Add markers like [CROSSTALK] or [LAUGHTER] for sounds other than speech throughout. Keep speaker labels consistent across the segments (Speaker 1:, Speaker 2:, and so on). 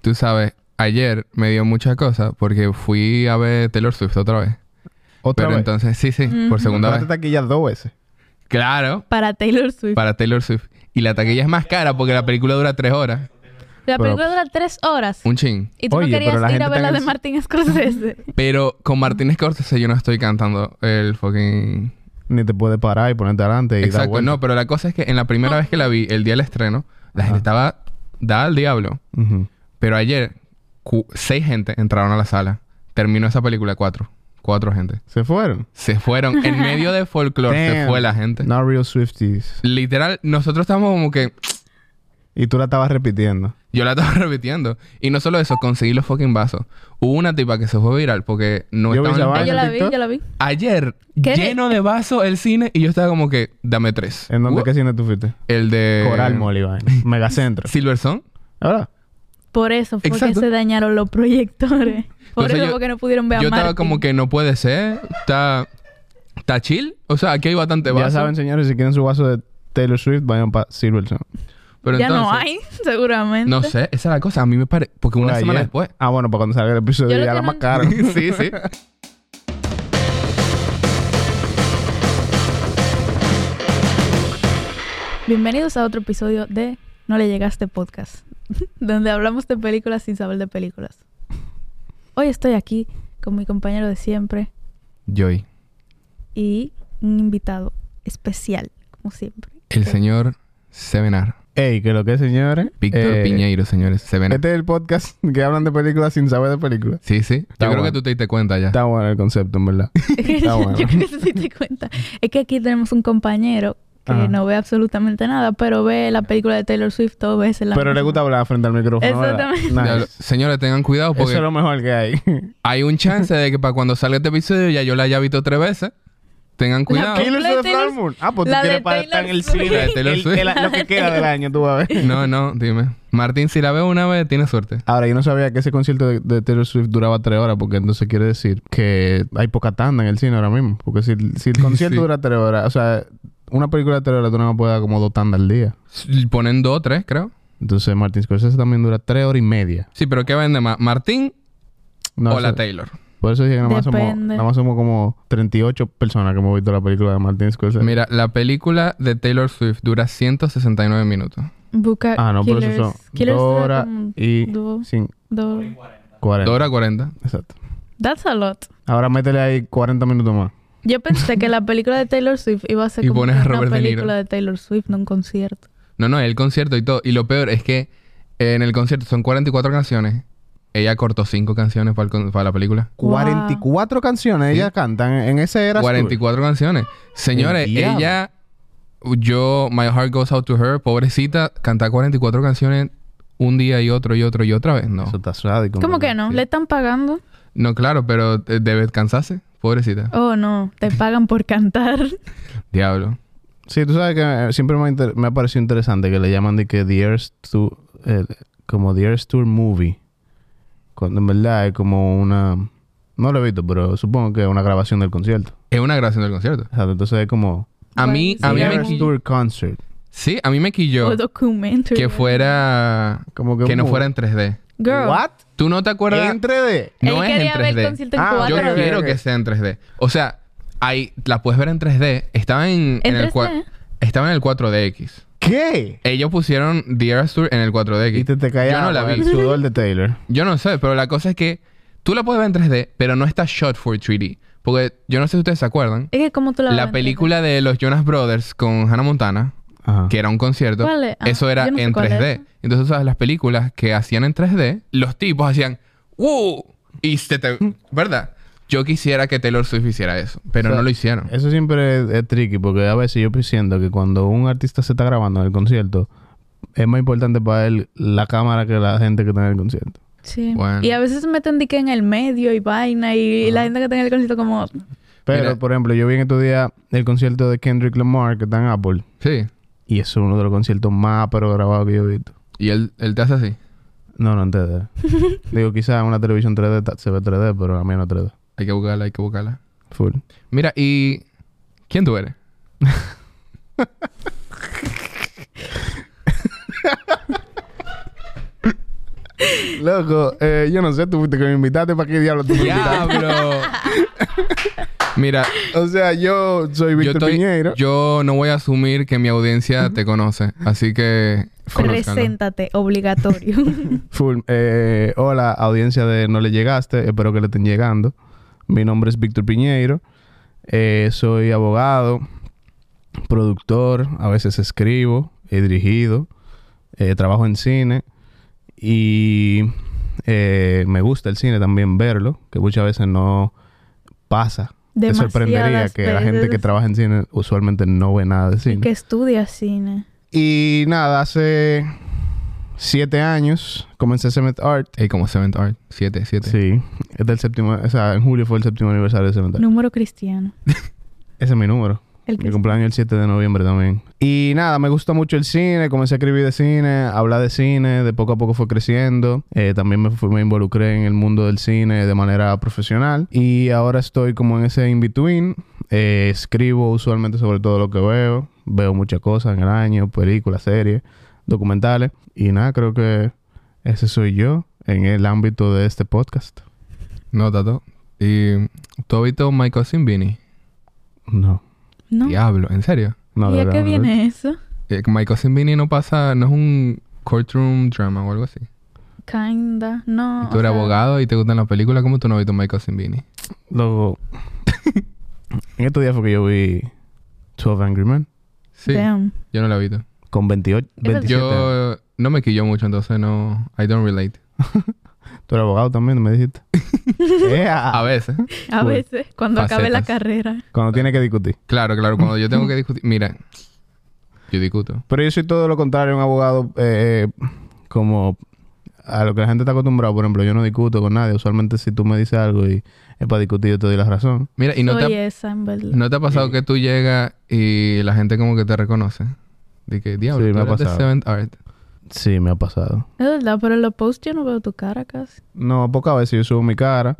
Speaker 1: tú sabes, ayer me dio muchas cosas porque fui a ver Taylor Swift otra vez.
Speaker 2: Otra
Speaker 1: Pero
Speaker 2: vez.
Speaker 1: entonces, sí, sí, por
Speaker 2: Tú
Speaker 1: segunda
Speaker 2: compraste
Speaker 1: vez.
Speaker 2: taquillas dos veces.
Speaker 1: Claro,
Speaker 3: Para Taylor Swift.
Speaker 1: para Taylor Swift. Y la taquilla es más cara porque la película dura tres horas.
Speaker 3: La
Speaker 2: Pero-
Speaker 3: película dura tres horas.
Speaker 1: Un chin.
Speaker 3: Y tú
Speaker 2: Oye,
Speaker 3: no
Speaker 2: pero
Speaker 3: querías
Speaker 2: la
Speaker 3: ir
Speaker 2: gente
Speaker 3: a
Speaker 2: está
Speaker 3: ver la
Speaker 2: en
Speaker 3: de
Speaker 2: el-
Speaker 1: [LAUGHS]
Speaker 3: Martín Scorsese.
Speaker 1: Pero con Martínez Scorsese yo no estoy cantando el fucking...
Speaker 2: Ni te puedes parar y ponerte adelante y dar
Speaker 1: Exacto,
Speaker 2: vuelta.
Speaker 1: no, pero la cosa es que en la primera vez que la vi, el día del estreno, la gente estaba dada al diablo.
Speaker 2: Ujú.
Speaker 1: Pero ayer, cu- seis gente entraron a la sala. Terminó esa película cuatro. Cuatro gente.
Speaker 2: Se fueron.
Speaker 1: Se fueron.
Speaker 2: [LAUGHS]
Speaker 1: en medio de folclore se
Speaker 2: Damn.
Speaker 1: fue la gente.
Speaker 2: Not real Swifties.
Speaker 1: Literal, nosotros estamos como que...
Speaker 2: Y tú la estabas repitiendo.
Speaker 1: Yo la estaba [LAUGHS] repitiendo. Y no solo eso, conseguí los fucking vasos. Hubo una tipa que se fue viral porque no
Speaker 2: Yo vi
Speaker 1: estaba... en-
Speaker 2: esa vaina.
Speaker 3: Ah,
Speaker 2: ¿en
Speaker 3: yo la vi,
Speaker 2: TikTok?
Speaker 3: yo la vi.
Speaker 1: Ayer,
Speaker 3: ¿Qué?
Speaker 1: lleno de vasos el cine y yo estaba como que, dame tres.
Speaker 2: ¿En dónde
Speaker 1: Wo-
Speaker 2: qué cine tú fuiste?
Speaker 1: El de...
Speaker 2: Coral
Speaker 1: [LAUGHS]
Speaker 2: Moliván. Megacentro.
Speaker 1: Silverson.
Speaker 2: Ahora,
Speaker 3: Por eso fue
Speaker 1: Exacto.
Speaker 3: que se dañaron los
Speaker 1: [LAUGHS]
Speaker 3: proyectores. Por
Speaker 1: Entonces
Speaker 3: eso
Speaker 1: yo-
Speaker 3: porque no pudieron ver a
Speaker 1: Yo estaba
Speaker 3: Martin.
Speaker 1: como que no puede ser. Está... Está chill. O sea, aquí hay bastante vaso.
Speaker 2: ya saben, señores, si quieren su vaso de Taylor Swift, vayan para Silverson.
Speaker 1: Pero
Speaker 3: ya no
Speaker 1: entonces-
Speaker 3: hay, [LAUGHS] seguramente.
Speaker 1: No sé, esa es la cosa. A mí me parece. Porque una
Speaker 2: Por
Speaker 1: semana
Speaker 2: ayer.
Speaker 1: después. [LAUGHS]
Speaker 2: Ah, bueno, para cuando salga el
Speaker 3: Yo
Speaker 2: episodio
Speaker 3: lo
Speaker 2: ya la
Speaker 3: que
Speaker 2: más
Speaker 3: no-
Speaker 2: cara.
Speaker 1: sí,
Speaker 2: [LAUGHS]
Speaker 1: sí.
Speaker 3: Bienvenidos a otro episodio de No le llegaste podcast, [LAUGHS] donde hablamos de películas sin saber de películas. Hoy estoy aquí con mi compañero de siempre
Speaker 1: Joy.
Speaker 3: y un invitado especial, como siempre.
Speaker 1: El señor Sevenar.
Speaker 2: Ey, que lo que es, señores.
Speaker 1: Víctor
Speaker 2: Eh,
Speaker 1: Piñeiro, señores. Sevenar.
Speaker 2: Este es el podcast que hablan de películas sin saber de películas.
Speaker 1: Sí, sí. Yo
Speaker 2: Está
Speaker 1: creo que
Speaker 2: bueno.
Speaker 1: tú te diste cuenta ya.
Speaker 2: Está bueno el concepto, en verdad.
Speaker 3: [LAUGHS]
Speaker 1: Ah,
Speaker 3: yo,
Speaker 2: bueno.
Speaker 3: creo que sí te cuenta. Es que aquí tenemos un compañero que
Speaker 2: Ajá.
Speaker 3: no ve absolutamente nada, pero ve la película de Taylor Swift dos veces. La
Speaker 2: Pero le
Speaker 3: misma.
Speaker 2: gusta hablar frente al micrófono. ¿verdad?
Speaker 3: Exactamente.
Speaker 2: Nice.
Speaker 1: Ya lo- señores, tengan cuidado
Speaker 2: Eso
Speaker 1: porque
Speaker 2: es lo mejor que hay.
Speaker 1: hay un chance de que para cuando salga este episodio ya yo la haya visto tres veces. Tengan cuidado.
Speaker 3: ¿Qué?
Speaker 2: Killers
Speaker 3: La de
Speaker 2: of the
Speaker 3: Taylor-
Speaker 2: Flower Moon. Ah, pues tú
Speaker 3: la de
Speaker 2: quieres para estar en el
Speaker 3: Taylor
Speaker 2: cine.
Speaker 3: Swift. La
Speaker 1: de Taylor
Speaker 2: El-
Speaker 1: Swift.
Speaker 2: el- lo que queda del año, tú vas a ver.
Speaker 1: No, no, dime. Martín, si la veo una vez, tiene suerte.
Speaker 2: Ahora, yo no sabía que ese concierto de, de Taylor Swift duraba tres horas, porque entonces quiere decir que hay poca tanda en el cine ahora mismo. Porque si, si
Speaker 1: [LAUGHS]
Speaker 2: el concierto
Speaker 1: Sí.
Speaker 2: dura tres horas, o sea, una película de tres horas tú no puedes dar como dos tandas al día.
Speaker 1: S- Ponen dos, tres, creo.
Speaker 2: Entonces, Martin Scorsese también dura tres horas y media.
Speaker 1: Sí, pero ¿qué vende más? ¿Martín
Speaker 2: No,
Speaker 1: o la
Speaker 2: eso-
Speaker 1: Taylor?
Speaker 2: Por eso dije que nada más, somos,
Speaker 3: Depende.
Speaker 2: nada más somos como 38 personas que hemos visto la película de Martin Scorsese.
Speaker 1: Mira, la película de Taylor Swift dura 169 minutos.
Speaker 3: Busca
Speaker 2: ah, no, por
Speaker 3: Killers.
Speaker 2: eso son
Speaker 3: Killers
Speaker 2: dos
Speaker 3: dura
Speaker 2: horas
Speaker 3: como
Speaker 2: y
Speaker 3: dos-
Speaker 2: cin-
Speaker 3: dos-
Speaker 2: 40.
Speaker 1: 2 horas 40.
Speaker 2: Exacto.
Speaker 3: That's a lot.
Speaker 2: Ahora métele ahí 40 minutos más.
Speaker 3: Yo pensé que la película de Taylor Swift iba a ser
Speaker 1: [LAUGHS] Y
Speaker 3: como
Speaker 1: pones
Speaker 3: que
Speaker 1: a
Speaker 3: una
Speaker 1: Robert De Niro.
Speaker 3: película de Taylor Swift, no un concierto.
Speaker 1: No, no, el concierto y todo. Y lo peor es que eh, en el concierto son 44 canciones. Ella cortó 5 canciones para, el con- para la película.
Speaker 3: Wow.
Speaker 2: 44 canciones ellas cantan en ese era
Speaker 1: 44 canciones. Señores,
Speaker 2: El diablo.
Speaker 1: ella... Yo... My heart goes out to her. Pobrecita. Cantar 44 canciones un día y otro y otro y otra vez. No.
Speaker 2: Eso está sádico.
Speaker 3: ¿Cómo
Speaker 2: ¿verdad?
Speaker 3: que no?
Speaker 1: sí.
Speaker 3: ¿Le están pagando?
Speaker 1: No, claro. Pero eh, debe cansarse. Pobrecita.
Speaker 3: Oh, no. Te pagan por cantar.
Speaker 1: Diablo.
Speaker 2: Sí, tú sabes que eh, siempre me, ha inter- me ha parecido interesante que le llaman de que The Earth Tour... eh, como The Earth Tour Movie. Cuando en verdad es como una... No lo he visto, pero supongo que es una grabación del concierto.
Speaker 1: Es una grabación del concierto.
Speaker 2: Exacto, entonces es como...
Speaker 1: A mí...
Speaker 3: Bueno,
Speaker 1: A mí
Speaker 3: sí,
Speaker 2: The
Speaker 1: me
Speaker 2: Eras
Speaker 3: quilló.
Speaker 1: quilló...
Speaker 2: Tour Concert.
Speaker 1: Sí, a mí me quilló.
Speaker 3: O documentary.
Speaker 1: Que fuera...
Speaker 2: Como que,
Speaker 1: Que no
Speaker 2: como-
Speaker 1: fuera en 3D.
Speaker 3: Girl.
Speaker 2: ¿What?
Speaker 1: ¿Tú no te acuerdas?
Speaker 2: ¿En 3D?
Speaker 1: No es
Speaker 3: él
Speaker 1: en
Speaker 3: quería ver el
Speaker 1: 3D.
Speaker 3: concierto en
Speaker 2: Ah,
Speaker 1: Yo
Speaker 3: cuatro
Speaker 2: Ok,
Speaker 1: quiero
Speaker 2: ok.
Speaker 1: que sea en 3D. O sea, ahí la puedes ver en 3D. Estaba en,
Speaker 3: ¿En
Speaker 1: el
Speaker 3: 3D?
Speaker 1: cua- Estaba en el 4DX.
Speaker 2: ¿Qué?
Speaker 1: Ellos pusieron The Eras Tour en el 4DX.
Speaker 2: Y te, te caía
Speaker 1: Yo no la
Speaker 2: agua,
Speaker 1: vi.
Speaker 2: el sudor de Taylor.
Speaker 1: Yo no sé, pero la cosa es que tú la puedes ver en 3D, pero no está shot for 3D. Porque yo no sé si ustedes se acuerdan.
Speaker 3: Es que como tú la vas a
Speaker 1: La
Speaker 3: entender?
Speaker 1: película de los Jonas Brothers con Hannah Montana,
Speaker 2: Ajá.
Speaker 1: que era un concierto,
Speaker 3: ¿Cuál es? Ah,
Speaker 1: eso era
Speaker 3: yo no sé
Speaker 1: en
Speaker 3: cuál es
Speaker 1: 3D.
Speaker 3: esa.
Speaker 1: Entonces, ¿sabes? Las películas que hacían en 3D, los tipos hacían ¡Wow! Y se te... ¿Verdad? Yo quisiera que Taylor Swift hiciera eso, pero
Speaker 2: O sea, eh,
Speaker 1: no lo hicieron.
Speaker 2: Eso siempre es, es tricky porque a veces yo siento que cuando un artista se está grabando en el concierto, es más importante para él la cámara que la gente que está en el concierto.
Speaker 3: Sí.
Speaker 1: Bueno.
Speaker 3: Y a veces se meten dique en el medio y vaina y la gente que está en el concierto como...
Speaker 2: Pero,
Speaker 1: Mira.
Speaker 2: por ejemplo, yo vi en estos días el concierto de Kendrick Lamar que está en Apple
Speaker 1: Sí.
Speaker 2: y eso es uno de los conciertos más pero grabados que yo he visto.
Speaker 1: Y él, él te hace así.
Speaker 2: No, no en 3D. Digo, quizás en una televisión 3D ta- se ve 3D, pero a mí no 3D.
Speaker 1: Hay que buscarla, hay que buscarla.
Speaker 2: Full.
Speaker 1: Mira, y... ¿Quién tú eres?
Speaker 2: Loco, eh, yo no sé, tú fuiste que me invitaste, ¿para qué diablo tú me invitaste?
Speaker 1: ¡Diablo!
Speaker 2: [LAUGHS]
Speaker 1: Mira,
Speaker 2: O sea, yo soy
Speaker 1: yo,
Speaker 2: Víctor
Speaker 1: estoy-
Speaker 2: Piñeiro.
Speaker 1: yo no voy a asumir que mi audiencia te conoce. Así que... conózcanlo.
Speaker 3: Preséntate,
Speaker 1: [LAUGHS]
Speaker 3: obligatorio.
Speaker 2: Full. Eh, hola, audiencia de No Le Llegaste. Espero que le estén llegando. Mi nombre es Víctor Piñeiro. Eh, soy abogado, productor, a veces escribo, he dirigido, eh, trabajo en cine y eh, me gusta el cine también verlo, que muchas veces no pasa. Te
Speaker 3: Demasiadas
Speaker 2: sorprendería que la gente que
Speaker 3: veces.
Speaker 2: trabaja en cine usualmente no ve nada de cine.
Speaker 3: Que estudia cine.
Speaker 2: Y nada, hace siete años comencé Cement Art.
Speaker 1: Ey, como Seventh Art. Siete, siete.
Speaker 2: Sí, es del séptimo, o sea, en julio fue el séptimo aniversario de Cement Art.
Speaker 3: Número cristiano.
Speaker 2: Ese es mi número.
Speaker 3: El
Speaker 2: Mi
Speaker 3: cristiano.
Speaker 2: cumpleaños el 7 de noviembre también. Y nada, me gusta mucho el cine. Comencé a escribir de cine, a hablar de cine. De poco a poco fue creciendo. Eh, también me, fui- me involucré en el mundo del cine de manera profesional. Y ahora estoy como en ese in-between. Eh, escribo usualmente sobre todo lo que veo. Veo muchas cosas en el año, películas, series, documentales. Y nada, creo que ese soy yo en el ámbito de este podcast.
Speaker 1: No, Tato. Y... ¿Tú has visto My Cousin Vinny?
Speaker 2: No.
Speaker 3: ¿No?
Speaker 1: Diablo. ¿En serio?
Speaker 2: No,
Speaker 3: ¿Y
Speaker 2: de
Speaker 3: a
Speaker 2: verdad,
Speaker 3: qué
Speaker 2: no.
Speaker 3: viene eso?
Speaker 1: Eh, My Cousin Vinny no pasa... No es un courtroom drama o algo así.
Speaker 3: Kinda. No.
Speaker 1: Y
Speaker 3: o
Speaker 1: tú eres
Speaker 3: sea,
Speaker 1: abogado y te gustan las películas. ¿Cómo tú no has visto My Cousin Vinny?
Speaker 2: Luego, [LAUGHS] en estos días fue que yo vi 12 Angry Men
Speaker 1: Sí.
Speaker 3: damn.
Speaker 1: Yo no la he visto.
Speaker 2: con 28,
Speaker 3: Yo-
Speaker 2: 27 años.
Speaker 1: Yo... No me quillo mucho, entonces no... I don't relate.
Speaker 2: Tú eres abogado también, me
Speaker 1: [LAUGHS]
Speaker 2: dijiste. Eh, Ea.
Speaker 1: A veces.
Speaker 3: A
Speaker 2: Cool.
Speaker 3: veces, cuando acabe la
Speaker 1: Facetas.
Speaker 3: carrera.
Speaker 2: Cuando tiene que discutir.
Speaker 1: Claro, claro. Cuando yo tengo que
Speaker 3: [LAUGHS]
Speaker 1: discutir... Mira. Yo discuto.
Speaker 2: Pero yo soy todo lo contrario, un abogado eh, eh, como a lo que la gente está acostumbrada. Por ejemplo, yo no discuto con nadie. Usualmente si tú me dices algo y es para discutir, yo te doy la razón.
Speaker 1: Mira, y
Speaker 3: Y
Speaker 1: no te, ha-
Speaker 3: esa, en verdad.
Speaker 1: ¿No te ha pasado que tú llegas y la gente como que te reconoce? De que, diablo,
Speaker 2: Sí,
Speaker 1: tú
Speaker 2: me ha
Speaker 1: eres de
Speaker 2: pasado.
Speaker 1: Seventh Art.
Speaker 2: Sí, me ha pasado.
Speaker 3: Es verdad, pero en los posts yo no veo tu cara casi.
Speaker 2: No, pocas veces yo subo mi cara.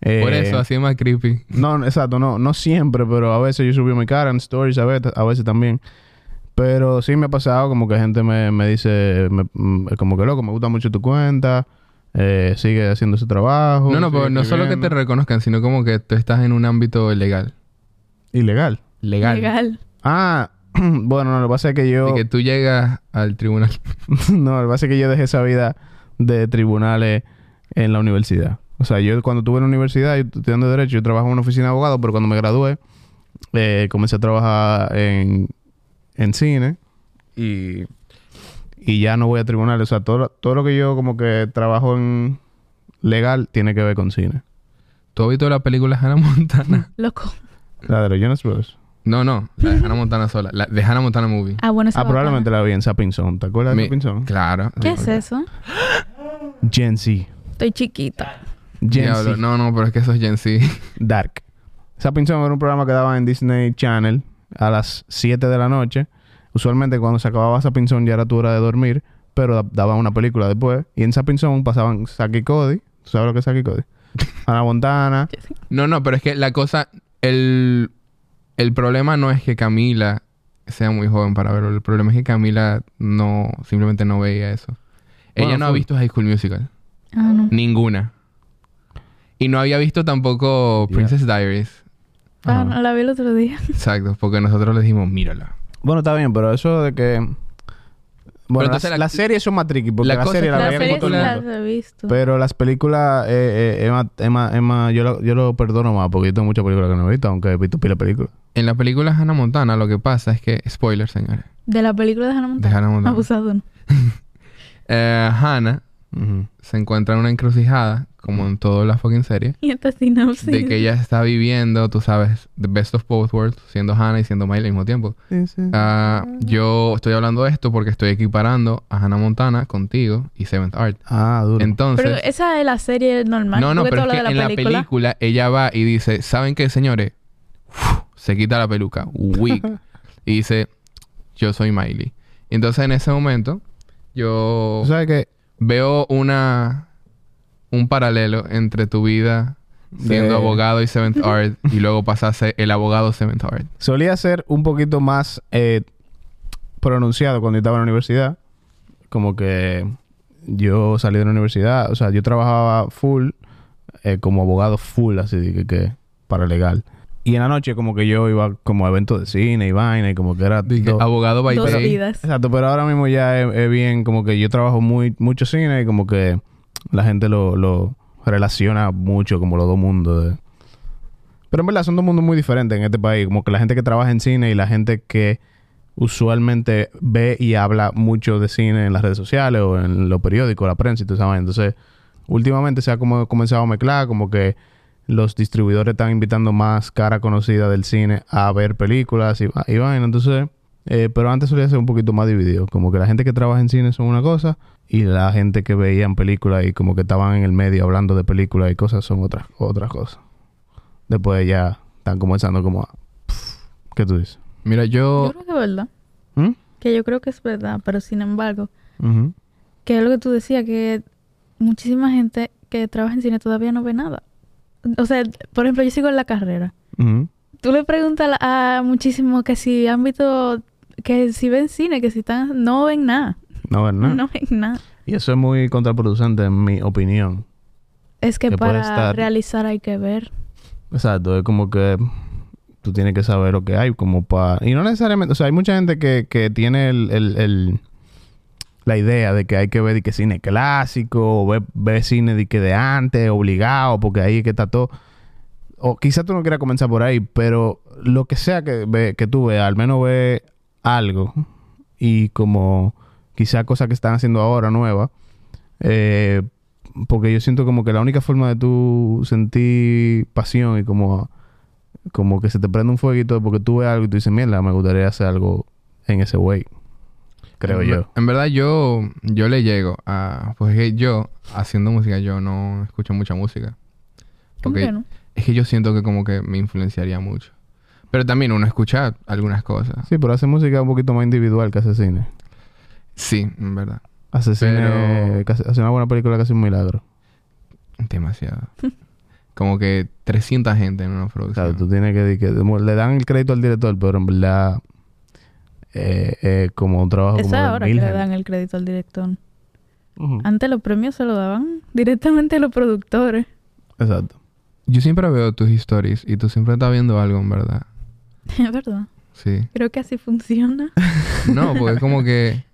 Speaker 2: Eh,
Speaker 1: Por eso, así es más creepy.
Speaker 2: No, no, exacto, no, no siempre, pero a veces yo subí mi cara en stories, a veces, a veces también. Pero sí me ha pasado como que gente me, me dice, me- mm, como que loco, me gusta mucho tu cuenta, eh, sigue haciendo su trabajo.
Speaker 1: No, no,
Speaker 2: sigue
Speaker 1: pero no solo que te
Speaker 2: escribiendo".
Speaker 1: reconozcan, sino como que tú estás en un ámbito legal.
Speaker 2: Ilegal.
Speaker 1: Legal.
Speaker 3: Legal.
Speaker 2: Ah, [CLEARS THROAT] bueno, no, lo que pasa es que yo...
Speaker 1: Y que tú llegas al tribunal.
Speaker 2: [LAUGHS] no, lo que pasa es que yo dejé esa vida de tribunales en la universidad. O sea, yo cuando estuve en la universidad, yo estudiando Derecho, yo trabajaba en una oficina de abogado, pero cuando me gradué, eh, comencé a trabajar en, en cine y, y ya no voy a tribunales. O sea, todo, lo- todo lo que yo como que trabajo en legal tiene que ver con cine.
Speaker 1: ¿Tú has visto la película Hannah
Speaker 3: [LAUGHS]
Speaker 1: Montana?
Speaker 3: Loco.
Speaker 2: La de los Jonas Brothers. Ah,
Speaker 1: No, no. La de Hannah Montana sola. La de Hannah Montana Movie.
Speaker 3: Ah, bueno, esa
Speaker 2: Ah,
Speaker 3: va para-
Speaker 2: probablemente la vi en Sapinson. ¿Te acuerdas
Speaker 1: Mi-
Speaker 2: de Sapinson?
Speaker 1: Claro. Sí,
Speaker 3: ¿Qué es
Speaker 1: porque-
Speaker 3: eso?
Speaker 2: Gen Z.
Speaker 3: Estoy chiquita.
Speaker 2: Gen
Speaker 1: Diablo,
Speaker 2: Z.
Speaker 1: no, no, pero es que eso es Gen Z.
Speaker 2: Dark. Sapinson era un programa que daban en Disney Channel a las 7 de la noche. Usualmente cuando se acababa Sapinson ya era tu hora de dormir, pero da- daban una película después. Y en Sapinson pasaban Saki Cody. ¿Tú sabes lo que es Saki [LAUGHS] Cody? Ana Montana.
Speaker 1: No, no, pero es que la cosa... El, el problema no es que Camila sea muy joven para verlo. El problema es que Camila no... Simplemente no veía eso. Ella
Speaker 2: Bueno,
Speaker 1: no ha
Speaker 2: full.
Speaker 1: visto High School Musical.
Speaker 3: Ah, no.
Speaker 1: Ninguna. Y no había visto tampoco
Speaker 2: Ya.
Speaker 1: Princess Diaries.
Speaker 3: Ah,
Speaker 2: Ajá.
Speaker 3: no, la vi el otro día.
Speaker 1: Exacto, porque nosotros le dijimos, mírala.
Speaker 2: Bueno, está bien, pero eso de que... Bueno,
Speaker 1: entonces
Speaker 2: las,
Speaker 1: la-
Speaker 2: las series son más tricky, porque
Speaker 1: la
Speaker 2: las
Speaker 1: cosa
Speaker 2: series
Speaker 1: es
Speaker 2: las
Speaker 1: que
Speaker 3: La
Speaker 1: vi
Speaker 2: veían
Speaker 3: serie
Speaker 2: como
Speaker 1: en
Speaker 2: todo
Speaker 3: sí
Speaker 2: el
Speaker 1: otro
Speaker 3: las
Speaker 2: mundo.
Speaker 3: he visto.
Speaker 2: Pero las películas, eh, eh, Emma, Emma, Emma, yo lo, yo lo perdono más, porque yo tengo muchas películas que no he visto, aunque he visto pila de películas.
Speaker 1: En la película Hannah Montana lo que pasa es que... Spoiler, señores.
Speaker 3: De la película de Hannah
Speaker 1: De
Speaker 3: Montana.
Speaker 1: Hannah Montana.
Speaker 3: Abusado, ¿no?
Speaker 1: [LAUGHS]
Speaker 3: [LAUGHS]
Speaker 1: Eh, Hannah
Speaker 2: Ujú.
Speaker 1: se encuentra en una encrucijada, como en todas las fucking series.
Speaker 3: Y esta sinopsis.
Speaker 1: De que ella está viviendo, tú sabes, the best of both worlds, siendo Hannah y siendo Miley al mismo tiempo. Ah, yo estoy hablando de esto porque estoy equiparando a Hannah Montana contigo y Seventh Art.
Speaker 2: Ah, duro.
Speaker 1: Entonces...
Speaker 3: Pero esa es la serie normal.
Speaker 1: No, no,
Speaker 3: porque
Speaker 1: pero
Speaker 3: tú
Speaker 1: es que
Speaker 3: hablas
Speaker 1: en la película. ella va y dice, ¿saben qué, señores? Uf, se quita la peluca,
Speaker 3: [LAUGHS]
Speaker 1: wig, y dice, yo soy Miley. Entonces, en ese momento, yo
Speaker 2: Tú sabes que
Speaker 1: veo una... Un paralelo entre tu vida siendo
Speaker 2: Sí.
Speaker 1: abogado y
Speaker 2: [LAUGHS]
Speaker 1: Seventh Art y luego pasase el abogado Seventh Art.
Speaker 2: solía ser un poquito más eh, pronunciado cuando estaba en la universidad. Como que yo salí de la universidad, o sea, yo trabajaba full, eh, como abogado full, así de que, que para legal. Y en la noche como que yo iba como a eventos de cine y vaina y como que era...
Speaker 1: Dije,
Speaker 2: todo.
Speaker 1: abogado by
Speaker 3: Dos
Speaker 1: day.
Speaker 3: vidas.
Speaker 2: Exacto, pero ahora mismo ya es, es bien como que yo trabajo muy mucho cine y como que la gente lo, lo relaciona mucho como los dos mundos. de- Pero en verdad son dos mundos muy diferentes en este país, como que la gente que trabaja en cine y la gente que usualmente ve y habla mucho de cine en las redes sociales o en los periódicos, la prensa y todo eso. Entonces, últimamente se ha como comenzado a mezclar como que los distribuidores están invitando más cara conocida del cine a ver películas y, va- y vaina. Entonces, eh, pero antes solía ser un poquito más dividido. Como que la gente que trabaja en cine son una cosa y la gente que veían películas y como que estaban en el medio hablando de películas y cosas son otras, otras cosas. Después ya están comenzando como a... pff, ¿Qué tú dices?
Speaker 1: Mira,
Speaker 3: Yo
Speaker 1: yo...
Speaker 3: creo que es verdad.
Speaker 2: ¿Mm?
Speaker 3: Que yo creo que es verdad, pero sin embargo,
Speaker 2: Ujú.
Speaker 3: que es lo que tú decías, que muchísima gente que trabaja en cine todavía no ve nada. O sea, por ejemplo, yo sigo en la carrera.
Speaker 2: Ujú.
Speaker 3: Tú le preguntas a la- a muchísimos que si han visto, que si ven cine, que si están, no ven nada.
Speaker 2: No, ¿verdad?
Speaker 3: No ven nada.
Speaker 2: Y eso es muy contraproducente en mi opinión.
Speaker 3: Es que
Speaker 2: Que puede
Speaker 3: para
Speaker 2: estar-
Speaker 3: realizar hay que ver.
Speaker 2: Exacto, es como que tú tienes que saber lo que hay como para... Y no necesariamente, o sea, hay mucha gente que, que tiene el, el- el- la idea de que hay que ver y que cine clásico, o ver, ver cine de, que de antes, obligado, porque ahí es que está todo. O quizás tú no quieras comenzar por ahí, pero lo que sea que, ve, que tú veas, al menos ve algo y como quizás cosas que están haciendo ahora nuevas. Eh, porque yo siento como que la única forma de tú sentir pasión y como, como que se te prende un fueguito es porque tú ves algo y tú dices, mierda, me gustaría hacer algo en ese way. Creo
Speaker 1: en,
Speaker 2: yo.
Speaker 1: En verdad, yo, yo le llego a... Pues es que yo, haciendo música, yo no escucho mucha música.
Speaker 3: ¿Cómo
Speaker 1: Ok.
Speaker 3: que no?
Speaker 1: Es que yo siento que como que me influenciaría mucho. Pero también uno escucha algunas cosas.
Speaker 2: Sí, pero hace música un poquito más individual que hace cine.
Speaker 1: Sí, en verdad.
Speaker 2: Hace cine-
Speaker 1: Pero-
Speaker 2: que hace- hace una buena película que hace un milagro.
Speaker 3: [LAUGHS]
Speaker 1: Demasiado. como que 300 gente en una producción.
Speaker 2: Claro, tú tienes que, que- Le dan el crédito al director, pero en verdad... eh, eh, como un
Speaker 1: Ah,
Speaker 2: trabajo
Speaker 3: Eso es
Speaker 2: como de
Speaker 3: ahora que
Speaker 2: mil
Speaker 3: le
Speaker 2: gente.
Speaker 3: dan el crédito al director.
Speaker 2: Ujú.
Speaker 3: Antes los premios se lo daban directamente a los productores. [LAUGHS]
Speaker 2: Exacto.
Speaker 1: Yo siempre veo tus stories y tú siempre estás viendo algo, en verdad.
Speaker 3: Es verdad.
Speaker 2: [LAUGHS]
Speaker 1: Sí.
Speaker 3: Creo que así funciona.
Speaker 1: [LAUGHS] No, porque es como que...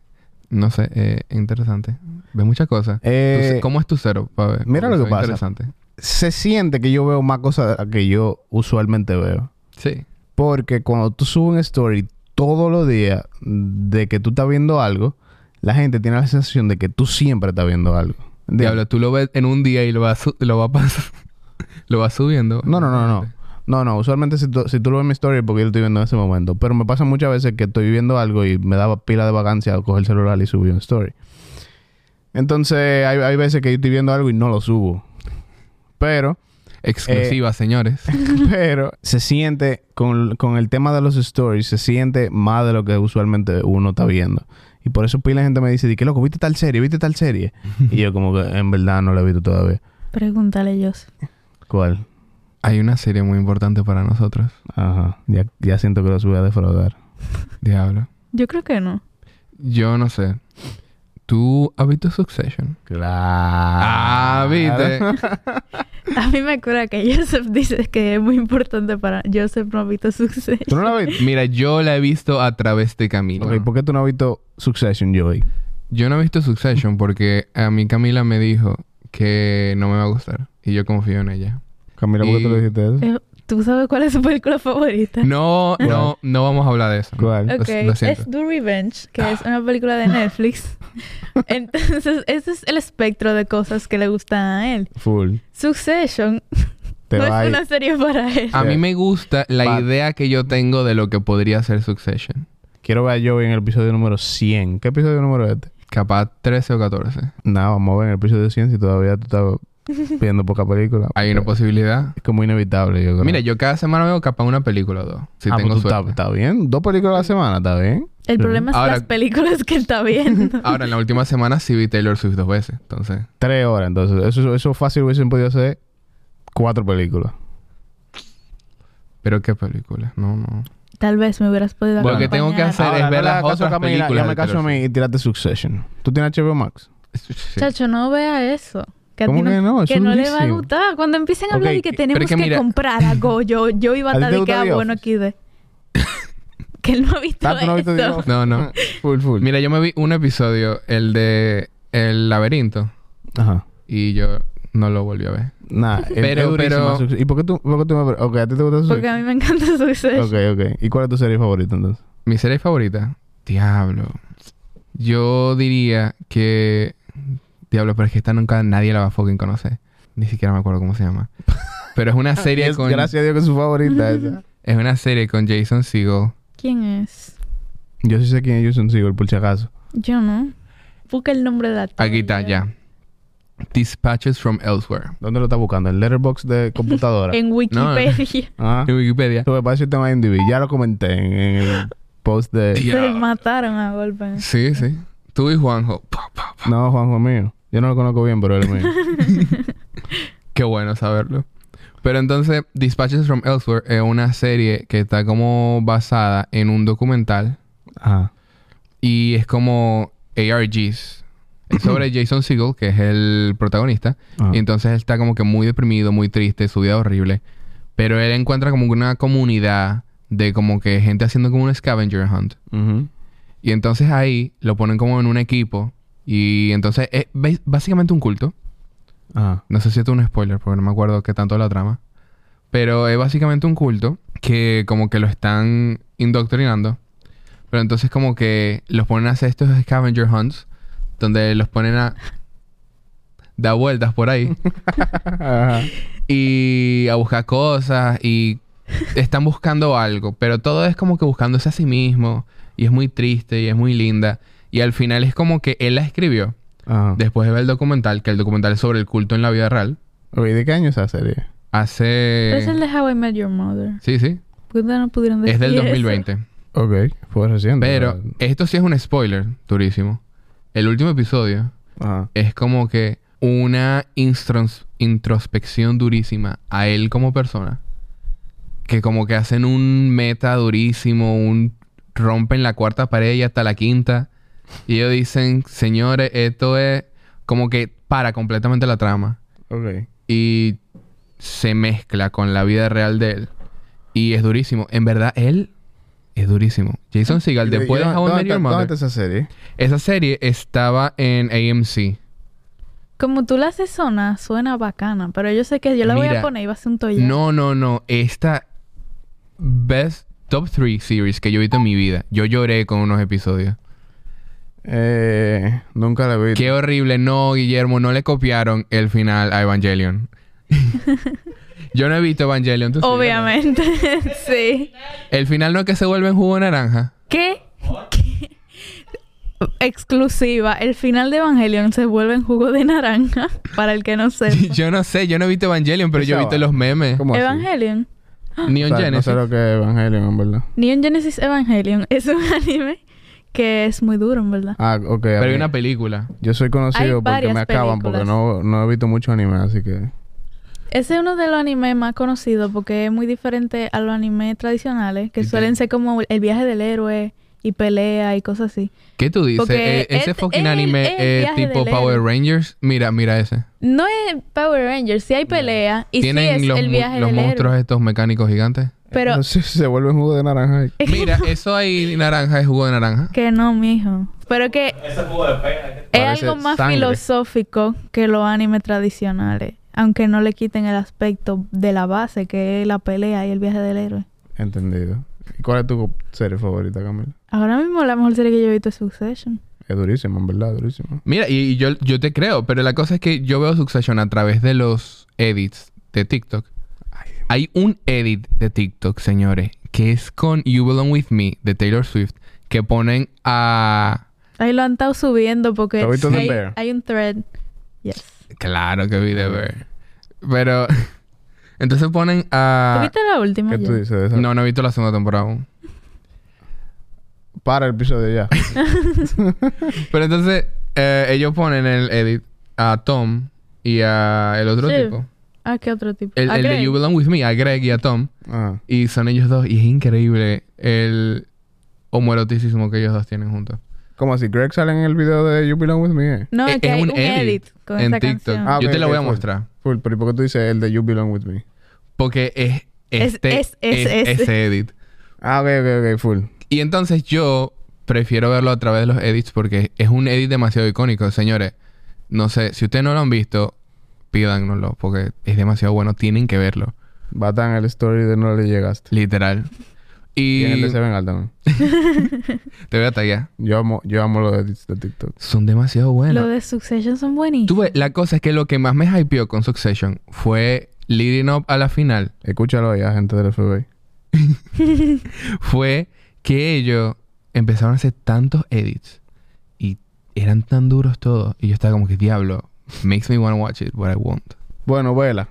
Speaker 1: No sé, eh, interesante. Ves muchas cosas. Tu
Speaker 2: Eh,
Speaker 1: ce- ¿Cómo es tu cero? Pa' ver,
Speaker 2: mira
Speaker 1: porque se
Speaker 2: lo que
Speaker 1: ve
Speaker 2: pasa.
Speaker 1: Interesante.
Speaker 2: se siente que yo veo más cosas de las que yo usualmente veo.
Speaker 1: Sí.
Speaker 2: Porque cuando tú subes un story todos los días de que tú estás viendo algo, la gente tiene la sensación de que tú siempre estás viendo algo. ¿Entiendes?
Speaker 1: Diablo, tú lo ves en un día y lo vas, su- lo vas pas- [LAUGHS] lo vas subiendo.
Speaker 2: No, no, no, no. No, no. Usualmente si tú, si tú lo ves en mi story es porque yo lo estoy viendo en ese momento. Pero me pasa muchas veces que estoy viendo algo y me daba pila de vacancia o coger el celular y subir un story. Entonces hay, hay veces que yo estoy viendo algo y no lo subo. Pero Eh.
Speaker 1: Exclusiva,
Speaker 2: [LAUGHS]
Speaker 1: señores.
Speaker 2: Pero se siente, con, con el tema de los stories, se siente más de lo que usualmente uno está viendo. Y por eso pila de gente me dice, "Di que loco, ¿viste tal serie? ¿Viste tal serie? y yo como que en verdad no la he visto todavía.
Speaker 3: [LAUGHS] Pregúntale ellos.
Speaker 2: ¿Cuál?
Speaker 1: Hay una serie muy importante para nosotros.
Speaker 2: Ajá. Ya, ya siento que los voy a defraudar.
Speaker 1: Diablo.
Speaker 3: Yo creo que no.
Speaker 1: Yo no sé. ¿Tú has visto
Speaker 2: [LAUGHS]
Speaker 1: Succession?
Speaker 2: Claro.
Speaker 1: Ah, ¿viste?
Speaker 3: A mí me cura que Joseph [LAUGHS] dice que es muy importante para Joseph no ha visto Succession.
Speaker 2: [LAUGHS] ¿Tú no la has visto?
Speaker 1: Mira, yo la he visto a través de Camila.
Speaker 2: Ok, ¿por qué tú no has visto Succession, Joey?
Speaker 1: Yo no he visto Succession porque a mí Camila me dijo que no me va a gustar. Y yo confío en
Speaker 3: [LAUGHS]
Speaker 1: ella.
Speaker 2: Camila, ¿por qué tú
Speaker 1: Y-
Speaker 2: le dijiste eso?
Speaker 3: Eh, [LAUGHS] ¿Tú sabes cuál es su película favorita?
Speaker 1: No, no, no vamos a hablar de eso.
Speaker 2: ¿Cuál?
Speaker 1: lo
Speaker 3: Ok,
Speaker 1: s- lo siento. Ah.
Speaker 3: es Do Revenge, que es una
Speaker 1: [LAUGHS]
Speaker 3: película de Netflix. Entonces, ese es el espectro de cosas que le gustan a él.
Speaker 2: Full.
Speaker 3: Succession
Speaker 2: Te
Speaker 3: no
Speaker 2: va a
Speaker 3: es
Speaker 2: ir.
Speaker 3: una serie para él.
Speaker 1: A mí me gusta la
Speaker 2: Va-
Speaker 1: idea que yo tengo de lo que podría ser Succession.
Speaker 2: Quiero ver a Joey en el episodio número 100. ¿Qué episodio número es este?
Speaker 1: Capaz 13 o 14.
Speaker 2: Nada, vamos a ver en el episodio 100 si todavía tú estás viendo
Speaker 1: [LAUGHS]
Speaker 2: poca película.
Speaker 1: Hay una
Speaker 2: Porque
Speaker 1: posibilidad.
Speaker 2: Es como inevitable, yo creo.
Speaker 1: Mira, yo cada semana veo capaz una película o dos. Si
Speaker 2: Ah, pues
Speaker 1: tengo
Speaker 2: tú estás-
Speaker 1: suerte.
Speaker 2: está bien. Dos películas a la semana, está bien.
Speaker 3: El problema es
Speaker 1: Mm. Ahora-
Speaker 3: las películas que está viendo.
Speaker 1: [LAUGHS] Ahora, en la última semana sí vi Taylor Swift dos veces. Entonces,
Speaker 2: Tres horas, entonces. Eso, eso fácil hubiesen podido hacer cuatro películas.
Speaker 1: pero qué película. No, no.
Speaker 3: Tal vez me hubieras podido
Speaker 1: Lo que
Speaker 3: acompañar.
Speaker 1: tengo que hacer- Ahora, es ver
Speaker 2: le
Speaker 1: las
Speaker 2: hagas caso a
Speaker 1: otras
Speaker 2: Camila,
Speaker 1: películas
Speaker 2: Ya me
Speaker 1: de
Speaker 2: caso a
Speaker 1: Taylor
Speaker 2: mí y tírate Succession. ¿Tú tienes HBO Max?
Speaker 1: Sí.
Speaker 3: Chacho, no vea eso. Que a ti
Speaker 2: ¿Cómo que no? Es
Speaker 3: que no le va a
Speaker 2: durísimo.
Speaker 3: gustar. Cuando empiecen a hablar
Speaker 1: Ok,
Speaker 3: de que
Speaker 1: pero
Speaker 3: tenemos
Speaker 1: es
Speaker 3: que,
Speaker 1: que mira- [LAUGHS]
Speaker 3: comprar algo, yo, yo iba
Speaker 2: ¿A
Speaker 3: a
Speaker 2: ti te
Speaker 3: estar de que,
Speaker 2: gusta
Speaker 3: ah,
Speaker 2: The
Speaker 3: bueno, aquí de. [LAUGHS] que él no ha visto
Speaker 2: Tato, ¿no has visto The
Speaker 3: esto.
Speaker 2: Office?
Speaker 1: No, no.
Speaker 2: Ah, Full, full.
Speaker 1: Mira, yo me vi un episodio, el de El laberinto,
Speaker 2: Ajá.
Speaker 1: y yo no lo volví a ver. [LAUGHS]
Speaker 2: Nah, es-
Speaker 1: Pero-
Speaker 2: es durísima
Speaker 1: pero-
Speaker 2: Succession. ¿Y por qué tú, por qué tú me... Ok, ¿a ti te gusta Succession?
Speaker 3: Porque a mí me encanta Succession.
Speaker 2: Ok, ok. ¿Y cuál es tu serie favorita entonces?
Speaker 1: Mi serie favorita, Diablo. Yo diría que. Diablo, pero es que esta nunca nadie la va a fucking conocer. Ni siquiera me acuerdo cómo se
Speaker 2: [LAUGHS]
Speaker 1: llama. Pero es una serie
Speaker 2: Es-
Speaker 1: con.
Speaker 2: Gracias a Dios que es su
Speaker 3: [LAUGHS]
Speaker 2: favorita esa.
Speaker 1: Es una serie con Jason Segel.
Speaker 3: ¿Quién es?
Speaker 2: Yo sí sé quién es Jason Segel, por si acaso.
Speaker 3: Yo no. Busca el nombre de la
Speaker 1: Aquí está, ya. Dispatches from Elsewhere.
Speaker 2: ¿Dónde lo estás buscando? ¿En Letterboxd de computadora?
Speaker 3: [LAUGHS] En Wikipedia.
Speaker 2: Ah.
Speaker 1: En Wikipedia.
Speaker 2: Sobre parece el tema de IMDb. Ya lo comenté en, en el post de...
Speaker 1: Dios.
Speaker 3: Se
Speaker 1: [LAUGHS] [LAUGHS] Ya. Eh.
Speaker 3: mataron a golpe.
Speaker 1: Sí, sí. Tú y Juanjo. Pa, pa, pa.
Speaker 2: No, Juanjo mío. Yo no lo conozco bien, pero él
Speaker 3: [LAUGHS]
Speaker 2: es mío.
Speaker 1: Qué bueno saberlo. Pero entonces, Dispatches from Elsewhere es una serie que está como basada en un documental
Speaker 2: Ajá.
Speaker 1: y es como ARGs. Es sobre Jason Segel, que es el protagonista.
Speaker 2: Ajá.
Speaker 1: Y entonces él está como que muy deprimido, muy triste, su vida es horrible. Pero él encuentra como una comunidad de como que gente haciendo como un scavenger hunt.
Speaker 2: Ujú.
Speaker 1: Y entonces ahí lo ponen como en un equipo. Y entonces es ba- básicamente un culto.
Speaker 2: Ajá.
Speaker 1: No sé si esto es un spoiler porque no me acuerdo qué tanto es la trama. Pero es básicamente un culto que como que lo están indoctrinando. Pero entonces como que los ponen a hacer estos scavenger hunts. Donde los ponen a... dar vueltas por ahí.
Speaker 2: Ajá.
Speaker 1: y a buscar cosas y están buscando algo, pero todo es como que buscándose a sí mismo y es muy triste y es muy linda y al final es como que él la escribió
Speaker 2: Ajá.
Speaker 1: después de ver el documental, que el documental es sobre el culto en la vida real,
Speaker 2: Ok, ¿de qué año es esa serie?
Speaker 1: hace
Speaker 3: Pero es el de How I Met Your Mother.
Speaker 1: Sí, sí,
Speaker 3: ¿Por qué ustedes no pudieron decir
Speaker 1: es del
Speaker 3: eso?
Speaker 1: 2020.
Speaker 2: Ok. Fue reciente.
Speaker 1: Pero esto sí es un spoiler durísimo. El último episodio
Speaker 2: Ajá.
Speaker 1: es como que una instros- introspección durísima a él como persona. Que como que hacen un meta durísimo, un rompen la cuarta pared y hasta la quinta. Y ellos dicen, señores, esto es como que para completamente la trama.
Speaker 2: Ok.
Speaker 1: Y se mezcla con la vida real de él. Y es durísimo. En verdad, él es durísimo. Jason Seagal, después de
Speaker 2: ¿Dónde-
Speaker 1: How I Met
Speaker 2: dónde
Speaker 1: Your
Speaker 2: está-
Speaker 1: Mother-
Speaker 2: ¿Dónde está esa serie?
Speaker 1: Esa serie estaba en AMC.
Speaker 3: Como tú la haces sonar, suena bacana. Pero yo sé que yo la voy a
Speaker 1: Mira,
Speaker 3: poner y va a ser un toya.
Speaker 1: No, no, no. Esta best top 3 series que yo he visto en mi vida. Yo lloré con unos episodios.
Speaker 2: Eh, nunca la vi.
Speaker 1: Qué horrible. No, Guillermo, no le copiaron el final a Evangelion. yo no he visto Evangelion. ¿tú sí,
Speaker 3: Obviamente, [LAUGHS] sí.
Speaker 1: verdad? el final no es que se vuelve en jugo naranja.
Speaker 3: ¿Qué? ¿Qué? Exclusiva. El final de Evangelion se vuelve en jugo de naranja. [LAUGHS] Para el que no sepa.
Speaker 1: [LAUGHS] yo no sé. Yo no he visto Evangelion, pero yo he
Speaker 2: Esa
Speaker 1: visto
Speaker 2: va.
Speaker 1: los memes.
Speaker 2: ¿Cómo así?
Speaker 3: Evangelion.
Speaker 1: Neon
Speaker 2: O sea, No
Speaker 1: Genesis.
Speaker 2: sé lo que es Evangelion, en verdad.
Speaker 3: Neon Genesis Evangelion [LAUGHS] es un anime que es muy duro, en verdad.
Speaker 2: Ah, ok.
Speaker 1: pero hay
Speaker 2: ok.
Speaker 1: una película.
Speaker 2: Yo soy
Speaker 3: Hay
Speaker 2: conocido porque
Speaker 3: varias
Speaker 2: me acaban, porque no,
Speaker 3: películas.
Speaker 2: no he visto mucho anime, así que...
Speaker 3: Ese es uno de los animes más conocidos porque es muy diferente a los animes tradicionales que
Speaker 1: Y te-
Speaker 3: suelen ser como el viaje del héroe y pelea y cosas así.
Speaker 1: ¿Qué tú dices?
Speaker 3: Porque
Speaker 1: Eh, ese
Speaker 3: es-
Speaker 1: fucking
Speaker 3: es el-
Speaker 1: anime
Speaker 3: es el
Speaker 1: eh,
Speaker 3: viaje
Speaker 1: tipo
Speaker 3: del héroe.
Speaker 1: Power Rangers. Mira, mira ese.
Speaker 3: No es Power Rangers, sí hay pelea y sí
Speaker 1: Tienen
Speaker 3: es
Speaker 1: los,
Speaker 3: el
Speaker 1: mu-
Speaker 3: viaje
Speaker 1: los
Speaker 3: del
Speaker 1: monstruos
Speaker 3: héroe.
Speaker 1: estos mecánicos
Speaker 3: [LAUGHS]
Speaker 1: gigantes.
Speaker 3: Pero
Speaker 2: Entonces, [LAUGHS] se vuelve un jugo de naranja. ahí.
Speaker 1: Mira, eso ahí naranja es jugo de naranja.
Speaker 3: que no, mijo. Pero que
Speaker 4: Ese jugo de pera.
Speaker 3: es
Speaker 1: Parece
Speaker 3: algo más
Speaker 1: sangre.
Speaker 3: filosófico que los animes tradicionales, aunque no le quiten el aspecto de la base que es la pelea y el viaje del héroe.
Speaker 2: Entendido. ¿Y cuál es tu serie favorita, Camila?
Speaker 3: Ahora mismo la mejor serie que yo he visto es Succession.
Speaker 2: Es durísimo, en verdad, durísimo.
Speaker 1: Mira, y, y yo, yo te creo, pero la cosa es que yo veo Succession a través de los edits de TikTok. Hay un edit de TikTok, señores, que es con You Belong With Me de Taylor Swift, que ponen a...
Speaker 3: Ahí lo han estado subiendo porque
Speaker 2: ¿Lo has visto
Speaker 1: en
Speaker 3: hay,
Speaker 2: Bear?
Speaker 3: hay un thread. Yes.
Speaker 1: Claro que vi de ver. Pero... [LAUGHS] Entonces ponen
Speaker 3: ¿Tú
Speaker 1: a...
Speaker 3: viste la última?
Speaker 2: ¿Qué
Speaker 3: ya?
Speaker 2: tú dices de esa?
Speaker 1: No, no he visto la segunda temporada aún.
Speaker 2: Para el episodio
Speaker 3: [LAUGHS]
Speaker 2: ya. [LAUGHS]
Speaker 1: Pero entonces eh, ellos ponen el edit a Tom y a el otro
Speaker 3: Sí.
Speaker 1: tipo.
Speaker 3: Ah, ¿qué otro tipo?
Speaker 1: El,
Speaker 3: Ah,
Speaker 1: el de
Speaker 3: Greg.
Speaker 1: You Belong With Me, a Greg y a Tom.
Speaker 2: Ajá.
Speaker 1: Y son ellos dos. Y es increíble el homoeroticismo que ellos dos tienen juntos. E,
Speaker 2: ¿Cómo así? ¿Greg sale en el video de You Belong With Me? eh?
Speaker 3: No,
Speaker 1: Es-
Speaker 3: es que
Speaker 1: es
Speaker 3: hay
Speaker 1: un
Speaker 3: un,
Speaker 1: edit
Speaker 3: edit, con
Speaker 1: en
Speaker 3: esa
Speaker 1: TikTok.
Speaker 3: canción.
Speaker 2: Ah,
Speaker 1: Yo
Speaker 2: ok,
Speaker 1: te la voy a
Speaker 2: ok,
Speaker 1: mostrar.
Speaker 2: Full, pero ¿y por qué tú dices el de You Belong With Me?
Speaker 1: Porque es
Speaker 3: Es-
Speaker 1: este
Speaker 3: es- es- es.
Speaker 1: ese edit.
Speaker 2: Ah, ok, ok, ok, full.
Speaker 1: Y entonces yo prefiero verlo a través de los edits porque es un edit demasiado icónico, señores. No sé, si ustedes no lo han visto, pídanoslo porque es demasiado bueno, tienen que verlo,
Speaker 2: Va tan el story de No le llegaste.
Speaker 1: literal.
Speaker 2: Y,
Speaker 1: Y
Speaker 2: en el de Seven Al también.
Speaker 1: te voy a taggear.
Speaker 2: Yo amo, yo amo los edits de TikTok.
Speaker 1: Son demasiado buenos.
Speaker 3: Lo de Succession son
Speaker 1: Tú
Speaker 3: buenísimos.
Speaker 1: ves, la cosa es que lo que más me hypeó con Succession fue leading up a la final,
Speaker 2: Escúchalo allá, gente del FBI.
Speaker 1: fue que ellos empezaron a hacer tantos edits y eran tan duros todos y yo estaba como que diablo, makes me want to watch it, but I won't.
Speaker 2: Bueno, vela.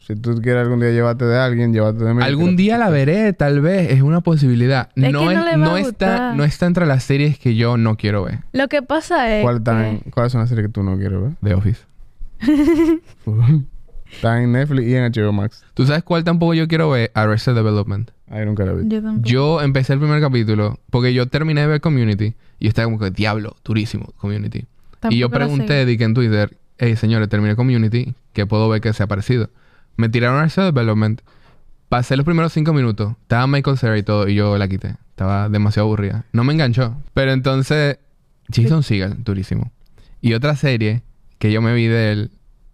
Speaker 2: Si tú quieres algún día llevarte de alguien, llévate de mí.
Speaker 1: Algún día la veré, tal vez, es una posibilidad.
Speaker 3: Es que
Speaker 1: no, es-
Speaker 3: no le va
Speaker 1: no
Speaker 3: a
Speaker 1: está,
Speaker 3: gustar.
Speaker 1: no está entre las series que yo no quiero ver.
Speaker 3: Lo que pasa es.
Speaker 2: ¿Cuál tan,
Speaker 3: que-
Speaker 2: ¿Cuáles son las series que tú no quieres ver? [LAUGHS]
Speaker 1: The Office.
Speaker 2: Están en Netflix y en HBO Max.
Speaker 1: ¿Tú sabes cuál tampoco yo quiero ver? Arrested Development.
Speaker 2: Ahí nunca la vi.
Speaker 3: Yo tampoco.
Speaker 1: Yo empecé el primer capítulo porque yo terminé de ver Community y estaba como que, diablo, durísimo, Community. y yo
Speaker 3: Tampoco lo
Speaker 1: pregunté,
Speaker 3: sé.
Speaker 1: di que en Twitter, hey, señores, terminé Community, ¿qué puedo ver que sea parecido? Me tiraron Arrested Development. Pasé los primeros cinco minutos. Estaba Michael Cera y todo, y yo la quité. Estaba demasiado aburrida. No me enganchó. Pero entonces, Jason Segel, durísimo. Y otra serie que yo me vi de él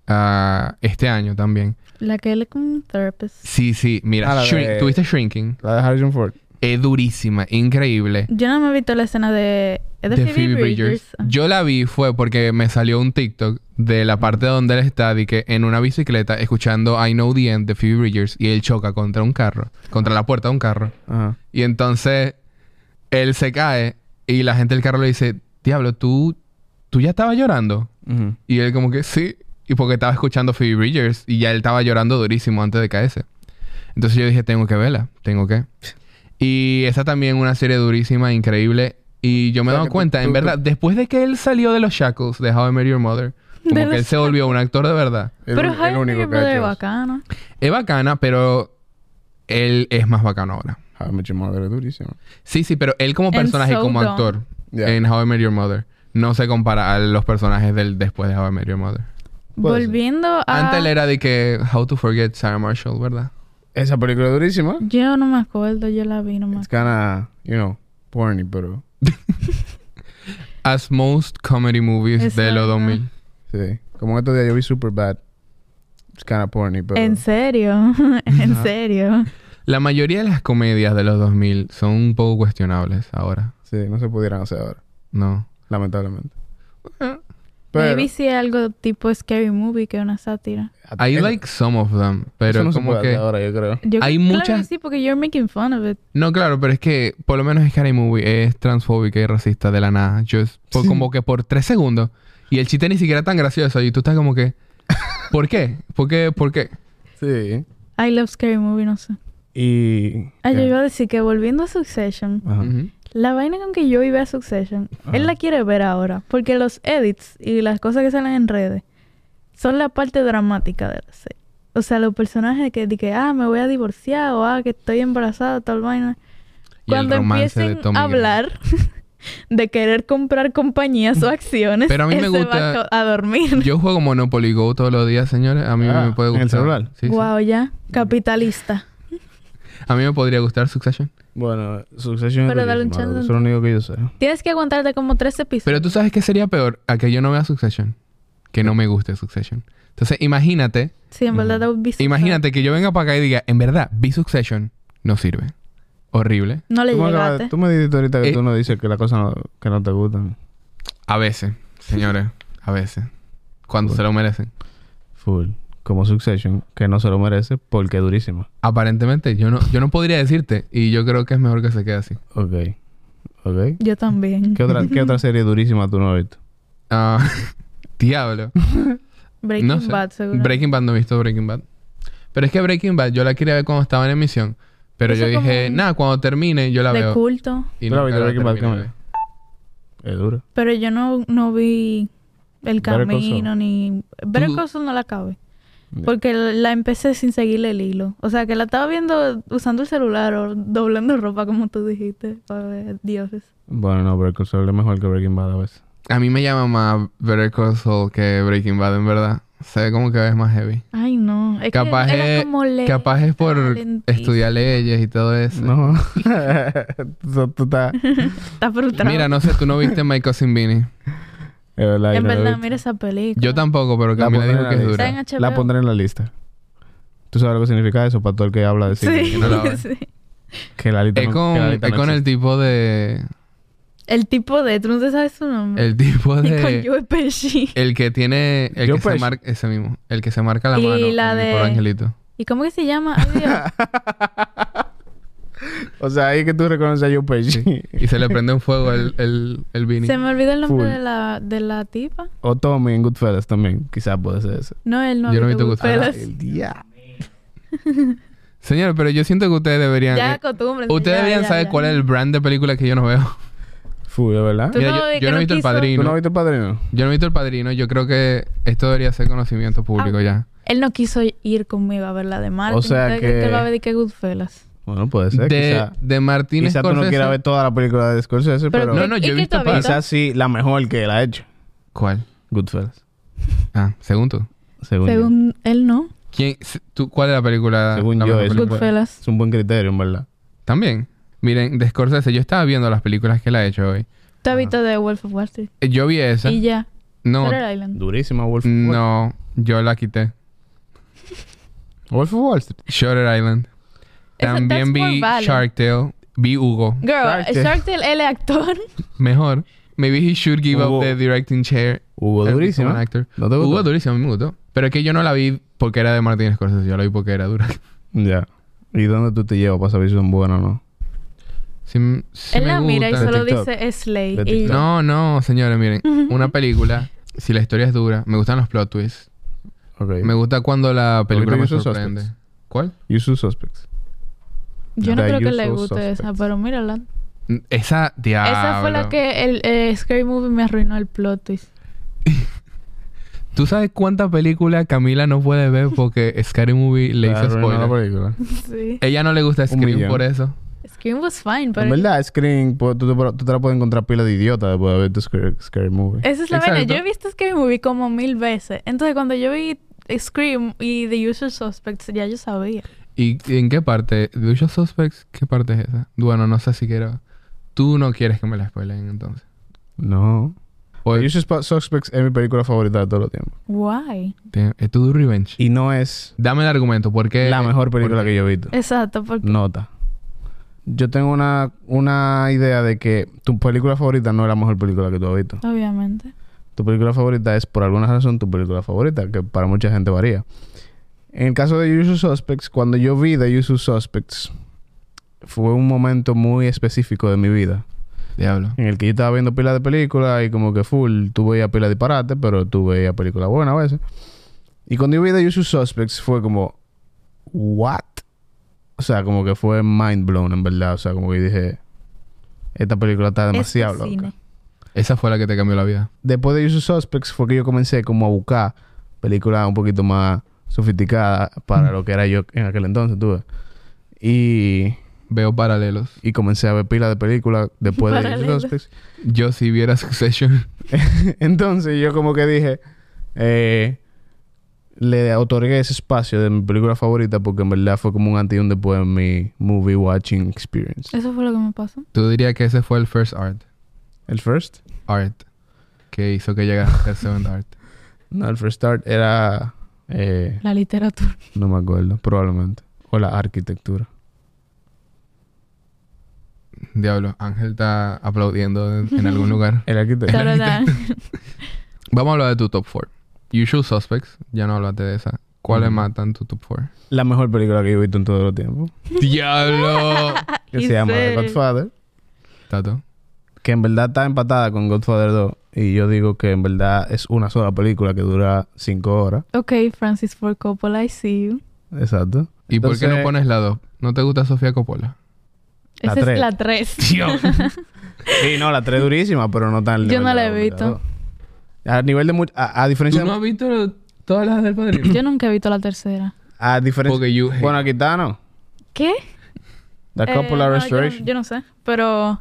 Speaker 1: ah, este año también.
Speaker 3: La que él es como un therapist.
Speaker 1: Sí, sí, mira.
Speaker 2: Ah, la
Speaker 1: Shrink-
Speaker 2: de-
Speaker 1: ¿Tuviste Shrinking?
Speaker 2: La de Harrison Ford.
Speaker 1: Es durísima, increíble.
Speaker 3: Yo no me he visto la escena de. Es de,
Speaker 1: de
Speaker 3: Phoebe, Bridgers. Ah.
Speaker 1: Yo la vi fue porque me salió un TikTok de la parte donde él está y que en una bicicleta escuchando I Know the End de Phoebe Bridgers y él choca contra un carro, contra la puerta de un carro.
Speaker 2: Ajá.
Speaker 1: Y entonces él se cae y la gente del carro le dice, "Diablo, tú tú ya estabas llorando." Y él como que, "Sí." Y porque estaba escuchando Phoebe Bridgers y ya él estaba llorando durísimo antes de caerse. Entonces yo dije, "Tengo que verla, tengo que." Y esa también una serie durísima, increíble. Y yo me he
Speaker 2: O sea,
Speaker 1: dado
Speaker 2: que tú-
Speaker 1: cuenta, en
Speaker 2: tú-
Speaker 1: verdad, después de que él salió de los shackles de How I Met Your Mother, como
Speaker 3: De
Speaker 1: que él
Speaker 3: los
Speaker 1: se volvió un actor de verdad.
Speaker 2: El
Speaker 3: Pero
Speaker 2: un- el
Speaker 3: Harry
Speaker 2: único que ha
Speaker 3: Potter es
Speaker 2: hecho eso.
Speaker 3: bacano.
Speaker 1: Es bacana, pero él es más bacano ahora.
Speaker 2: How I Met Your Mother es durísimo.
Speaker 1: Sí, sí, pero él como
Speaker 3: En
Speaker 1: personaje y
Speaker 3: So
Speaker 1: como
Speaker 3: Dumb.
Speaker 1: actor
Speaker 2: Ya.
Speaker 1: en How I Met Your Mother no se compara a los personajes del después de How I Met Your Mother.
Speaker 2: Puede ser.
Speaker 3: Volviendo a.
Speaker 1: Antes él era de que How to Forget Sarah Marshall, ¿verdad?
Speaker 2: Esa película es durísima.
Speaker 3: Yo no me acuerdo, yo la vi nomás.
Speaker 2: It's kinda, you know, porny, pero...
Speaker 1: As most comedy movies de los 2000.
Speaker 3: Exacto.
Speaker 2: Sí. Como estos días yo vi Superbad. It's kinda porny, pero...
Speaker 3: En serio, [LAUGHS] en serio.
Speaker 1: La mayoría de las comedias de los 2000 son un poco cuestionables ahora.
Speaker 2: Sí, no se pudieran hacer ahora.
Speaker 1: No.
Speaker 2: Lamentablemente. Pero...
Speaker 3: Maybe sí algo tipo Scary Movie que es una sátira.
Speaker 1: I
Speaker 2: Eso-
Speaker 1: like some of them, pero
Speaker 2: eso no se
Speaker 1: como
Speaker 2: puede
Speaker 1: que...
Speaker 2: hacer ahora, yo creo.
Speaker 3: Yo-
Speaker 1: Hay
Speaker 3: claro
Speaker 1: muchas-
Speaker 3: que Sí, porque you're making fun of it.
Speaker 1: No, claro, pero es que por lo menos Scary Movie es transfóbica y racista de la nada. Yo es por-
Speaker 2: Sí.
Speaker 1: como que por tres segundos. Y el chiste ni siquiera es tan gracioso. Y tú estás como que... ¿Por qué? ¿Por qué? ¿Por qué?
Speaker 2: Sí.
Speaker 3: I love Scary Movie, no sé.
Speaker 2: Y...
Speaker 3: Ah, yo
Speaker 2: ¿qué?
Speaker 3: iba a decir que volviendo a Succession,
Speaker 2: Ajá.
Speaker 1: Ujú.
Speaker 3: la vaina con que yo iba a Succession, él la quiere ver ahora. Porque los edits y las cosas que salen en redes son la parte dramática de la serie. O sea, los personajes que dicen, ah, me voy a divorciar o ah, que estoy embarazada, tal vaina.
Speaker 1: Y el
Speaker 3: Cuando
Speaker 1: romance de
Speaker 3: empiecen
Speaker 1: Tommy
Speaker 3: a
Speaker 1: Green.
Speaker 3: hablar [LAUGHS] de querer
Speaker 1: [LAUGHS]
Speaker 3: comprar compañías o acciones,
Speaker 1: Pero a mí me
Speaker 3: él se va
Speaker 1: gusta-
Speaker 3: a co- a [LAUGHS] dormir.
Speaker 1: Yo juego Monopoly Go todos los días, señores. A mí
Speaker 2: Ah,
Speaker 1: me puede
Speaker 2: ¿en
Speaker 1: gustar.
Speaker 2: el celular?
Speaker 1: Sí, sí.
Speaker 3: wow, ya. Capitalista.
Speaker 1: A mí me podría gustar Succession.
Speaker 2: Bueno, Succession
Speaker 3: Pero
Speaker 2: es
Speaker 3: dale un
Speaker 2: durísima,
Speaker 3: chance,
Speaker 2: Eso es lo único que yo sé.
Speaker 3: Tienes que aguantarte como tres episodios.
Speaker 1: Pero tú sabes que sería peor a que yo no vea Succession. Que no me guste Succession. Entonces, imagínate...
Speaker 3: Sí, en verdad,
Speaker 2: Ujú.
Speaker 3: that would be so
Speaker 1: Imagínate que yo venga para acá y diga, en verdad, vi Succession, no sirve. Horrible.
Speaker 3: sad. No le
Speaker 2: Tú me, acabas-
Speaker 3: llegaste.
Speaker 2: tú me dijiste ahorita que
Speaker 1: Eh.
Speaker 2: tú no dices que las cosas no, que no te gustan.
Speaker 1: A veces, señores, a veces. Cuando se lo merecen.
Speaker 2: Full. Como Succession, que no se lo merece porque es durísima.
Speaker 1: Aparentemente, yo no, yo no podría decirte y yo creo que es mejor que se quede así.
Speaker 2: Ok. Ok.
Speaker 3: Yo también.
Speaker 2: ¿Qué otra, ¿qué otra
Speaker 3: [LAUGHS]
Speaker 2: serie durísima tú no has visto?
Speaker 1: Ah, [LAUGHS] diablo.
Speaker 3: Breaking
Speaker 1: no sé.
Speaker 3: Bad, seguro.
Speaker 1: Breaking Bad, no he visto Breaking Bad. Pero es que Breaking Bad yo la quería ver cuando estaba en emisión. Pero
Speaker 3: Eso
Speaker 1: yo
Speaker 3: es como
Speaker 1: dije,
Speaker 3: un-
Speaker 1: nada, cuando termine yo la
Speaker 3: de
Speaker 1: veo.
Speaker 3: culto.
Speaker 1: Y
Speaker 2: Tú la viste,
Speaker 1: nunca
Speaker 2: Breaking Bad,
Speaker 1: terminé.
Speaker 2: Camila. Es dura.
Speaker 3: Pero yo no, no vi El
Speaker 2: Better Call Saul.
Speaker 3: Camino ni... Better
Speaker 1: Tú-
Speaker 3: Call Saul no la acabé.
Speaker 2: Ya.
Speaker 3: Porque la empecé sin seguirle el hilo. O sea, que la estaba viendo usando el celular o doblando ropa, como tú dijiste, para ver dioses.
Speaker 2: Bueno, no, Breaking Soul es mejor que Breaking Bad a veces.
Speaker 1: A mí me llama más Better Call Saul que Breaking Bad, en verdad. Se ve como que es más heavy.
Speaker 3: Ay, no. Es
Speaker 1: Capaz
Speaker 3: que era
Speaker 1: es-
Speaker 3: como lenta,
Speaker 1: Capaz es por
Speaker 3: lentísima.
Speaker 1: estudiar leyes y todo eso.
Speaker 2: No. [LAUGHS] Eso tú
Speaker 3: [LAUGHS]
Speaker 2: estás-
Speaker 3: Está frustrado.
Speaker 1: Mira, no sé, tú no
Speaker 3: [LAUGHS]
Speaker 1: viste Michael Simbini.
Speaker 2: Es verdad, yo
Speaker 3: en
Speaker 2: no lo he
Speaker 3: verdad,
Speaker 2: visto.
Speaker 3: mira esa película.
Speaker 1: Yo tampoco, pero
Speaker 2: La
Speaker 1: Camila
Speaker 2: pondré
Speaker 1: dijo
Speaker 2: en
Speaker 1: que es
Speaker 2: la
Speaker 3: Está
Speaker 1: dura.
Speaker 3: en HBO.
Speaker 2: La pondré en la lista. ¿Tú sabes lo que significa eso para todo el que habla de cine?
Speaker 3: Sí,
Speaker 1: no la ve.
Speaker 3: [LAUGHS] sí.
Speaker 2: Que la lista
Speaker 1: Es
Speaker 2: no-
Speaker 1: con,
Speaker 2: que la lista
Speaker 1: es
Speaker 2: no
Speaker 1: con el
Speaker 2: existe.
Speaker 1: tipo de...
Speaker 3: El tipo de... Tú no te sabes su nombre.
Speaker 1: El tipo
Speaker 3: Y con
Speaker 1: de...
Speaker 3: Joe
Speaker 1: [LAUGHS]
Speaker 3: Pesci.
Speaker 1: El que tiene... El
Speaker 2: Joe
Speaker 1: que se
Speaker 2: Pesci.
Speaker 1: marca... Ese mismo. El que se marca la
Speaker 3: Y
Speaker 1: mano.
Speaker 3: la
Speaker 1: en
Speaker 3: de-
Speaker 1: Mi Pobre angelito.
Speaker 3: ¿Y cómo que se llama? Ay, Dios.
Speaker 1: [LAUGHS]
Speaker 2: [LAUGHS] O sea, ahí es que tú reconoces a Joe Pesci.
Speaker 1: Y
Speaker 3: [LAUGHS]
Speaker 1: se le prende un fuego el, el, el Vini.
Speaker 3: se me olvidó el nombre
Speaker 2: Full.
Speaker 3: de la, de la tipa.
Speaker 2: [LAUGHS] O Tommy en Goodfellas también. Quizás puede ser ese.
Speaker 3: No, él no ha
Speaker 1: Yo no he
Speaker 3: visto
Speaker 1: visto Goodfellas.
Speaker 3: Goodfellas.
Speaker 1: [LAUGHS]
Speaker 2: El día.
Speaker 1: Señor, pero yo siento que ustedes deberían...
Speaker 3: Ya
Speaker 1: eh,
Speaker 3: acostúmbrense.
Speaker 1: ustedes
Speaker 3: ya,
Speaker 1: deberían
Speaker 3: ya,
Speaker 1: saber
Speaker 3: ya.
Speaker 1: cuál es el brand de película que yo no veo.
Speaker 2: Full, de verdad.
Speaker 1: [LAUGHS]
Speaker 3: Tú
Speaker 1: Mira,
Speaker 3: no,
Speaker 1: yo-
Speaker 3: de
Speaker 1: yo,
Speaker 3: que
Speaker 1: no
Speaker 3: no
Speaker 1: he visto El
Speaker 3: quiso.
Speaker 2: ¿Tú
Speaker 1: Padrino.
Speaker 2: no viste el padrino?
Speaker 1: Yo no he visto El Padrino. Yo creo que esto debería ser conocimiento público
Speaker 3: Ah.
Speaker 1: ya.
Speaker 3: Él no quiso ir conmigo a ver la de Martin.
Speaker 2: O sea
Speaker 3: Entonces,
Speaker 2: que-
Speaker 3: ¿qué va a ver de que Goodfellas?
Speaker 2: Bueno, puede ser.
Speaker 1: De,
Speaker 2: quizá
Speaker 1: de Martín
Speaker 2: quizá tú no
Speaker 1: Scorsese.
Speaker 2: quieras ver toda la película de Scorsese, pero,
Speaker 3: Pero,
Speaker 1: No, no, yo he visto
Speaker 3: para...
Speaker 2: quizás sí la mejor que él ha hecho.
Speaker 1: ¿Cuál?
Speaker 2: Goodfellas.
Speaker 1: Ah, según tú.
Speaker 2: Según, yo.
Speaker 3: Según él, no.
Speaker 1: ¿Quién, se- tú, ¿Cuál es la película?
Speaker 2: Según
Speaker 1: la
Speaker 2: yo,
Speaker 1: mejor
Speaker 2: es-
Speaker 1: película?
Speaker 3: Goodfellas.
Speaker 2: Es un buen criterio, en verdad.
Speaker 1: También. Miren, de Scorsese, yo estaba viendo las películas que él ha hecho hoy.
Speaker 3: Tú has visto de Wolf of Wall Street.
Speaker 1: Eh, Yo vi esa.
Speaker 3: Y ya.
Speaker 1: No,
Speaker 3: Shutter Island.
Speaker 2: Durísima Wolf of Wall-
Speaker 1: no, yo la quité.
Speaker 2: Wolf of Wall Street.
Speaker 1: Shutter Island.
Speaker 3: Eso-
Speaker 1: También
Speaker 3: that's more
Speaker 1: vi
Speaker 3: value.
Speaker 1: Shark Tale. Vi Hugo.
Speaker 3: Girl,
Speaker 2: Shark Tale.
Speaker 3: Shark Tale, él es actor.
Speaker 1: Mejor. Maybe he should give
Speaker 2: Hugo.
Speaker 1: up the directing chair.
Speaker 2: Hubo
Speaker 1: and become an
Speaker 2: durísima.
Speaker 1: actor.
Speaker 2: ¿No te
Speaker 1: Hugo
Speaker 2: gustó?
Speaker 1: durísimo, a mí me gustó. Pero es que yo no la vi porque era de Martin Scorsese. Yo la vi porque era dura. [LAUGHS]
Speaker 2: Ya. ¿Y dónde tú te llevas para saber si son buenas o no?
Speaker 1: Sí, m- sí
Speaker 3: él
Speaker 1: me
Speaker 3: la mira y
Speaker 1: gusta.
Speaker 3: solo
Speaker 2: TikTok.
Speaker 3: dice Slay.
Speaker 2: De
Speaker 3: Y
Speaker 2: TikTok.
Speaker 1: No, no, señores, miren. Una película, si la historia es dura, me gustan los plot twists.
Speaker 2: Ok.
Speaker 1: Me gusta cuando la película
Speaker 2: Porque
Speaker 1: me
Speaker 2: Usual
Speaker 1: sorprende.
Speaker 2: Suspects.
Speaker 1: ¿Cuál?
Speaker 2: Usual Suspects.
Speaker 3: yo no
Speaker 2: The
Speaker 3: creo que le
Speaker 2: Usual
Speaker 3: guste esa,
Speaker 2: Suspects.
Speaker 3: pero mírala.
Speaker 1: N- Esa, diablo.
Speaker 3: Esa fue la que el eh, Scary Movie me arruinó el plot twist. [LAUGHS]
Speaker 1: ¿Tú sabes cuántas películas Camila no puede ver porque Scary Movie le hizo
Speaker 2: arruinó la
Speaker 1: spoiler?
Speaker 2: película.
Speaker 3: Sí.
Speaker 1: Ella no le gusta Scream
Speaker 2: millón.
Speaker 1: por eso.
Speaker 3: Scream was fine,
Speaker 2: En
Speaker 3: pero...
Speaker 2: verdad, Scream, po- tú, te- tú te la puedes encontrar pila de idiota después de haber visto Scary, Scary Movie.
Speaker 3: Esa es la vaina.
Speaker 1: Exacto.
Speaker 3: Yo he visto Scary Movie como mil veces. Entonces, cuando yo vi Scream y The Usual Suspects, ya yo sabía.
Speaker 1: ¿Y y en qué parte? ¿De Usual Suspects? ¿Qué parte es esa? Bueno, no sé si quiero... Tú no quieres que me la spoilen entonces.
Speaker 2: No.
Speaker 1: O es
Speaker 2: Usual Sp- Suspects es mi película favorita de todos los tiempos.
Speaker 3: Why?
Speaker 1: es tu eh, revenge.
Speaker 2: Y no es
Speaker 1: Dame el argumento. ¿Por qué?
Speaker 2: la mejor película que yo he visto.
Speaker 3: Exacto, porque...
Speaker 2: Nota. Yo tengo una, una idea de que tu película favorita no es la mejor película que tú has visto.
Speaker 3: Obviamente.
Speaker 2: Tu película favorita es, por alguna razón, tu película favorita, que para mucha gente varía. En el caso de Usual Suspects, cuando yo vi The Usual Suspects, fue un momento muy específico de mi vida.
Speaker 1: Diablo.
Speaker 2: En el que yo estaba viendo pilas de películas y como que full, tú veías pilas de disparate, pero tú veías películas buenas a veces. Y cuando yo vi The Usual Suspects fue como, ¿what? O sea, como que fue mind blown en verdad. O sea, como que dije, esta película está demasiado
Speaker 3: Esto es
Speaker 2: loca.
Speaker 3: Este cine.
Speaker 1: Esa fue la que te cambió la vida.
Speaker 2: Después de Usual Suspects fue que yo comencé como a buscar películas un poquito más sofisticadas para lo que era yo en aquel entonces, tú ves. Y,
Speaker 1: Veo paralelos.
Speaker 2: y comencé a ver pilas de películas después de Usual
Speaker 3: Paralelos.
Speaker 2: Suspects.
Speaker 1: Yo si viera [LAUGHS] Succession...
Speaker 2: Entonces yo como que dije, eh, le otorgué ese espacio de mi película favorita porque en verdad fue como un antes y un después en mi movie watching experience.
Speaker 3: Eso fue lo que me pasó.
Speaker 1: Tú dirías que ese fue el first art.
Speaker 2: ¿El first?
Speaker 1: Art. Que hizo que llegara a ser second art.
Speaker 2: No, el first start era... eh, [LAUGHS]
Speaker 3: La literatura.
Speaker 2: no me acuerdo, probablemente. O la arquitectura.
Speaker 1: Diablo, Ángel está aplaudiendo en, en algún
Speaker 2: [LAUGHS]
Speaker 1: lugar.
Speaker 2: El arquitecto.
Speaker 3: Claro, la-
Speaker 1: Vamos a hablar de tu top 4. Usual Suspects, ya no hablaste de esa. ¿Cuáles
Speaker 2: Mm.
Speaker 1: matan tu top 4?
Speaker 2: La mejor película que yo he visto en todo el tiempo.
Speaker 1: [LAUGHS] ¡Diablo!
Speaker 2: [LAUGHS] Que
Speaker 3: Y
Speaker 2: se llama The
Speaker 3: sé.
Speaker 2: Godfather.
Speaker 1: Tato.
Speaker 2: Que en verdad está empatada con Godfather 2. Y yo digo que en verdad es una sola película que dura cinco horas.
Speaker 3: Ok, Francis Ford Coppola, I see you.
Speaker 2: Exacto.
Speaker 1: ¿Y por qué no
Speaker 2: Entonces-
Speaker 1: pones la 2? ¿No te gusta Sofía Coppola?
Speaker 2: La
Speaker 3: Esa
Speaker 2: tres.
Speaker 3: es la 3.
Speaker 2: [LAUGHS] Sí, no, la 3 durísima, pero no tan
Speaker 3: Yo no la he
Speaker 2: obligado.
Speaker 3: visto.
Speaker 2: A nivel de mu- a, a
Speaker 1: ¿Tú
Speaker 2: diferencia
Speaker 1: no has visto Todas las del padrino.
Speaker 3: Yo nunca he visto la tercera.
Speaker 2: A diferencia.
Speaker 1: Porque you hate.
Speaker 2: Bueno, Aquitano.
Speaker 3: ¿Qué?
Speaker 2: The
Speaker 3: Eh,
Speaker 2: Couple of
Speaker 3: no, yo no-
Speaker 2: Restoration
Speaker 3: yo no sé, pero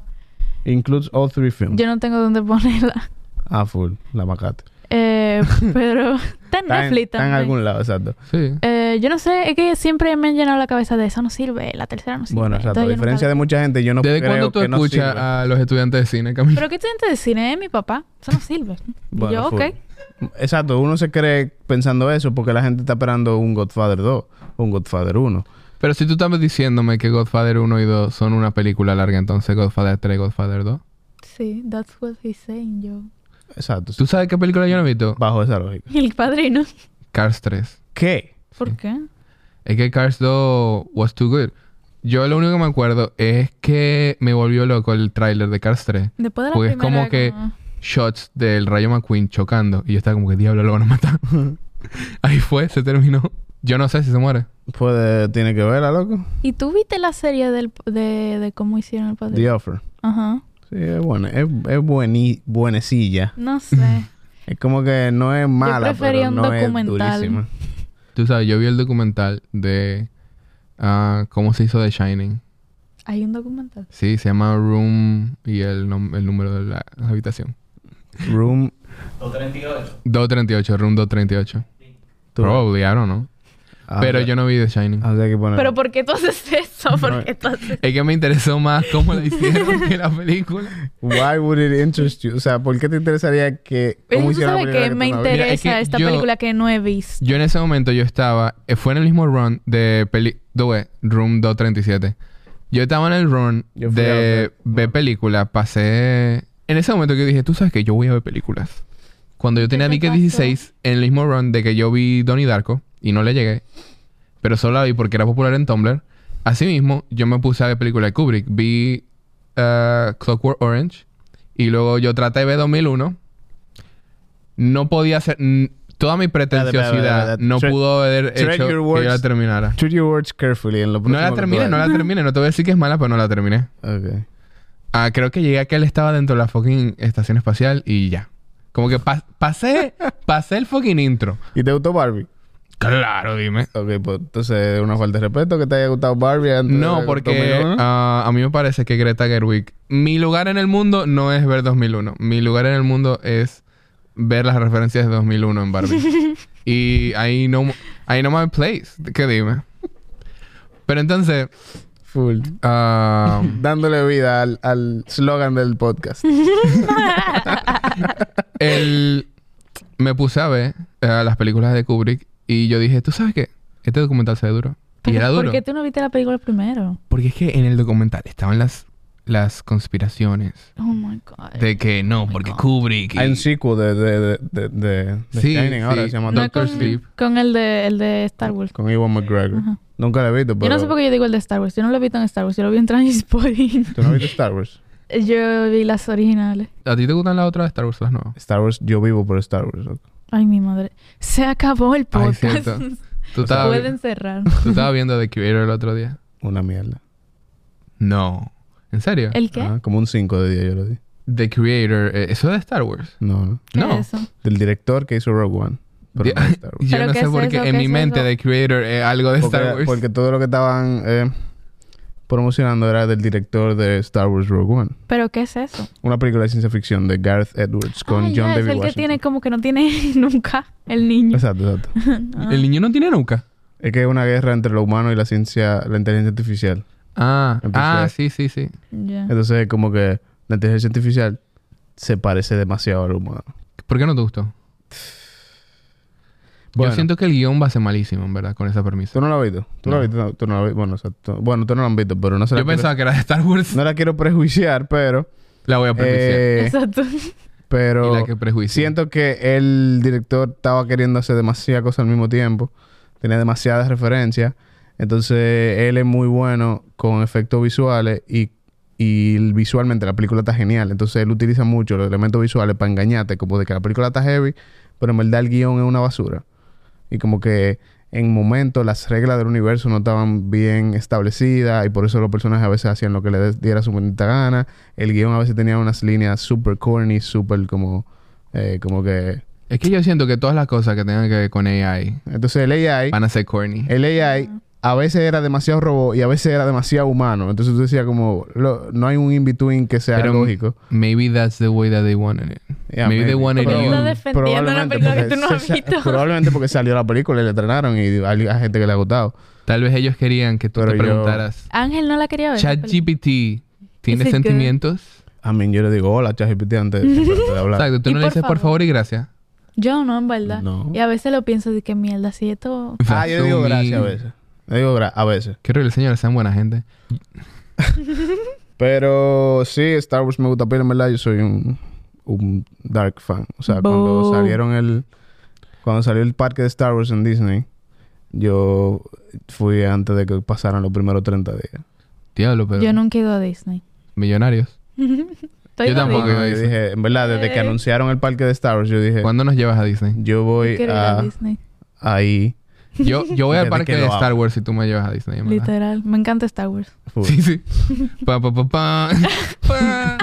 Speaker 2: includes all three films.
Speaker 3: yo no tengo dónde ponerla.
Speaker 2: [LAUGHS] Ah, full. La macate.
Speaker 3: Eh, pero está en
Speaker 2: Está en-
Speaker 3: Netflix
Speaker 2: está en
Speaker 3: también.
Speaker 2: algún lado, exacto.
Speaker 1: Sí.
Speaker 3: Eh, yo no sé, es que siempre me han llenado la cabeza de eso no sirve, la tercera no sirve.
Speaker 2: Bueno, exacto. A
Speaker 3: entonces yo
Speaker 2: diferencia de
Speaker 3: nunca
Speaker 2: mucha gente, yo no
Speaker 1: ¿Desde
Speaker 2: creo
Speaker 1: cuándo tú
Speaker 2: que no
Speaker 1: escuchas
Speaker 2: sirva.
Speaker 1: a los estudiantes de cine,
Speaker 3: vi.
Speaker 1: Camilo?
Speaker 3: Pero qué estudiante de cine es mi papá, eso no sirve. Y
Speaker 2: Bueno,
Speaker 3: yo,
Speaker 2: full.
Speaker 3: ok.
Speaker 2: Exacto, uno se cree pensando eso porque la gente está esperando un Godfather 2 o un Godfather 1.
Speaker 1: Pero si tú estás diciéndome que Godfather 1 y 2 son una película larga, entonces Godfather 3 y Godfather 2.
Speaker 3: Sí, that's what he's saying, yo.
Speaker 2: Exacto.
Speaker 1: ¿Tú sabes qué película yo no he visto?
Speaker 2: Bajo esa lógica.
Speaker 3: Y el padrino.
Speaker 1: Cars 3.
Speaker 2: ¿Qué?
Speaker 3: ¿Por qué?
Speaker 1: Es que Cars 2 was too good. Yo lo único que me acuerdo es que me volvió loco el tráiler de Cars 3.
Speaker 3: Después de la
Speaker 1: Porque
Speaker 2: Pues
Speaker 1: es
Speaker 3: primera,
Speaker 1: como que- Shots del Rayo McQueen chocando. Y yo estaba como que diablo, lo van a matar. [LAUGHS] Ahí fue, se terminó. Yo no sé si se muere.
Speaker 2: Puede, tiene que verla, loco.
Speaker 3: ¿Y tú viste la serie del, de, de cómo hicieron el padrino?
Speaker 2: The Offer.
Speaker 3: Ajá.
Speaker 2: Sí, es buena. Es, es bueni- buenecilla.
Speaker 3: No sé.
Speaker 2: Es como que no es mala, pero
Speaker 3: prefería un
Speaker 2: no es
Speaker 3: documental.
Speaker 2: durísima.
Speaker 1: Tú sabes, yo vi el documental de ah, cómo se hizo The Shining.
Speaker 3: [CLEARS THROAT] Hay un documental.
Speaker 1: Sí, se llama Room y el, nom- el número de la habitación.
Speaker 2: Room...
Speaker 4: 238.
Speaker 1: 238, Room 238.
Speaker 2: tú-
Speaker 1: Probably, I don't know.
Speaker 2: Ah,
Speaker 1: Pero
Speaker 2: o sea-
Speaker 1: yo no vi The Shining.
Speaker 2: o sea, hay que poner...
Speaker 3: Pero ¿por qué tú haces eso? ¿Por qué tú haces
Speaker 1: Es que me interesó más cómo
Speaker 2: [LAUGHS]
Speaker 1: la hicieron que la película.
Speaker 2: Why would it interest you? O sea, ¿por qué te interesaría que...
Speaker 3: Pero
Speaker 2: cómo
Speaker 3: tú
Speaker 2: hicieron la
Speaker 3: sabes
Speaker 2: película
Speaker 3: que
Speaker 2: tú
Speaker 3: me
Speaker 2: no ves?
Speaker 1: Mira,
Speaker 3: interesa
Speaker 1: es que
Speaker 3: esta
Speaker 1: yo-
Speaker 3: película que no he
Speaker 2: [LAUGHS]
Speaker 3: visto. [LAUGHS]
Speaker 1: Yo en ese momento yo estaba... eh, Fue en el mismo run de peli... de, güey, Room 237. Yo estaba en el run
Speaker 2: Yo fui a
Speaker 1: de
Speaker 2: ver.
Speaker 1: ver películas. Pasé... En ese momento que dije, tú sabes que yo voy a ver películas. Cuando yo tenía
Speaker 3: te
Speaker 1: di que
Speaker 3: pasó?
Speaker 1: 16, en el mismo run de que yo vi Donnie Darko y no le llegué, pero solo la vi porque era popular en Tumblr. Asimismo, yo me puse a ver películas de Kubrick. Vi eh, Clockwork Orange y luego yo traté de ver 2001. No podía hacer... n- Toda mi pretenciosidad
Speaker 2: espérate.
Speaker 1: no
Speaker 2: Tre-
Speaker 1: pudo haber
Speaker 2: Tread
Speaker 1: hecho que
Speaker 2: your
Speaker 1: yo la
Speaker 2: words.
Speaker 1: terminara.
Speaker 2: Treat your words carefully en lo
Speaker 1: No la
Speaker 2: próximo que
Speaker 1: terminé,
Speaker 2: tú
Speaker 1: no la
Speaker 2: hagas.
Speaker 1: terminé. No te voy a decir que es mala, pero no la terminé.
Speaker 2: Ok.
Speaker 1: Ah, creo que llegué a que él estaba dentro de la fucking estación espacial y ya. Como que pas- pasé, pasé el fucking intro.
Speaker 2: ¿Y te gustó Barbie?
Speaker 1: Claro, dime.
Speaker 2: Ok, pues entonces es una falta de respeto que te haya gustado Barbie antes
Speaker 1: No,
Speaker 2: de
Speaker 1: porque
Speaker 2: 2001.
Speaker 1: ah, a mí me parece que Greta Gerwig... Mi lugar en el mundo no es ver 2001. Mi lugar en el mundo es ver las referencias de 2001 en
Speaker 3: [LAUGHS]
Speaker 1: Barbie. y ahí no... Ahí no my place. ¿Qué dime? Pero entonces...
Speaker 2: Full.
Speaker 3: [LAUGHS]
Speaker 1: ah,
Speaker 2: Dándole vida al, al slogan
Speaker 1: [LAUGHS]
Speaker 2: del podcast.
Speaker 1: el, me puse a ver eh, las películas de Kubrick y yo dije, ¿tú sabes qué? Este documental se ve duro. Y
Speaker 3: Pero
Speaker 1: era duro.
Speaker 3: [LAUGHS] ¿Por qué tú no viste la película primero?
Speaker 1: Porque es que en el documental estaban las, las conspiraciones
Speaker 3: Oh my god.
Speaker 1: de que
Speaker 3: oh
Speaker 1: no, porque Kubrick. y-
Speaker 2: Hay un sequel de, de, de, de, de, de
Speaker 1: Sí,
Speaker 2: Shining ahora
Speaker 1: sí.
Speaker 2: que se llama
Speaker 3: No
Speaker 1: Doctor
Speaker 3: con,
Speaker 1: Sleep.
Speaker 3: con el de el de Star Wars.
Speaker 2: con Ewan McGregor.
Speaker 3: Ajá.
Speaker 2: Nunca la he visto,
Speaker 3: Yo
Speaker 2: pero...
Speaker 3: no sé por qué yo digo el de Star Wars. Yo no lo he visto en Star Wars. Yo lo vi en Transporting. [LAUGHS]
Speaker 2: ¿Tú no has visto Star Wars?
Speaker 3: yo vi las originales.
Speaker 1: ¿A ti te gustan las otras de Star Wars las nuevas?
Speaker 2: Star Wars, yo vivo por Star Wars. loco.
Speaker 3: Ay, mi madre. Se acabó el
Speaker 1: Ay,
Speaker 3: podcast. [LAUGHS]
Speaker 1: cierto. Tú
Speaker 2: O sea,
Speaker 1: estabas,
Speaker 3: Pueden
Speaker 1: [LAUGHS]
Speaker 3: cerrar.
Speaker 1: tú estabas viendo The Curator el otro día.
Speaker 2: Una mierda.
Speaker 1: No. ¿En serio?
Speaker 3: ¿El qué?
Speaker 2: Ajá, como un 5 de 10 yo lo di.
Speaker 1: The Creator, eh, eso es de Star Wars.
Speaker 2: No, no.
Speaker 3: ¿Qué
Speaker 1: No.
Speaker 3: es eso?
Speaker 2: Del director que hizo Rogue One. Pero
Speaker 1: Di- [LAUGHS]
Speaker 2: no de Star Wars.
Speaker 1: Yo
Speaker 3: ¿Pero
Speaker 1: no
Speaker 3: qué
Speaker 1: sé
Speaker 3: es
Speaker 1: por
Speaker 3: eso?
Speaker 1: qué
Speaker 3: ¿Qué
Speaker 1: en mi
Speaker 3: es
Speaker 1: mente
Speaker 3: eso?
Speaker 1: The Creator es algo de
Speaker 2: porque,
Speaker 1: Star Wars.
Speaker 2: porque todo lo que estaban eh, promocionando era del director de Star Wars Rogue One.
Speaker 3: ¿Pero qué es eso?
Speaker 2: Una película de ciencia ficción de Gareth Edwards con
Speaker 3: Ah, ya,
Speaker 2: John
Speaker 3: es
Speaker 2: David
Speaker 3: el que
Speaker 2: Washington.
Speaker 3: tiene como que no tiene [LAUGHS] nunca el niño.
Speaker 2: Exacto, exacto.
Speaker 3: Ah.
Speaker 1: El niño no tiene nuca.
Speaker 2: Es que es una guerra entre lo humano y la ciencia, la inteligencia artificial.
Speaker 1: Ah,
Speaker 2: Entonces-
Speaker 1: ah, sí, sí, sí.
Speaker 3: Ya.
Speaker 2: Entonces, como que la inteligencia artificial se parece demasiado al humano.
Speaker 1: ¿Por qué no te gustó?
Speaker 2: Bueno.
Speaker 1: Yo siento que el guión va a ser malísimo, en verdad, con esa permisa.
Speaker 2: ¿Tú no la has visto? ¿Tú no,
Speaker 1: No.
Speaker 2: la has visto? No, tú no la has visto. Bueno, exacto. Bueno, tú no la has visto, pero no se la
Speaker 1: Yo
Speaker 2: quiero-
Speaker 1: pensaba que era de Star Wars.
Speaker 2: No la quiero prejuiciar, pero...
Speaker 1: La voy a prejuiciar.
Speaker 2: eh,
Speaker 3: Exacto. [LAUGHS]
Speaker 1: y
Speaker 2: pero...
Speaker 1: la que prejuicia.
Speaker 2: Siento que el director estaba queriendo hacer demasiadas cosas al mismo tiempo. Tenía demasiadas referencias. Entonces, él es muy bueno con efectos visuales y, y visualmente la película está genial. Entonces, él utiliza mucho los elementos visuales para engañarte, como de que la película está heavy, pero en verdad el guión es una basura. Y como que en momentos las reglas del universo no estaban bien establecidas y por eso los personajes a veces hacían lo que les diera su maldita gana. El guión a veces tenía unas líneas super corny, super como... Eh, como que
Speaker 1: Es que yo siento que todas las cosas que tengan que ver con AI
Speaker 2: Entonces el AI,
Speaker 1: van a ser corny.
Speaker 2: el AI a veces era demasiado robot y a veces era demasiado humano. Entonces tú decías como, lo- no hay un in-between que sea
Speaker 1: Pero-
Speaker 2: lógico.
Speaker 1: Maybe that's the way that they wanted it.
Speaker 2: Yeah,
Speaker 1: maybe, they
Speaker 2: maybe.
Speaker 1: wanted
Speaker 3: Pero-
Speaker 1: you.
Speaker 3: Está defendiendo una película que
Speaker 2: porque
Speaker 3: tú no
Speaker 2: [LAUGHS]
Speaker 3: has
Speaker 2: se-
Speaker 3: visto.
Speaker 2: probablemente porque salió la película y la estrenaron y hay hay gente que le ha gustado.
Speaker 1: Tal vez ellos querían que tú
Speaker 2: Pero
Speaker 1: te
Speaker 2: yo-
Speaker 1: preguntaras.
Speaker 3: Ángel no la quería ver. la Ah, película.
Speaker 1: ChatGPT
Speaker 3: Is
Speaker 1: tiene
Speaker 3: it
Speaker 1: sentimientos.
Speaker 2: A mí yo le digo, hola, ChatGPT, antes antes de hablar.
Speaker 1: Exacto, tú
Speaker 3: Y
Speaker 1: no le
Speaker 3: por
Speaker 1: dices por
Speaker 3: favor.
Speaker 1: favor y gracias.
Speaker 3: Yo no, en [LAUGHS] verdad.
Speaker 2: No.
Speaker 3: Y a veces lo pienso de que mierda, si esto...
Speaker 2: Ah, yo le digo
Speaker 1: Asumí-
Speaker 2: gracias a veces. Le digo gra- a veces.
Speaker 1: Quiero que los señores sean buena gente.
Speaker 2: Pero sí, Star Wars me gusta, pero en verdad yo soy un, un dark fan. O sea, cuando
Speaker 3: Boo.
Speaker 2: salieron el... Cuando salió el parque de Star Wars en Disney, yo fui antes de que pasaran los primeros 30 días.
Speaker 1: Diablo, pero.
Speaker 3: Yo nunca he ido a Disney.
Speaker 1: Millonarios.
Speaker 3: [LAUGHS] Estoy
Speaker 1: Yo
Speaker 3: jodida.
Speaker 1: tampoco.
Speaker 2: No, yo
Speaker 1: eso.
Speaker 2: dije, en verdad, desde que
Speaker 3: Eh.
Speaker 2: anunciaron el parque de Star Wars, yo dije,
Speaker 1: ¿Cuándo nos llevas a
Speaker 3: [LAUGHS]
Speaker 1: Disney?
Speaker 2: yo
Speaker 3: Yo
Speaker 2: voy
Speaker 3: quiero ir a
Speaker 2: a,
Speaker 3: Disney.
Speaker 2: ahí.
Speaker 1: Yo, yo voy al
Speaker 2: Desde
Speaker 1: parque
Speaker 2: que
Speaker 1: de
Speaker 2: lo
Speaker 1: Star
Speaker 2: amo.
Speaker 1: Wars y tú me llevas a Disney. en verdad.
Speaker 3: Literal. Me encanta Star Wars.
Speaker 2: Full.
Speaker 1: Sí, sí. [LAUGHS] Pa, pa, pa,
Speaker 3: [LAUGHS]
Speaker 1: pa. Pa.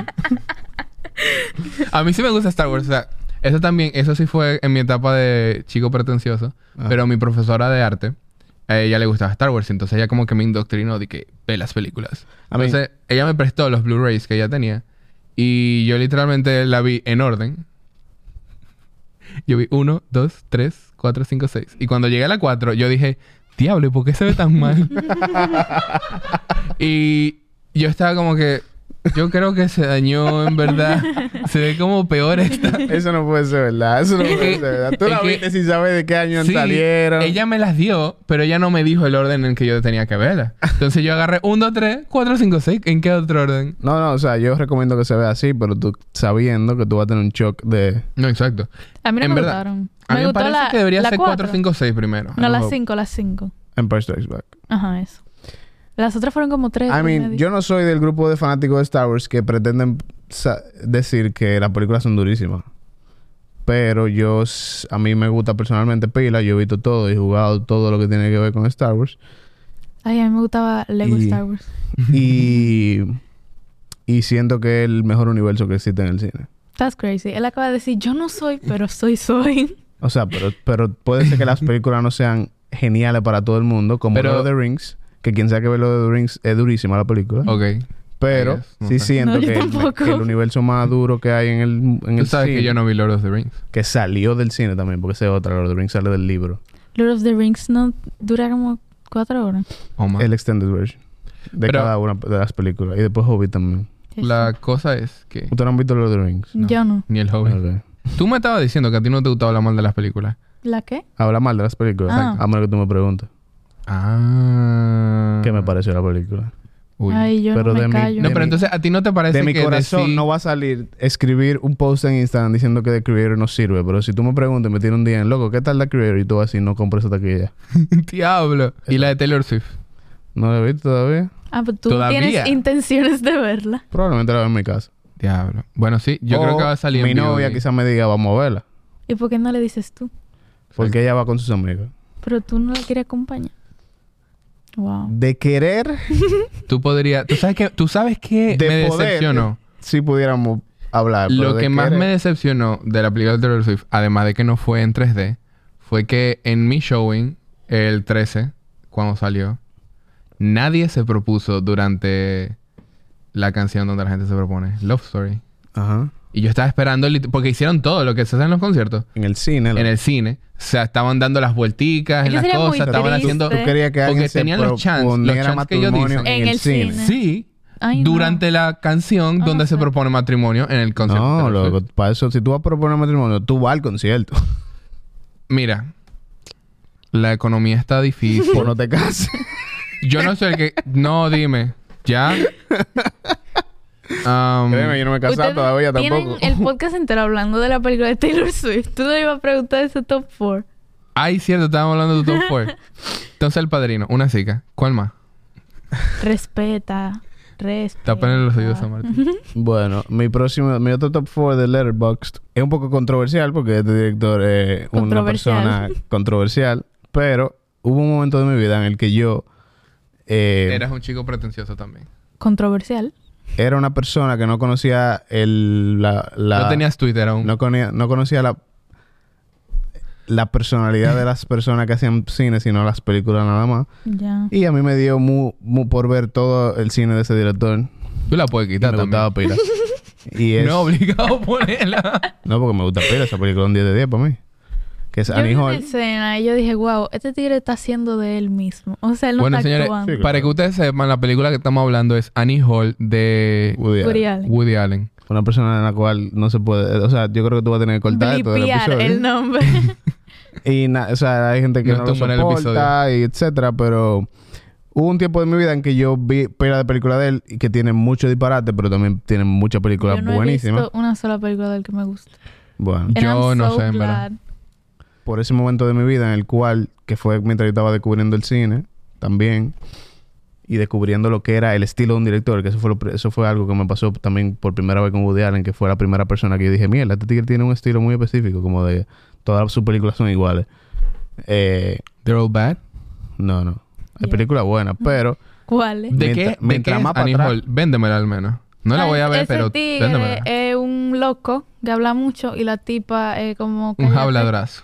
Speaker 1: A mí sí me gusta Star Wars. O sea, eso también, eso sí fue en mi etapa de chico pretencioso.
Speaker 2: Ajá.
Speaker 1: Pero mi profesora de arte, a ella le gustaba Star Wars. Entonces ella como que me indoctrinó de que ve las películas.
Speaker 2: A mí-
Speaker 1: Entonces ella me prestó los Blu-rays que ella tenía. Y yo literalmente la vi en orden. Yo vi 1, 2, 3, 4, 5, 6. Y cuando llegué a la 4, yo dije, diablo, ¿y por qué se ve tan
Speaker 2: [LAUGHS]
Speaker 1: mal? y yo estaba como que, yo creo que se dañó en verdad. Se ve como peor esta.
Speaker 2: [LAUGHS] Eso no puede ser verdad. Eso no puede ser verdad. Tú
Speaker 1: Es
Speaker 2: la
Speaker 1: que-
Speaker 2: viste sin saber de qué año
Speaker 1: Sí,
Speaker 2: salieron.
Speaker 1: ella me las dio, pero ella no me dijo el orden en que yo tenía que verla. Entonces yo agarré 1, 2, 3, 4, 5, 6. ¿En qué otro orden?
Speaker 2: No, no, o sea, yo recomiendo que se vea así, pero tú sabiendo que tú vas a tener un shock de.
Speaker 1: No, exacto.
Speaker 3: A mí no
Speaker 1: En
Speaker 3: me
Speaker 1: verdad.
Speaker 3: gustaron.
Speaker 1: A
Speaker 3: me
Speaker 1: mí me
Speaker 3: gustó
Speaker 1: parece
Speaker 3: la,
Speaker 1: que debería
Speaker 3: la
Speaker 1: ser Ah, 4,
Speaker 3: cuatro. Ah.
Speaker 1: 5, 6 primero.
Speaker 3: No, las
Speaker 2: Ojo.
Speaker 3: 5, las 5.
Speaker 2: Empire Strikes Back.
Speaker 3: Ajá, eso. Las otras fueron como
Speaker 2: I
Speaker 3: tres. tres y
Speaker 2: mean,
Speaker 3: medio.
Speaker 2: yo no soy del grupo de fanáticos de Star Wars que pretenden sa- decir que las películas son durísimas. Pero yo, s- a mí me gusta personalmente pila. Yo he visto todo y he jugado todo lo que tiene que ver con Star Wars.
Speaker 3: Ay, a mí me gustaba Lego
Speaker 2: Y-
Speaker 3: Star Wars.
Speaker 2: Y. y siento que es el mejor universo que existe en el cine.
Speaker 3: That's crazy. Él acaba de decir, yo no soy, pero soy, soy. [LAUGHS]
Speaker 2: O sea, pero, pero puede ser
Speaker 1: [LAUGHS]
Speaker 2: que las películas no sean geniales para todo el mundo, como
Speaker 1: Pero-
Speaker 2: Lord of the Rings, que quien sea que ve Lord of the Rings es durísima la película.
Speaker 1: Ok.
Speaker 2: Pero
Speaker 1: I guess, no
Speaker 2: sí
Speaker 1: sé.
Speaker 2: siento
Speaker 3: No, yo
Speaker 2: que, el,
Speaker 3: tampoco.
Speaker 2: que el universo más duro que hay en el, en
Speaker 1: Tú
Speaker 2: el
Speaker 1: sabes
Speaker 2: cine,
Speaker 1: que yo no vi Lord of the Rings.
Speaker 2: que salió del cine también, porque esa es otra, Lord of the Rings sale del libro.
Speaker 3: Lord of the Rings no dura como cuatro horas.
Speaker 1: Oh, man.
Speaker 2: El extended version de
Speaker 1: Pero-
Speaker 2: cada una de las películas. Y después Hobbit también.
Speaker 1: La cosa es que
Speaker 2: ¿Ustedes no han visto Lord of the Rings?
Speaker 1: no.
Speaker 3: Yo no.
Speaker 1: ni el joven.
Speaker 2: Ok.
Speaker 1: Tú me estabas diciendo que a ti no te gustaba la mal de las películas.
Speaker 3: ¿La qué?
Speaker 2: Habla mal de las películas,
Speaker 3: Ah.
Speaker 2: a menos que tú me preguntes
Speaker 1: Ah.
Speaker 2: qué me pareció la película.
Speaker 1: Uy.
Speaker 3: Ay, yo
Speaker 2: Pero
Speaker 3: no
Speaker 2: de
Speaker 3: me
Speaker 2: mi-
Speaker 3: callo.
Speaker 1: no,
Speaker 2: de
Speaker 1: pero
Speaker 2: mi-
Speaker 1: entonces a ti no te parece
Speaker 2: de mi
Speaker 1: que
Speaker 2: corazón
Speaker 1: decir-
Speaker 2: no va a salir escribir un post en Instagram diciendo que The Creator no sirve. Pero si tú me preguntas, y me tiras un día en loco, ¿qué tal The Creator? Y tú así, no compro esa taquilla.
Speaker 1: [LAUGHS] Diablo. Y la de Taylor Swift.
Speaker 2: No la he visto todavía.
Speaker 3: Ah, pero tú
Speaker 1: Todavía.
Speaker 3: tienes intenciones de verla.
Speaker 2: Probablemente la veo en mi casa.
Speaker 1: Diablo. Bueno, sí, yo
Speaker 2: O
Speaker 1: creo que va a salir
Speaker 2: Mi
Speaker 1: en VOD.
Speaker 2: novia quizás me diga, vamos a verla.
Speaker 3: ¿Y por qué no le dices tú?
Speaker 2: Porque ella va con sus amigos.
Speaker 3: Pero tú no la quieres acompañar.
Speaker 1: Ah.
Speaker 3: Wow.
Speaker 2: De
Speaker 1: [LAUGHS]
Speaker 2: querer,
Speaker 1: Tú podrías. ¿Tú sabes que ¿Tú sabes qué
Speaker 2: De
Speaker 1: me
Speaker 2: poder.
Speaker 1: decepcionó?
Speaker 2: si pudiéramos hablar. pero
Speaker 1: Lo
Speaker 2: de
Speaker 1: que más
Speaker 2: querer-
Speaker 1: me decepcionó de la película de Taylor Swift, además de que no fue en 3D, fue que en mi showing, el 13, cuando salió, nadie se propuso durante la canción donde la gente se propone, Love Story.
Speaker 2: Ajá.
Speaker 1: Y yo estaba esperando, lit- porque hicieron todo lo que se hace en los conciertos,
Speaker 2: En el cine.
Speaker 1: en el cine. O sea, estaban dando las vuelticas,
Speaker 3: Es
Speaker 1: en
Speaker 3: que
Speaker 1: las
Speaker 3: sería muy
Speaker 1: cosas, estaban
Speaker 3: triste.
Speaker 1: haciendo...
Speaker 2: Tú querías que
Speaker 1: Porque
Speaker 2: alguien se
Speaker 1: tenían los chance, los
Speaker 2: proponiera
Speaker 1: chance que ellos
Speaker 2: matrimonio
Speaker 1: dicen.
Speaker 2: en,
Speaker 3: En
Speaker 2: el
Speaker 3: el
Speaker 2: cine.
Speaker 3: cine.
Speaker 1: Sí,
Speaker 3: Ay, no.
Speaker 1: durante la canción
Speaker 3: Ah,
Speaker 1: donde
Speaker 3: no
Speaker 1: se
Speaker 3: sé.
Speaker 1: propone matrimonio en el concierto. de
Speaker 2: No,
Speaker 1: Taylor Swift.
Speaker 2: loco. Para eso, si tú vas a proponer matrimonio, tú vas al concierto.
Speaker 1: Mira, la economía está
Speaker 2: [LAUGHS]
Speaker 1: difícil.
Speaker 3: [LAUGHS]
Speaker 2: o Pues no te cases.
Speaker 1: Yo no soy el que. No, dime. ¿Ya? Um, Am,
Speaker 2: Créeme, yo no me he casado
Speaker 3: Ustedes
Speaker 2: todavía tampoco.
Speaker 3: Tienen
Speaker 1: [LAUGHS]
Speaker 3: el podcast entero hablando de la película de Taylor Swift. Tú le ibas a preguntar ese top 4.
Speaker 1: Ay, cierto, estábamos hablando de tu top four. Entonces, el padrino, una chica. ¿Cuál más?
Speaker 3: Respeta. Respeta.
Speaker 1: Tápale los oídos a
Speaker 3: Eh,
Speaker 1: Martín.
Speaker 2: [LAUGHS] Bueno, mi próximo, mi otro top 4 de Letterboxd es un poco controversial porque este director es una
Speaker 3: Controversial.
Speaker 2: persona
Speaker 3: [LAUGHS]
Speaker 2: controversial, pero hubo un momento de mi vida en el que yo eh,
Speaker 1: Eras un chico pretencioso también.
Speaker 3: Controversial.
Speaker 2: era una persona que no conocía el la, la-
Speaker 1: no tenías Twitter aún.
Speaker 2: no, conía- no conocía la la personalidad de las personas que hacían cine, sino las películas nada más.
Speaker 3: Ya.
Speaker 2: Y a mí me dio muy, por ver todo el cine de ese director.
Speaker 1: Tú la puedes
Speaker 2: Y
Speaker 1: quitar
Speaker 2: me
Speaker 1: también.
Speaker 2: gustaba pila. [LAUGHS] y es,
Speaker 1: No
Speaker 2: no.
Speaker 1: obligado a ponerla.
Speaker 2: porque me gusta pila esa película un 10 de 10 para mí. Que es
Speaker 3: Yo
Speaker 2: Annie
Speaker 3: vi una
Speaker 2: Hall.
Speaker 3: escena y yo dije, wow, este tigre está haciendo de él mismo. O sea, él [LAUGHS] no
Speaker 1: bueno,
Speaker 3: está
Speaker 1: señores,
Speaker 3: actuando.
Speaker 2: Sí,
Speaker 1: para que ustedes sepan, la película que estamos hablando es Annie Hall de
Speaker 2: Woody Allen.
Speaker 3: Woody Allen.
Speaker 1: Woody Allen.
Speaker 2: Una persona en la cual no se puede. O sea, yo creo que tú vas a tener que cortar todo el
Speaker 3: Blipear
Speaker 1: ¿eh?
Speaker 2: episodio.
Speaker 3: el nombre.
Speaker 2: Y na- o sea, hay gente que
Speaker 1: No
Speaker 2: no, lo
Speaker 1: tumban el
Speaker 2: soporta y etcétera, pero hubo un tiempo de mi vida en que yo vi pila de películas de él y que tienen mucho disparate, pero también tienen muchas películas
Speaker 3: [LAUGHS] yo no he
Speaker 2: buenísimas.
Speaker 3: visto una sola película del que me gusta.
Speaker 2: Bueno,
Speaker 3: And
Speaker 1: Yo
Speaker 3: I'm
Speaker 1: no
Speaker 3: so
Speaker 1: sé, en verdad.
Speaker 3: glad.
Speaker 2: por ese momento de mi vida en el cual, que fue mientras yo estaba descubriendo el cine también y descubriendo lo que era el estilo de un director, que eso fue, lo pr- eso fue algo que me pasó también por primera vez con Woody Allen, que fue la primera persona que yo dije, mierda, este tigre tiene un estilo muy específico, como de todas sus películas son iguales. Eh,
Speaker 1: They're all bad.
Speaker 2: no, no. Hay
Speaker 3: Yeah.
Speaker 2: películas buenas, pero
Speaker 3: ¿Cuál es?
Speaker 1: ¿De
Speaker 2: Mientras-
Speaker 1: qué, de qué
Speaker 2: mientras
Speaker 1: es
Speaker 2: más pa'
Speaker 1: Annie
Speaker 2: atrás.
Speaker 1: Hall? Véndemela al menos. No la
Speaker 3: Ah,
Speaker 1: voy a ver,
Speaker 3: ese
Speaker 1: pero
Speaker 3: tigre eh,
Speaker 1: véndemela.
Speaker 3: es un loco que habla mucho y la tipa es como...
Speaker 1: Un
Speaker 3: cállate.
Speaker 1: habladorazo.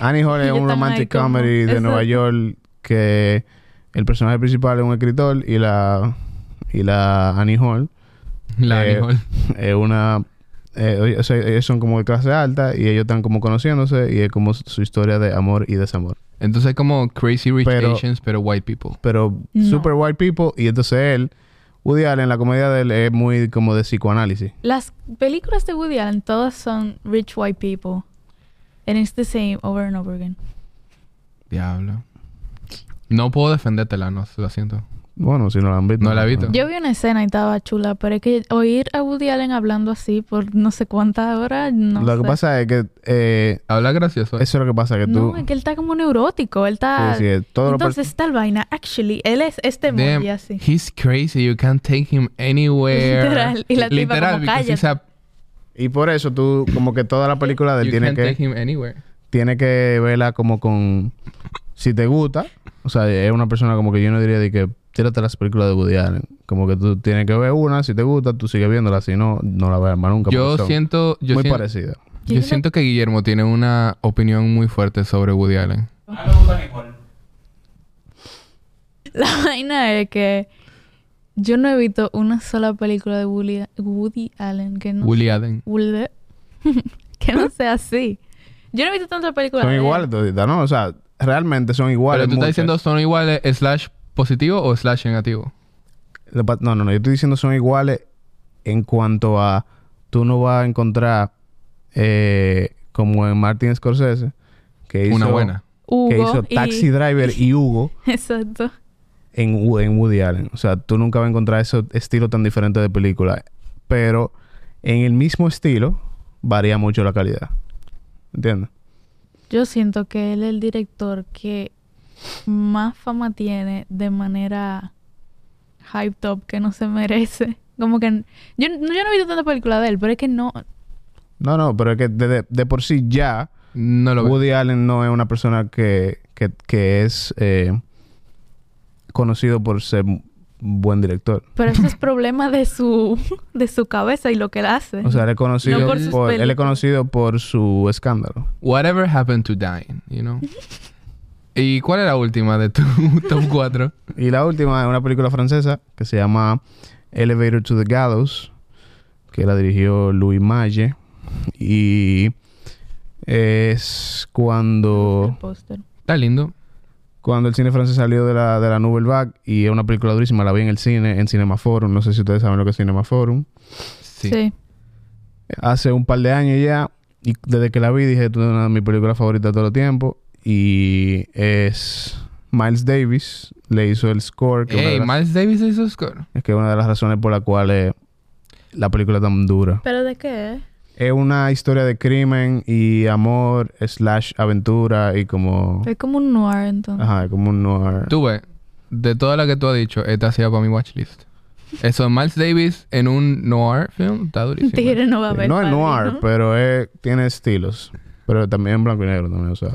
Speaker 2: Annie Hall
Speaker 3: Y
Speaker 2: es
Speaker 3: yo
Speaker 2: un
Speaker 3: tan
Speaker 2: romantic
Speaker 3: ahí como-
Speaker 2: comedy de
Speaker 3: Exacto.
Speaker 2: Nueva York que el personaje principal es un escritor y la y la Annie Hall
Speaker 1: La
Speaker 2: Eh,
Speaker 1: Annie Hall.
Speaker 2: es una eh, oye, o sea, ellos son como de clase alta y ellos están como conociéndose y es como su, su historia de amor y desamor.
Speaker 1: Entonces es como Crazy Rich
Speaker 2: pero-
Speaker 1: Asians, pero white people.
Speaker 2: Pero
Speaker 3: No.
Speaker 2: super white people y entonces él Woody Allen la comedia de él es muy como de psicoanálisis.
Speaker 3: Las películas de Woody Allen todas son rich white people. And it's the same over and over again.
Speaker 1: Diablo. No puedo defendértela, no, lo siento.
Speaker 2: Bueno, si no la han visto.
Speaker 1: No la he visto.
Speaker 3: Yo vi una escena y estaba chula, pero es que oír a Woody Allen hablando así por no sé cuántas horas, no
Speaker 2: lo que
Speaker 3: sé.
Speaker 2: pasa es que eh,
Speaker 1: Habla gracioso.
Speaker 2: eso es lo que pasa que tú
Speaker 3: No, es que él está como neurótico, él está...
Speaker 2: Sí, sí, todo lo per-
Speaker 3: Entonces tal vaina, actually, él es este
Speaker 1: Damn,
Speaker 3: muy así.
Speaker 1: he's crazy. You can't take him anywhere.
Speaker 3: Literal. Y la tipa como,
Speaker 1: because he's a-
Speaker 2: Y por eso tú, como que toda la película de él
Speaker 1: you
Speaker 2: tiene
Speaker 1: can't
Speaker 2: que,
Speaker 1: take him anywhere.
Speaker 2: tiene que verla como con... Si te gusta, o sea, es una persona como que yo no diría de que tírate las películas de Woody Allen. Como que tú tienes que ver una, si te gusta, tú sigues viéndola, si no, no la veas más nunca.
Speaker 1: Yo
Speaker 2: porque son
Speaker 1: siento... Yo
Speaker 2: muy
Speaker 1: siento-
Speaker 2: parecida.
Speaker 1: Yo siento que Guillermo tiene una opinión muy fuerte sobre Woody Allen.
Speaker 3: La [LAUGHS] vaina es que yo no he visto una sola película de Woody, Woody Allen que no,
Speaker 1: Woody Allen.
Speaker 3: Woody- [LAUGHS] que no sea así. Yo no he visto tantas películas.
Speaker 2: Son
Speaker 3: de él.
Speaker 2: iguales toditas, ¿no? O sea, realmente son
Speaker 1: Pero
Speaker 2: iguales.
Speaker 1: tú estás
Speaker 2: muchas.
Speaker 1: diciendo son iguales slash positivo o slash negativo.
Speaker 2: Lo pa- No, no, no. Yo estoy diciendo son iguales en cuanto a... Tú no vas a encontrar, eh, como en Martin Scorsese, que hizo...
Speaker 1: Una buena.
Speaker 3: Hugo
Speaker 2: que hizo
Speaker 3: y- [LAUGHS]
Speaker 2: Taxi Driver y Hugo
Speaker 3: Exacto.
Speaker 2: en, Wo- en Woody Allen. O sea, tú nunca vas a encontrar ese estilo tan diferente de película. Pero en el mismo estilo varía mucho la calidad. ¿Entiendes?
Speaker 3: Yo siento que él es el director que más fama tiene de manera hyped up que no se merece. Como que n- yo, n- yo no he visto tantas películas de él, pero es que no.
Speaker 2: No, no, pero es que de, de- de por sí ya
Speaker 1: No lo veo.
Speaker 2: Woody Allen no es una persona que, que- que es eh, conocido por ser un buen director.
Speaker 3: Pero
Speaker 2: [LAUGHS]
Speaker 3: eso es problema de su [LAUGHS] de su cabeza y lo que él hace.
Speaker 2: O sea, él es conocido
Speaker 1: No por
Speaker 2: por,
Speaker 1: sus
Speaker 2: él es
Speaker 3: películas.
Speaker 2: conocido por su escándalo.
Speaker 1: Whatever happened to dying, you
Speaker 2: [LAUGHS]
Speaker 1: know. ¿Y cuál es la última de tu [LAUGHS] top 4?
Speaker 2: Y la última es una película francesa que se llama Elevator to the Gallows, que la dirigió Louis Malle. Y es
Speaker 3: El
Speaker 2: cuando,
Speaker 3: póster.
Speaker 1: Está lindo.
Speaker 2: cuando el cine francés salió de la, de la Nouvelle Vague y es una película durísima. La vi en el cine, en Cinemaforum. No sé si ustedes saben lo que es Cinemaforum.
Speaker 1: Sí.
Speaker 3: Sí.
Speaker 2: Hace un par de años ya, y desde que la vi dije, "Esto es una de mis películas favoritas de todo el tiempo. Y es Miles Davis, le hizo el score. que es una de
Speaker 1: Ey,
Speaker 2: las-
Speaker 1: Miles Davis hizo score.
Speaker 2: Es que es una de las razones por las cuales la película es tan dura.
Speaker 3: ¿Pero de qué es?
Speaker 2: Es una historia de crimen y amor, slash aventura y como...
Speaker 3: Es como un noir, entonces. [LAUGHS]
Speaker 2: Ajá, como un noir.
Speaker 1: Tú ves, de toda la que tú has dicho, esta ha sido para mi watchlist. Eso, Miles Davis en un noir film, está
Speaker 3: Un
Speaker 1: durísimo.
Speaker 3: tigre no va a
Speaker 2: Sí,
Speaker 3: ver.
Speaker 2: no es
Speaker 1: pues.
Speaker 2: noir,
Speaker 3: Padrino.
Speaker 2: pero es- tiene estilos. Pero también en blanco y negro también, o sea...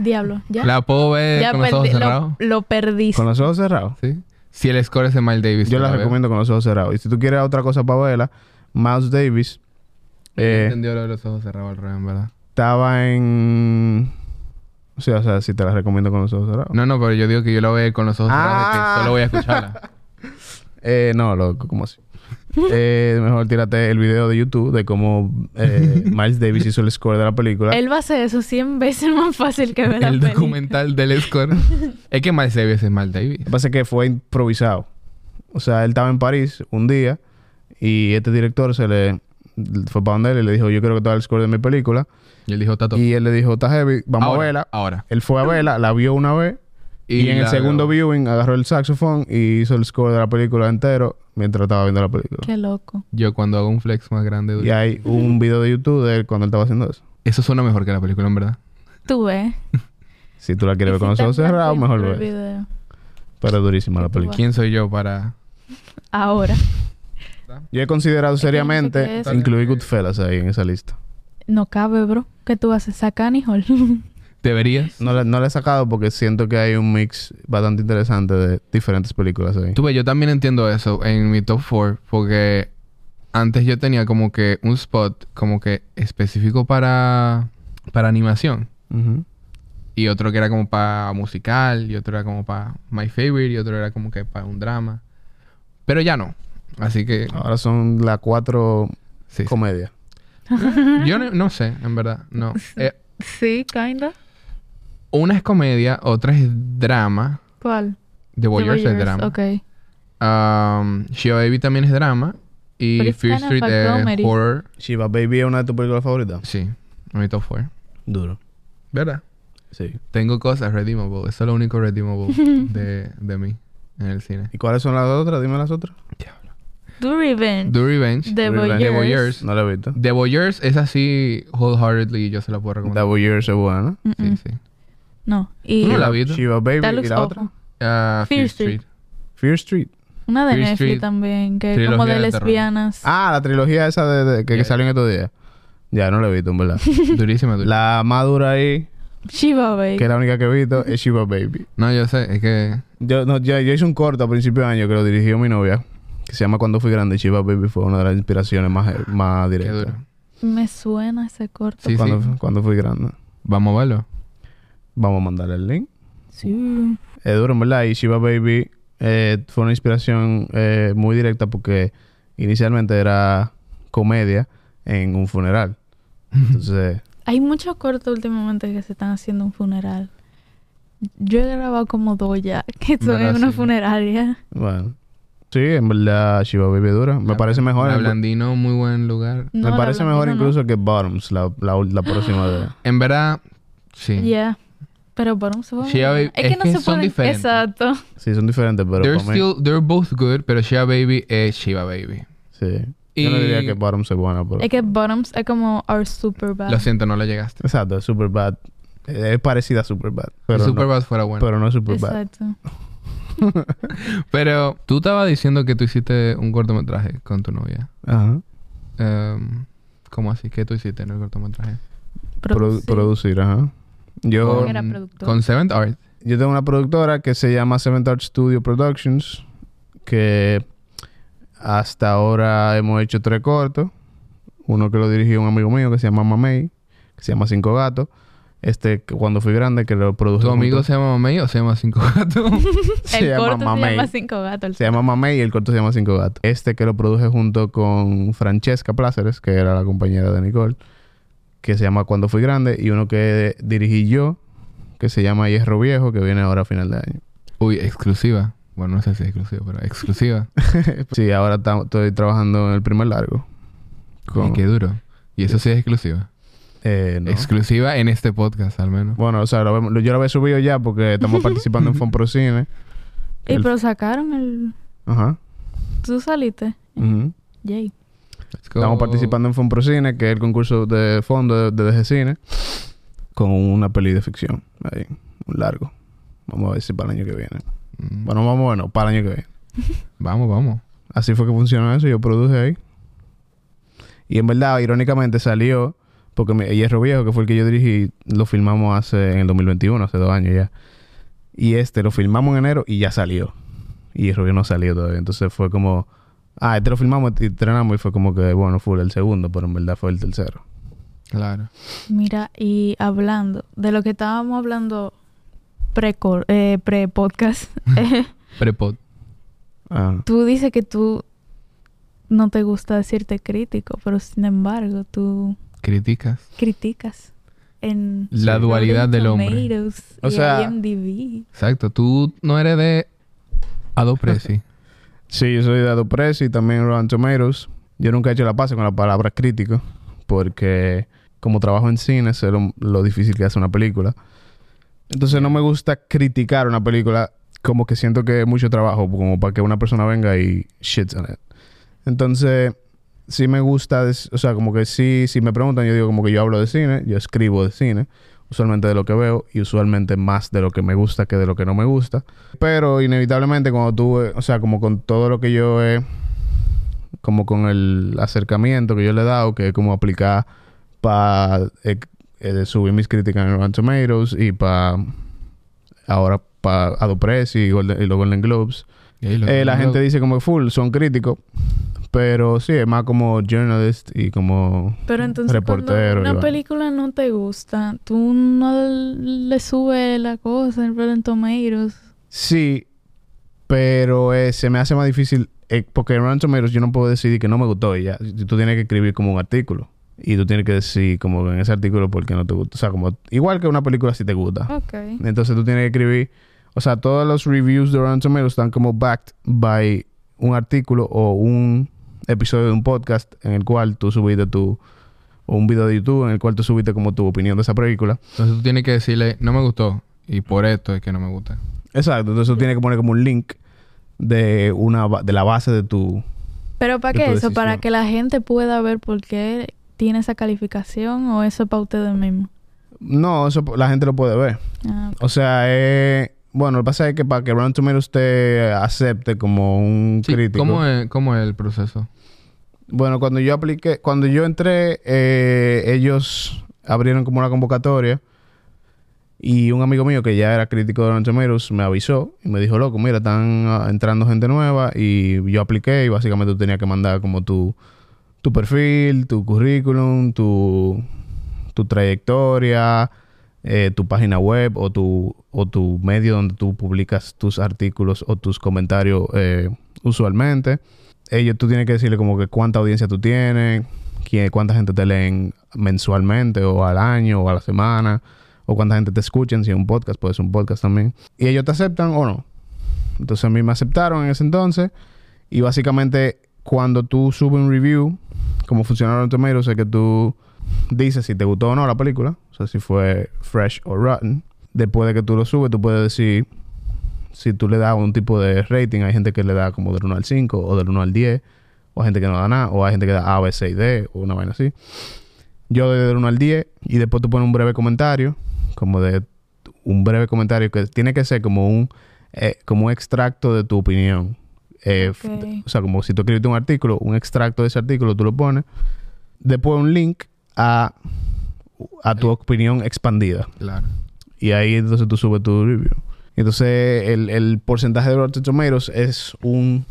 Speaker 3: Diablo, ya.
Speaker 1: La puedo ver
Speaker 3: ya
Speaker 1: con los ojos
Speaker 3: perdí-
Speaker 1: cerrados.
Speaker 3: lo, lo perdiste.
Speaker 2: Con los ojos cerrados.
Speaker 1: Sí. Si el score es de Miles Davis.
Speaker 2: Yo
Speaker 1: te
Speaker 2: la
Speaker 1: veo.
Speaker 2: recomiendo con los ojos cerrados. Y si tú quieres otra cosa para verla, Miles Davis...
Speaker 1: No
Speaker 2: eh,
Speaker 1: entendió lo de los ojos cerrados al revés, en ¿verdad?
Speaker 2: te- estaba en. O sea, o sea, si te la recomiendo con los ojos cerrados.
Speaker 1: No, no, pero yo digo que yo la veo con los ojos cerrados de
Speaker 2: Ah.
Speaker 1: que solo voy a escucharla.
Speaker 2: Eh, no, loco, ¿cómo así? Eh, mejor tírate el video de YouTube de cómo eh, Miles Davis hizo el score de la película.
Speaker 3: Él va a hacer eso 100 veces más fácil que ver la
Speaker 1: el
Speaker 3: peli.
Speaker 1: documental del score. es que Miles Davis es Miles Davis.
Speaker 2: Lo que pasa es que fue improvisado. O sea, él estaba en París un día y este director se le fue para donde él y le dijo, yo quiero que te hagas el score de mi película.
Speaker 1: Y él dijo Tato.
Speaker 2: Y él le dijo, está heavy, vamos
Speaker 1: ahora,
Speaker 2: a verla.
Speaker 1: Ahora.
Speaker 2: Él fue a verla, la vio una vez y, en el
Speaker 1: la-
Speaker 2: segundo viewing agarró el saxofón y hizo el score de la película entero mientras estaba viendo la película.
Speaker 3: Qué loco.
Speaker 1: Yo cuando hago un flex más grande.
Speaker 2: Y
Speaker 1: durísimo.
Speaker 2: hay un video de YouTube de él cuando él estaba haciendo eso.
Speaker 1: Eso suena mejor que la película, en verdad.
Speaker 3: Tú eh, ves.
Speaker 2: Si tú la quieres
Speaker 3: Y
Speaker 2: ver con los
Speaker 3: si está
Speaker 2: ojos
Speaker 3: en blanco
Speaker 2: cerrados,
Speaker 3: y
Speaker 2: mejor
Speaker 3: negro
Speaker 2: ver.
Speaker 3: el video.
Speaker 2: Pero es durísima la
Speaker 3: Tú vas.
Speaker 2: película.
Speaker 1: ¿Quién soy yo para...?
Speaker 3: Ahora.
Speaker 2: Yo he considerado
Speaker 3: que no sé qué
Speaker 2: seriamente
Speaker 3: es.
Speaker 2: incluir Goodfellas ahí en esa lista.
Speaker 3: No cabe, bro. ¿Qué tú haces? Sacan, hijo.
Speaker 1: ¿Deberías?
Speaker 2: No la, no la he sacado porque siento que hay un mix bastante interesante de diferentes películas ahí.
Speaker 1: Tú ves, yo también entiendo eso en mi top 4 porque antes yo tenía como que un spot como que específico para, para animación
Speaker 2: Ujú.
Speaker 1: y otro que era como para musical y otro era como para my favorite y otro era como que para un drama. Pero ya no. Así que
Speaker 2: Ahora son las cuatro
Speaker 1: sí. sí.
Speaker 2: comedias.
Speaker 1: Yo no, no sé, en verdad,
Speaker 3: [LAUGHS]
Speaker 1: no. Eh,
Speaker 3: [LAUGHS] Sí, kinda.
Speaker 1: una es comedia, otra es drama.
Speaker 3: ¿Cuál?
Speaker 1: The Voyeurs es
Speaker 3: Voyeurs,
Speaker 1: drama.
Speaker 3: Ok.
Speaker 1: Um, Shia Baby también es drama.
Speaker 3: Pero
Speaker 1: Y
Speaker 3: es
Speaker 1: Fear
Speaker 3: kind of
Speaker 1: Street
Speaker 3: a
Speaker 1: es
Speaker 3: comedy.
Speaker 1: horror.
Speaker 2: Shiva Baby es una de tus películas favoritas.
Speaker 1: Sí, a mi top 4.
Speaker 2: Duro.
Speaker 1: ¿Verdad?
Speaker 2: Sí.
Speaker 1: Tengo cosas redeemable. Eso es lo único redeemable
Speaker 3: [LAUGHS]
Speaker 1: de, de mí en el cine.
Speaker 2: ¿Y cuáles son las otras? Dime las otras.
Speaker 3: Do Revenge.
Speaker 1: Do Revenge.
Speaker 3: The
Speaker 2: Revenge.
Speaker 1: The Voyeurs.
Speaker 3: Voyeurs.
Speaker 2: No la he visto.
Speaker 1: The Voyeurs es así wholeheartedly. Yo se la puedo recomendar.
Speaker 2: Double Years es buena.
Speaker 3: Mm-mm.
Speaker 1: Sí, sí.
Speaker 3: No. Y
Speaker 1: No la he visto.
Speaker 2: Shiva Baby
Speaker 3: That
Speaker 2: y
Speaker 3: looks
Speaker 2: la
Speaker 3: awful.
Speaker 2: otra.
Speaker 1: Ah, Fear
Speaker 3: Fear
Speaker 1: Street.
Speaker 3: Street.
Speaker 2: Fear Street.
Speaker 3: Una de
Speaker 1: Fear
Speaker 3: Netflix
Speaker 1: Street.
Speaker 3: también, que es
Speaker 1: Trilogía
Speaker 3: como de,
Speaker 1: de terror.
Speaker 3: lesbianas.
Speaker 2: Ah, la trilogía esa de, de- que, que
Speaker 1: Ya, ya.
Speaker 2: salió en estos días. Ya, no la he visto, en verdad.
Speaker 1: Durísima, durísima.
Speaker 2: la más dura ahí,
Speaker 3: Shiva Baby.
Speaker 2: que es la única que he visto, es Shiva Baby.
Speaker 1: No, yo sé. Es que...
Speaker 2: Yo, no, yo, yo hice un corto a principio de año que lo dirigió mi novia, que se llama Cuando fui grande. Shiva Baby fue una de las inspiraciones más, eh, más
Speaker 1: Qué
Speaker 2: directas.
Speaker 1: duro.
Speaker 3: Me suena ese corto.
Speaker 1: Sí,
Speaker 2: cuando,
Speaker 1: sí.
Speaker 2: cuando fui grande.
Speaker 1: Vamos a verlo.
Speaker 2: Vamos a mandarle el link.
Speaker 3: Sí.
Speaker 2: Es duro, en verdad. Y Shiva Baby eh, fue una inspiración eh, muy directa porque inicialmente era comedia en un funeral.
Speaker 1: [LAUGHS]
Speaker 2: Entonces,
Speaker 3: Hay muchos cortos últimamente que se están haciendo un funeral. Yo he grabado como dos ya, [LAUGHS] que son
Speaker 1: ¿Verdad?
Speaker 3: en una
Speaker 1: Sí.
Speaker 3: funeraria.
Speaker 2: bueno. Sí, en verdad Shiva Baby es dura. Me
Speaker 1: La-
Speaker 2: parece mejor.
Speaker 1: La
Speaker 2: en-
Speaker 1: Blandino, muy buen lugar.
Speaker 3: No,
Speaker 2: me
Speaker 3: la
Speaker 2: parece
Speaker 3: blanquita
Speaker 2: mejor
Speaker 3: no.
Speaker 2: incluso que Bottoms, la, la, la próxima de...
Speaker 1: En verdad, sí.
Speaker 3: Yeah. Pero por un segundo.
Speaker 1: Shiva Baby- es que son diferentes.
Speaker 3: Exacto.
Speaker 2: Sí, son diferentes, pero
Speaker 1: They're,
Speaker 2: para mí-
Speaker 1: still, they're both good, pero Shia Baby es Shiva Baby.
Speaker 2: Sí. Yo no
Speaker 1: Y-
Speaker 2: diría que Bottoms es buena, pero...
Speaker 3: Es que Bottoms es como our super bad.
Speaker 1: Lo siento, no le llegaste.
Speaker 2: Exacto, es Superbad. Eh, Es parecida a Superbad, pero, no,
Speaker 1: Superbad fuera bueno.
Speaker 2: pero no es Superbad.
Speaker 3: Exacto.
Speaker 1: Pero tú estabas diciendo que tú hiciste un cortometraje con tu novia.
Speaker 2: Ajá.
Speaker 1: Em, ¿Cómo así? ¿Qué tú hiciste en el cortometraje?
Speaker 2: Produ-
Speaker 3: Producir.
Speaker 2: Producir, ajá. Yo,
Speaker 1: Oh.
Speaker 3: Con- Era productor.
Speaker 1: Con Seventh Art.
Speaker 2: yo tengo una productora que se llama Seventh Art Studio Productions, que hasta ahora hemos hecho tres cortos. Uno que lo dirigió un amigo mío que se llama Mamey, que se llama Cinco Gatos. Este, que cuando fui grande, que lo produjo.
Speaker 1: ¿Tu amigo se llama Mamey o se llama Cinco Gatos?
Speaker 3: El corto se llama Cinco Gatos.
Speaker 2: Se llama Mamey y el corto se llama Cinco Gatos. Este que lo produje junto con Francesca Pláceres, que era la compañera de Nicole, que se llama Cuando fui grande, y uno que dirigí yo, que se llama Hierro Viejo, que viene ahora a final de año. [LAUGHS]
Speaker 1: Uy, exclusiva. Bueno, no sé si es exclusiva, pero
Speaker 2: [LAUGHS]
Speaker 1: exclusiva.
Speaker 2: sí, ahora tam- estoy trabajando en el primer largo.
Speaker 1: Y
Speaker 2: Con,
Speaker 1: qué duro. Y eso sí es exclusiva.
Speaker 2: eh, no.
Speaker 1: Exclusiva en este podcast, al menos.
Speaker 2: Bueno, o sea, lo vemos- yo lo había subido ya porque
Speaker 3: [LAUGHS]
Speaker 2: estamos participando en Fonprocine.
Speaker 3: Y
Speaker 2: El-
Speaker 3: pero sacaron el.
Speaker 2: Ajá.
Speaker 3: Tú saliste.
Speaker 2: Ujú.
Speaker 3: Yay.
Speaker 1: Let's go.
Speaker 2: Estamos participando en Fonprocine, que es el concurso de fondo de, de DG Cine, con una peli de ficción. Ahí, un largo. Vamos a ver si para el año que viene.
Speaker 1: Mm,
Speaker 2: Bueno, vamos, bueno, para el año que viene.
Speaker 1: Vamos, vamos.
Speaker 2: Así fue que funcionó eso, yo produje ahí. Y en verdad, irónicamente salió, porque mi- Hierro Viejo, que fue el que yo dirigí, lo filmamos hace en el 2021, hace dos años ya. Y este lo filmamos en enero y ya salió. Y Hierro Viejo no salió todavía. Entonces fue como, ah, este lo filmamos y entrenamos y fue como que, bueno, fue el segundo, pero en verdad fue el tercero.
Speaker 1: Claro.
Speaker 3: Mira, y hablando de lo que estábamos hablando pre-cor- eh, pre-podcast, eh,
Speaker 1: Prepod.
Speaker 2: Ah,
Speaker 3: [LAUGHS] tú dices que tú no te gusta decirte crítico, pero sin embargo, tú
Speaker 1: Criticas.
Speaker 3: criticas en
Speaker 1: La dualidad
Speaker 3: Rotten
Speaker 1: del hombre.
Speaker 3: Tomatoes
Speaker 2: O
Speaker 3: y
Speaker 2: sea-
Speaker 3: IMDb.
Speaker 1: Exacto. Tú no eres de
Speaker 2: [LAUGHS]
Speaker 1: Adopreci.
Speaker 2: Sí, yo soy Dado Press y también Rotten Tomatoes. Yo nunca he hecho la paz con la palabra crítico porque como trabajo en cine sé lo, lo difícil que hace una película. Entonces no me gusta criticar una película como que siento que es mucho trabajo como para que una persona venga y shits on it. Entonces sí me gusta, des- o sea, como que sí, si me preguntan yo digo como que yo hablo de cine, yo escribo de cine, usualmente de lo que veo y usualmente más de lo que me gusta que de lo que no me gusta. Pero inevitablemente cuando tú, eh, o sea, como con todo lo que yo he, como con el acercamiento que yo le he dado, que es como aplicar para subir mis críticas en Rotten Tomatoes y para ahora para Adopress y, Golden- y los Golden Globes. Eh, la gente dice como full, son críticos, pero sí, es más como journalist y como...
Speaker 3: Pero entonces
Speaker 2: Reportero,
Speaker 3: cuando una
Speaker 2: Iván.
Speaker 3: película no te gusta, tú no le subes la cosa en Rotten Tomatoes.
Speaker 2: Sí, pero eh, se me hace más difícil eh, porque en Rotten Tomatoes yo no puedo decidir que no me gustó y ya. Y Tú tienes que escribir como un artículo y tú tienes que decir como en ese artículo por qué no te gusta. O sea, como igual que una película si te gusta.
Speaker 3: Ok.
Speaker 2: Entonces tú tienes que escribir, o sea, todos los reviews de Rotten Tomatoes están como backed by un artículo o un episodio de un podcast en el cual tú subiste tu o un video de YouTube en el cual tú subiste como tu opinión de esa película.
Speaker 1: Entonces tú tienes que decirle, no me gustó. Y por esto es que no me gusta.
Speaker 2: Exacto, entonces tú tienes que poner como un link de una ba- de la base de tu
Speaker 3: Pero
Speaker 2: de
Speaker 3: ¿para qué
Speaker 2: tu
Speaker 3: eso? Para
Speaker 2: decisión.
Speaker 3: que la gente pueda ver por qué tiene esa calificación o eso es para ustedes mismos.
Speaker 2: No, eso po- la gente lo puede ver.
Speaker 3: Ah,
Speaker 2: O sea, eh, bueno, lo que pasa es que para que Rotten Tomatoes te acepte como un
Speaker 1: Sí,
Speaker 2: crítico.
Speaker 1: ¿cómo, es, ¿Cómo es el proceso?
Speaker 2: Bueno, cuando yo apliqué, cuando yo entré, eh, ellos abrieron como una convocatoria y un amigo mío que ya era crítico de Rotten Tomatoes me avisó y me dijo, loco, mira, están ah, entrando gente nueva y yo apliqué y básicamente tú tenías que mandar como tu, tu perfil, tu currículum, tu, tu trayectoria, eh, tu página web o tu, o tu medio donde tú publicas tus artículos o tus comentarios eh, usualmente ellos tú tienes que decirle como que cuánta audiencia tú tienes, quién- cuánta gente te leen mensualmente o al año o a la semana, o cuánta gente te escuchen, si es un podcast, puede ser un podcast también. Y ellos te aceptan o no. Entonces a mí me aceptaron en ese entonces y básicamente cuando tú subes un review, como funcionaron los tomates, es que tú dices si te gustó o no la película, o sea, si fue fresh o rotten. Después de que tú lo subes, tú puedes decir si tú le das un tipo de rating, hay gente que le da como del 1 al 5 o del 1 al 10, o hay gente que no da nada, o hay gente que da A, B, C y D, o una vaina así. Yo doy del 1 al 10 y después tú pones un breve comentario, como de un breve comentario que tiene que ser como un, eh, como un extracto de tu opinión. Eh, f-
Speaker 3: Ok.
Speaker 2: O sea, como si tú escribiste un artículo, un extracto de ese artículo tú lo pones. Después un link a, a tu opinión expandida.
Speaker 1: Claro.
Speaker 2: Y ahí entonces tú subes tu review. Entonces el, el porcentaje de Rotten Tomatoes es un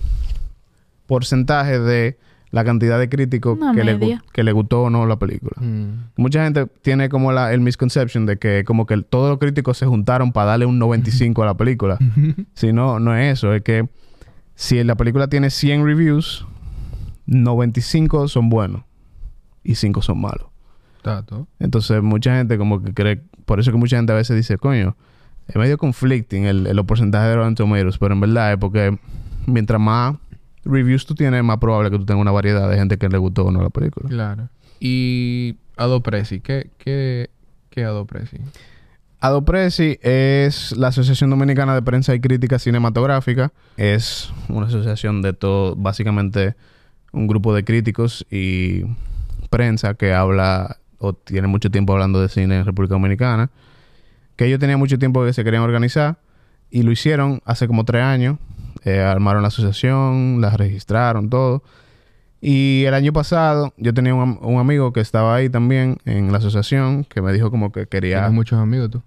Speaker 2: porcentaje de la cantidad de críticos
Speaker 3: Una
Speaker 2: que le, gu-
Speaker 3: media.
Speaker 2: que le gustó o no la película. [LAUGHS]
Speaker 1: Mm.
Speaker 2: Mucha gente tiene como la, el misconception de que como que el- todos los críticos se juntaron para darle un 95 a la película.
Speaker 3: [LAUGHS]
Speaker 2: Si no, no es eso. Es que si la película tiene 100 reviews, 95 son buenos y 5 son malos.
Speaker 1: Tato.
Speaker 2: Entonces, mucha gente como que cree... Por eso que mucha gente a veces dice, coño, es medio conflicting el, el- los porcentajes de Rotten Tomatoes. Pero en verdad es porque mientras más reviews tú tienes, más probable que tú tengas una variedad de gente que le gustó o no la película.
Speaker 1: Claro. Y Adopreci. ¿Qué, qué, qué Adopreci?
Speaker 2: Adopreci es la Asociación Dominicana de Prensa y Crítica Cinematográfica. Es una asociación de todo, básicamente un grupo de críticos y prensa que habla o tiene mucho tiempo hablando de cine en República Dominicana. Que ellos tenían mucho tiempo que se querían organizar y lo hicieron hace como tres años. Eh, armaron la asociación, la registraron, todo. Y el año pasado yo tenía un, am- un amigo que estaba ahí también en la asociación que me dijo como que quería
Speaker 1: Tienes muchos amigos tú.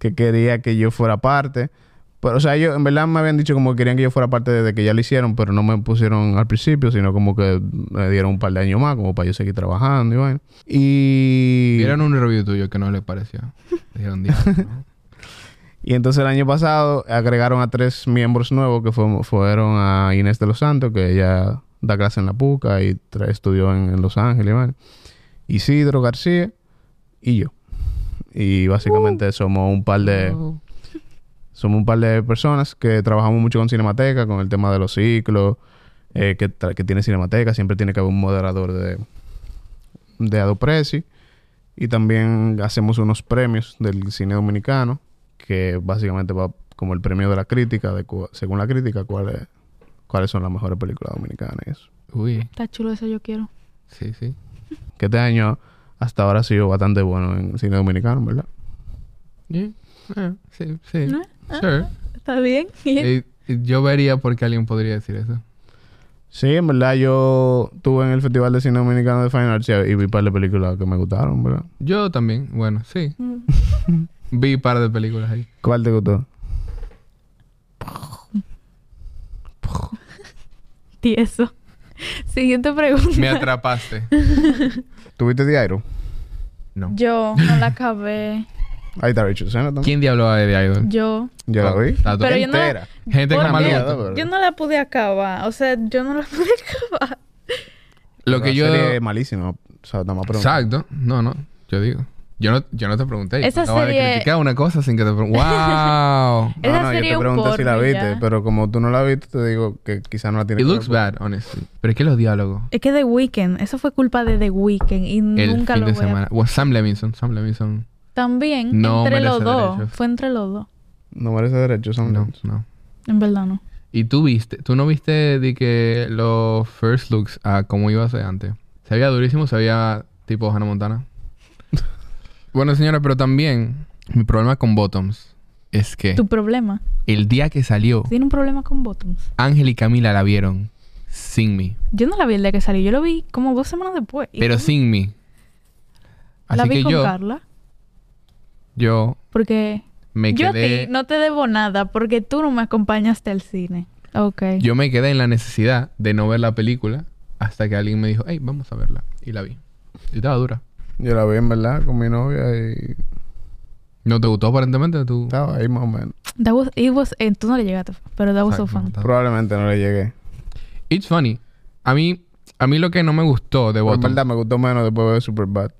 Speaker 2: que quería que yo fuera parte, Pero, o sea, ellos en verdad me habían dicho como que querían que yo fuera parte de que ya lo hicieron, pero no me pusieron al principio, sino como que me dieron un par de años más, como para yo seguir trabajando y vaina. Y.
Speaker 1: Vieron un review tuyo que no les pareció. Dijeron, "Diablo,
Speaker 2: [LAUGHS]
Speaker 1: ¿no?".
Speaker 2: Y entonces el año pasado agregaron a tres miembros nuevos que fuem- fueron a Inés de los Santos, que ella da clase en la PUCA y tra- estudió en, en Los Ángeles, ¿vale? Isidro García y yo. Y básicamente somos un par de somos un par de personas que trabajamos mucho con Cinemateca, con el tema de los ciclos, eh, que, tra- que tiene Cinemateca, siempre tiene que haber un moderador de, de Adopreci. Y también hacemos unos premios del cine dominicano, que básicamente va como el premio de la crítica, de cu- según la crítica, cuáles cuáles son las mejores películas dominicanas y eso.
Speaker 1: Uy,
Speaker 3: Está chulo eso, yo quiero.
Speaker 1: sí, sí.
Speaker 2: Que este año hasta ahora ha sido bastante bueno en cine dominicano, ¿verdad?
Speaker 1: Yeah. Ah, sí, sí.
Speaker 3: ¿No? Ah,
Speaker 1: Sure.
Speaker 3: ¿Está bien?
Speaker 1: Eh, eh, yo vería por qué alguien podría decir eso.
Speaker 2: Sí, en verdad yo estuve en el Festival de Cine Dominicano de Fine Arts y, y vi un par de películas que me gustaron, ¿verdad?
Speaker 1: Yo también, bueno, sí. Vi un par de películas ahí.
Speaker 2: ¿Cuál te gustó?
Speaker 3: [LAUGHS] Tieso. Siguiente pregunta. [LAUGHS]
Speaker 1: Me atrapaste.
Speaker 2: ¿Tuviste The Idol?
Speaker 1: No.
Speaker 3: Yo no la acabé.
Speaker 2: Ahí está Rachel Sennett también.
Speaker 1: ¿Quién diablo va de The Idol?
Speaker 3: Yo.
Speaker 2: Ya la vi.
Speaker 1: Tato.
Speaker 3: Pero yo no-
Speaker 2: Entera.
Speaker 1: Gente
Speaker 3: ¿Por
Speaker 1: con mal
Speaker 3: qué?
Speaker 1: gusto.
Speaker 2: Pero-
Speaker 3: Yo no la pude acabar. O sea, yo no la [LAUGHS] pude acabar.
Speaker 1: Lo que yo...
Speaker 2: La serie es malísima. O sea, nada más pregunto.
Speaker 1: Exacto. No, no. Yo digo. Yo no, yo no te pregunté. Yo
Speaker 3: Esa
Speaker 1: acabo de
Speaker 3: serie-
Speaker 1: criticar una cosa sin que te pregunte.
Speaker 3: [LAUGHS]
Speaker 1: ¡Wow!
Speaker 2: No,
Speaker 3: Esa
Speaker 2: no, yo
Speaker 3: serie
Speaker 2: te
Speaker 3: un
Speaker 2: pregunté si la
Speaker 3: porno,
Speaker 2: viste,
Speaker 3: ya.
Speaker 2: pero como tú no la viste, te digo que quizás no la tienes
Speaker 1: It
Speaker 2: que
Speaker 1: looks
Speaker 2: ver.
Speaker 1: bad, honestly. Pero es que los diálogos.
Speaker 3: Es que The Weeknd. Eso fue culpa de The Weeknd. Y
Speaker 1: El
Speaker 3: nunca
Speaker 1: fin
Speaker 3: lo
Speaker 1: de
Speaker 3: voy a...
Speaker 1: semana. Bueno, Sam Levinson. Sam Levinson.
Speaker 3: También.
Speaker 1: No
Speaker 3: entre los
Speaker 1: merece
Speaker 3: dos.
Speaker 1: derechos.
Speaker 3: Fue entre los dos.
Speaker 2: No merece derecho, son
Speaker 1: No, no.
Speaker 3: En verdad no.
Speaker 1: Y tú viste, tú no viste de que los first looks a cómo iba a ser antes. Se veía durísimo, se veía tipo Hannah Montana. bueno, señora, pero también mi problema con Bottoms es que
Speaker 3: Tu problema.
Speaker 1: el día que salió,
Speaker 3: Tiene un problema con Bottoms.
Speaker 1: Ángel y Camila la vieron sin mí,
Speaker 3: Yo no la vi el día que salió. Yo lo vi como dos semanas después. Y
Speaker 1: pero
Speaker 3: tú
Speaker 1: sin mí.
Speaker 3: La
Speaker 1: Así
Speaker 3: vi
Speaker 1: que
Speaker 3: con
Speaker 1: yo,
Speaker 3: Carla.
Speaker 1: yo
Speaker 3: Porque
Speaker 1: me
Speaker 3: yo a
Speaker 1: quedé,
Speaker 3: ti no te debo nada porque tú no me acompañaste al cine. Ok.
Speaker 1: yo me quedé en la necesidad de no ver la película hasta que alguien me dijo, hey, vamos a verla y la vi. Y estaba dura.
Speaker 2: Yo la vi en verdad con mi novia y
Speaker 1: No te gustó aparentemente tú.
Speaker 2: estaba ahí más o menos.
Speaker 3: That was, it was, eh, tú no le llegaste, pero that was so
Speaker 1: Exacto.
Speaker 3: fun.
Speaker 2: Probablemente no le llegué.
Speaker 1: It's funny. A mí, a mí lo que no me gustó de
Speaker 2: Pero en
Speaker 1: Bottom.
Speaker 2: verdad me gustó menos después de ver Superbad.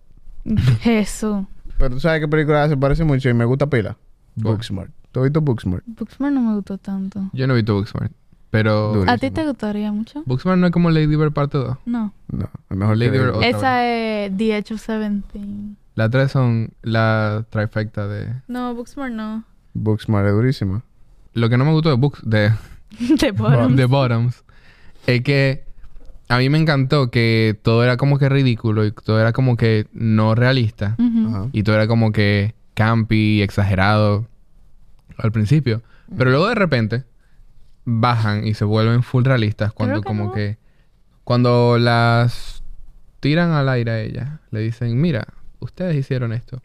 Speaker 3: [LAUGHS] Jesús.
Speaker 2: Pero tú sabes qué película se parece mucho y me gusta pila.
Speaker 1: Bueno,
Speaker 2: Booksmart. ¿Tú has visto Booksmart?
Speaker 3: Booksmart no me gustó tanto.
Speaker 1: Yo no he visto Booksmart. Pero.
Speaker 2: Durísimo.
Speaker 3: ¿A ti te gustaría mucho?
Speaker 1: Booksmart no es como Lady Bird parte 2.
Speaker 3: No.
Speaker 2: No, es mejor
Speaker 1: Lady
Speaker 2: que...
Speaker 1: or- Otra
Speaker 3: Esa es The Edge of Seventeen.
Speaker 1: Las tres son la trifecta de.
Speaker 3: No, Booksmart [LAUGHS] no.
Speaker 2: Booksmart es durísima.
Speaker 1: Lo que no me gustó de Books, de,
Speaker 3: Te
Speaker 1: de
Speaker 3: ponen.
Speaker 1: Bottoms es que a mí me encantó que todo era como que ridículo y todo era como que no realista.
Speaker 3: Ujú.
Speaker 2: Ajá.
Speaker 1: Y todo era como que campi, exagerado al principio. Pero luego de repente bajan y se vuelven full realistas cuando
Speaker 3: Creo que
Speaker 1: como
Speaker 3: no.
Speaker 1: que... Cuando las tiran al aire a ella, le dicen, mira, ustedes hicieron esto.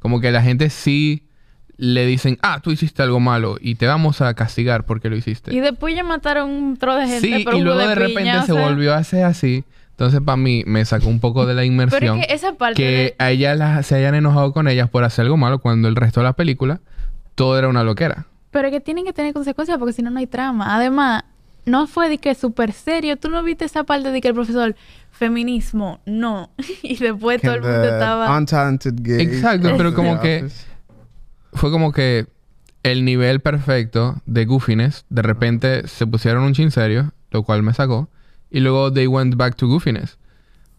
Speaker 1: Como que la gente sí le dicen, ah, tú hiciste algo malo y te vamos a castigar porque lo hiciste.
Speaker 3: Y después ya mataron un tro de gente.
Speaker 1: sí,
Speaker 3: por
Speaker 1: y
Speaker 3: jugo
Speaker 1: luego de, repente
Speaker 3: piña, o
Speaker 1: se
Speaker 3: sea,
Speaker 1: volvió a hacer así. Entonces para mí me sacó un poco de la inmersión
Speaker 3: Pero es que esa parte.
Speaker 1: que
Speaker 3: de-
Speaker 1: a ellas las- se hayan enojado con ellas por hacer algo malo cuando el resto de la película todo era una loquera.
Speaker 3: Pero que tienen que tener consecuencias porque si no, no hay trama. Además, no fue de que súper serio. Tú no viste esa parte de que el profesor. Feminismo, no. [LAUGHS] y después todo el
Speaker 2: Que
Speaker 3: mundo
Speaker 2: the
Speaker 3: estaba.
Speaker 2: Untalented gays
Speaker 1: Exacto,
Speaker 2: of
Speaker 1: pero
Speaker 2: the
Speaker 1: como que-
Speaker 2: office.
Speaker 1: Fue como que el nivel perfecto de goofiness, de repente se pusieron un chin serio, lo cual me sacó, y luego they went back to goofiness.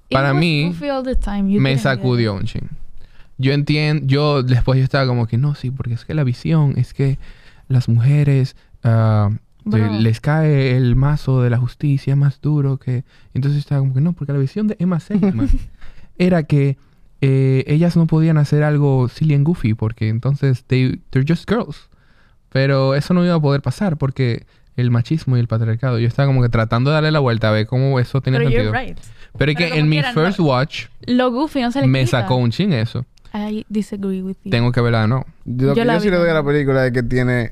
Speaker 3: It
Speaker 1: para
Speaker 3: was
Speaker 1: mí,
Speaker 3: goofy all the time. You
Speaker 1: me
Speaker 3: didn't get it.
Speaker 1: sacudió un chin. Yo entiendo, yo después yo estaba como que no, sí, porque es que la visión es que las mujeres ah, de-
Speaker 3: Bro.
Speaker 1: les cae el mazo de la justicia más duro que... Entonces estaba como que no, porque la visión de Emma
Speaker 3: [LAUGHS]
Speaker 1: Seligman era que eh, ellas no podían hacer algo silly and goofy porque entonces they, they're just girls. Pero eso no iba a poder pasar porque el machismo y el patriarcado. Yo estaba como que tratando de darle la vuelta a ver cómo eso tiene
Speaker 3: Pero
Speaker 1: sentido.
Speaker 3: you're right.
Speaker 1: Pero es
Speaker 3: Pero
Speaker 1: que
Speaker 3: como
Speaker 1: en mi
Speaker 3: quiera, no-
Speaker 1: first watch
Speaker 3: Lo goofy no se le
Speaker 1: me
Speaker 3: quita.
Speaker 1: sacó un ching eso.
Speaker 3: I disagree with you.
Speaker 1: Tengo que verla de nuevo.
Speaker 2: Yo, lo
Speaker 3: Yo
Speaker 2: que
Speaker 3: la
Speaker 2: yo sí
Speaker 3: vi
Speaker 2: le doy a la
Speaker 3: también.
Speaker 2: película es que tiene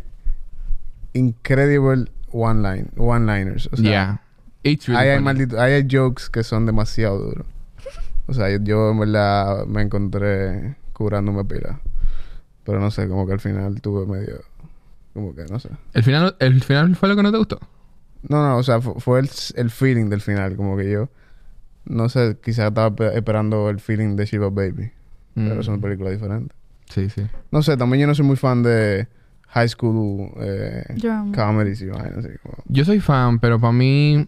Speaker 2: incredible one-line, one-liners. O sea,
Speaker 1: yeah. It's really
Speaker 2: ahí, hay
Speaker 1: funny.
Speaker 2: maldito- ahí hay jokes que son demasiado duros. O sea, yo, yo en verdad me encontré curándome pila. Pero no sé, como que al final tuve medio... Como que, no sé.
Speaker 1: El final, el final fue lo que no te gustó.
Speaker 2: No, no, o sea, fu- fue el, s- el feeling del final. Como que yo... No sé, quizás estaba pe- esperando el feeling de Shiva Baby.
Speaker 1: Mm.
Speaker 2: Pero son películas diferentes.
Speaker 1: Sí, sí.
Speaker 2: No sé, también yo no soy muy fan de high school eh,
Speaker 3: Drama.
Speaker 2: comedies y vainas. así como-
Speaker 1: Yo soy fan, pero para mí,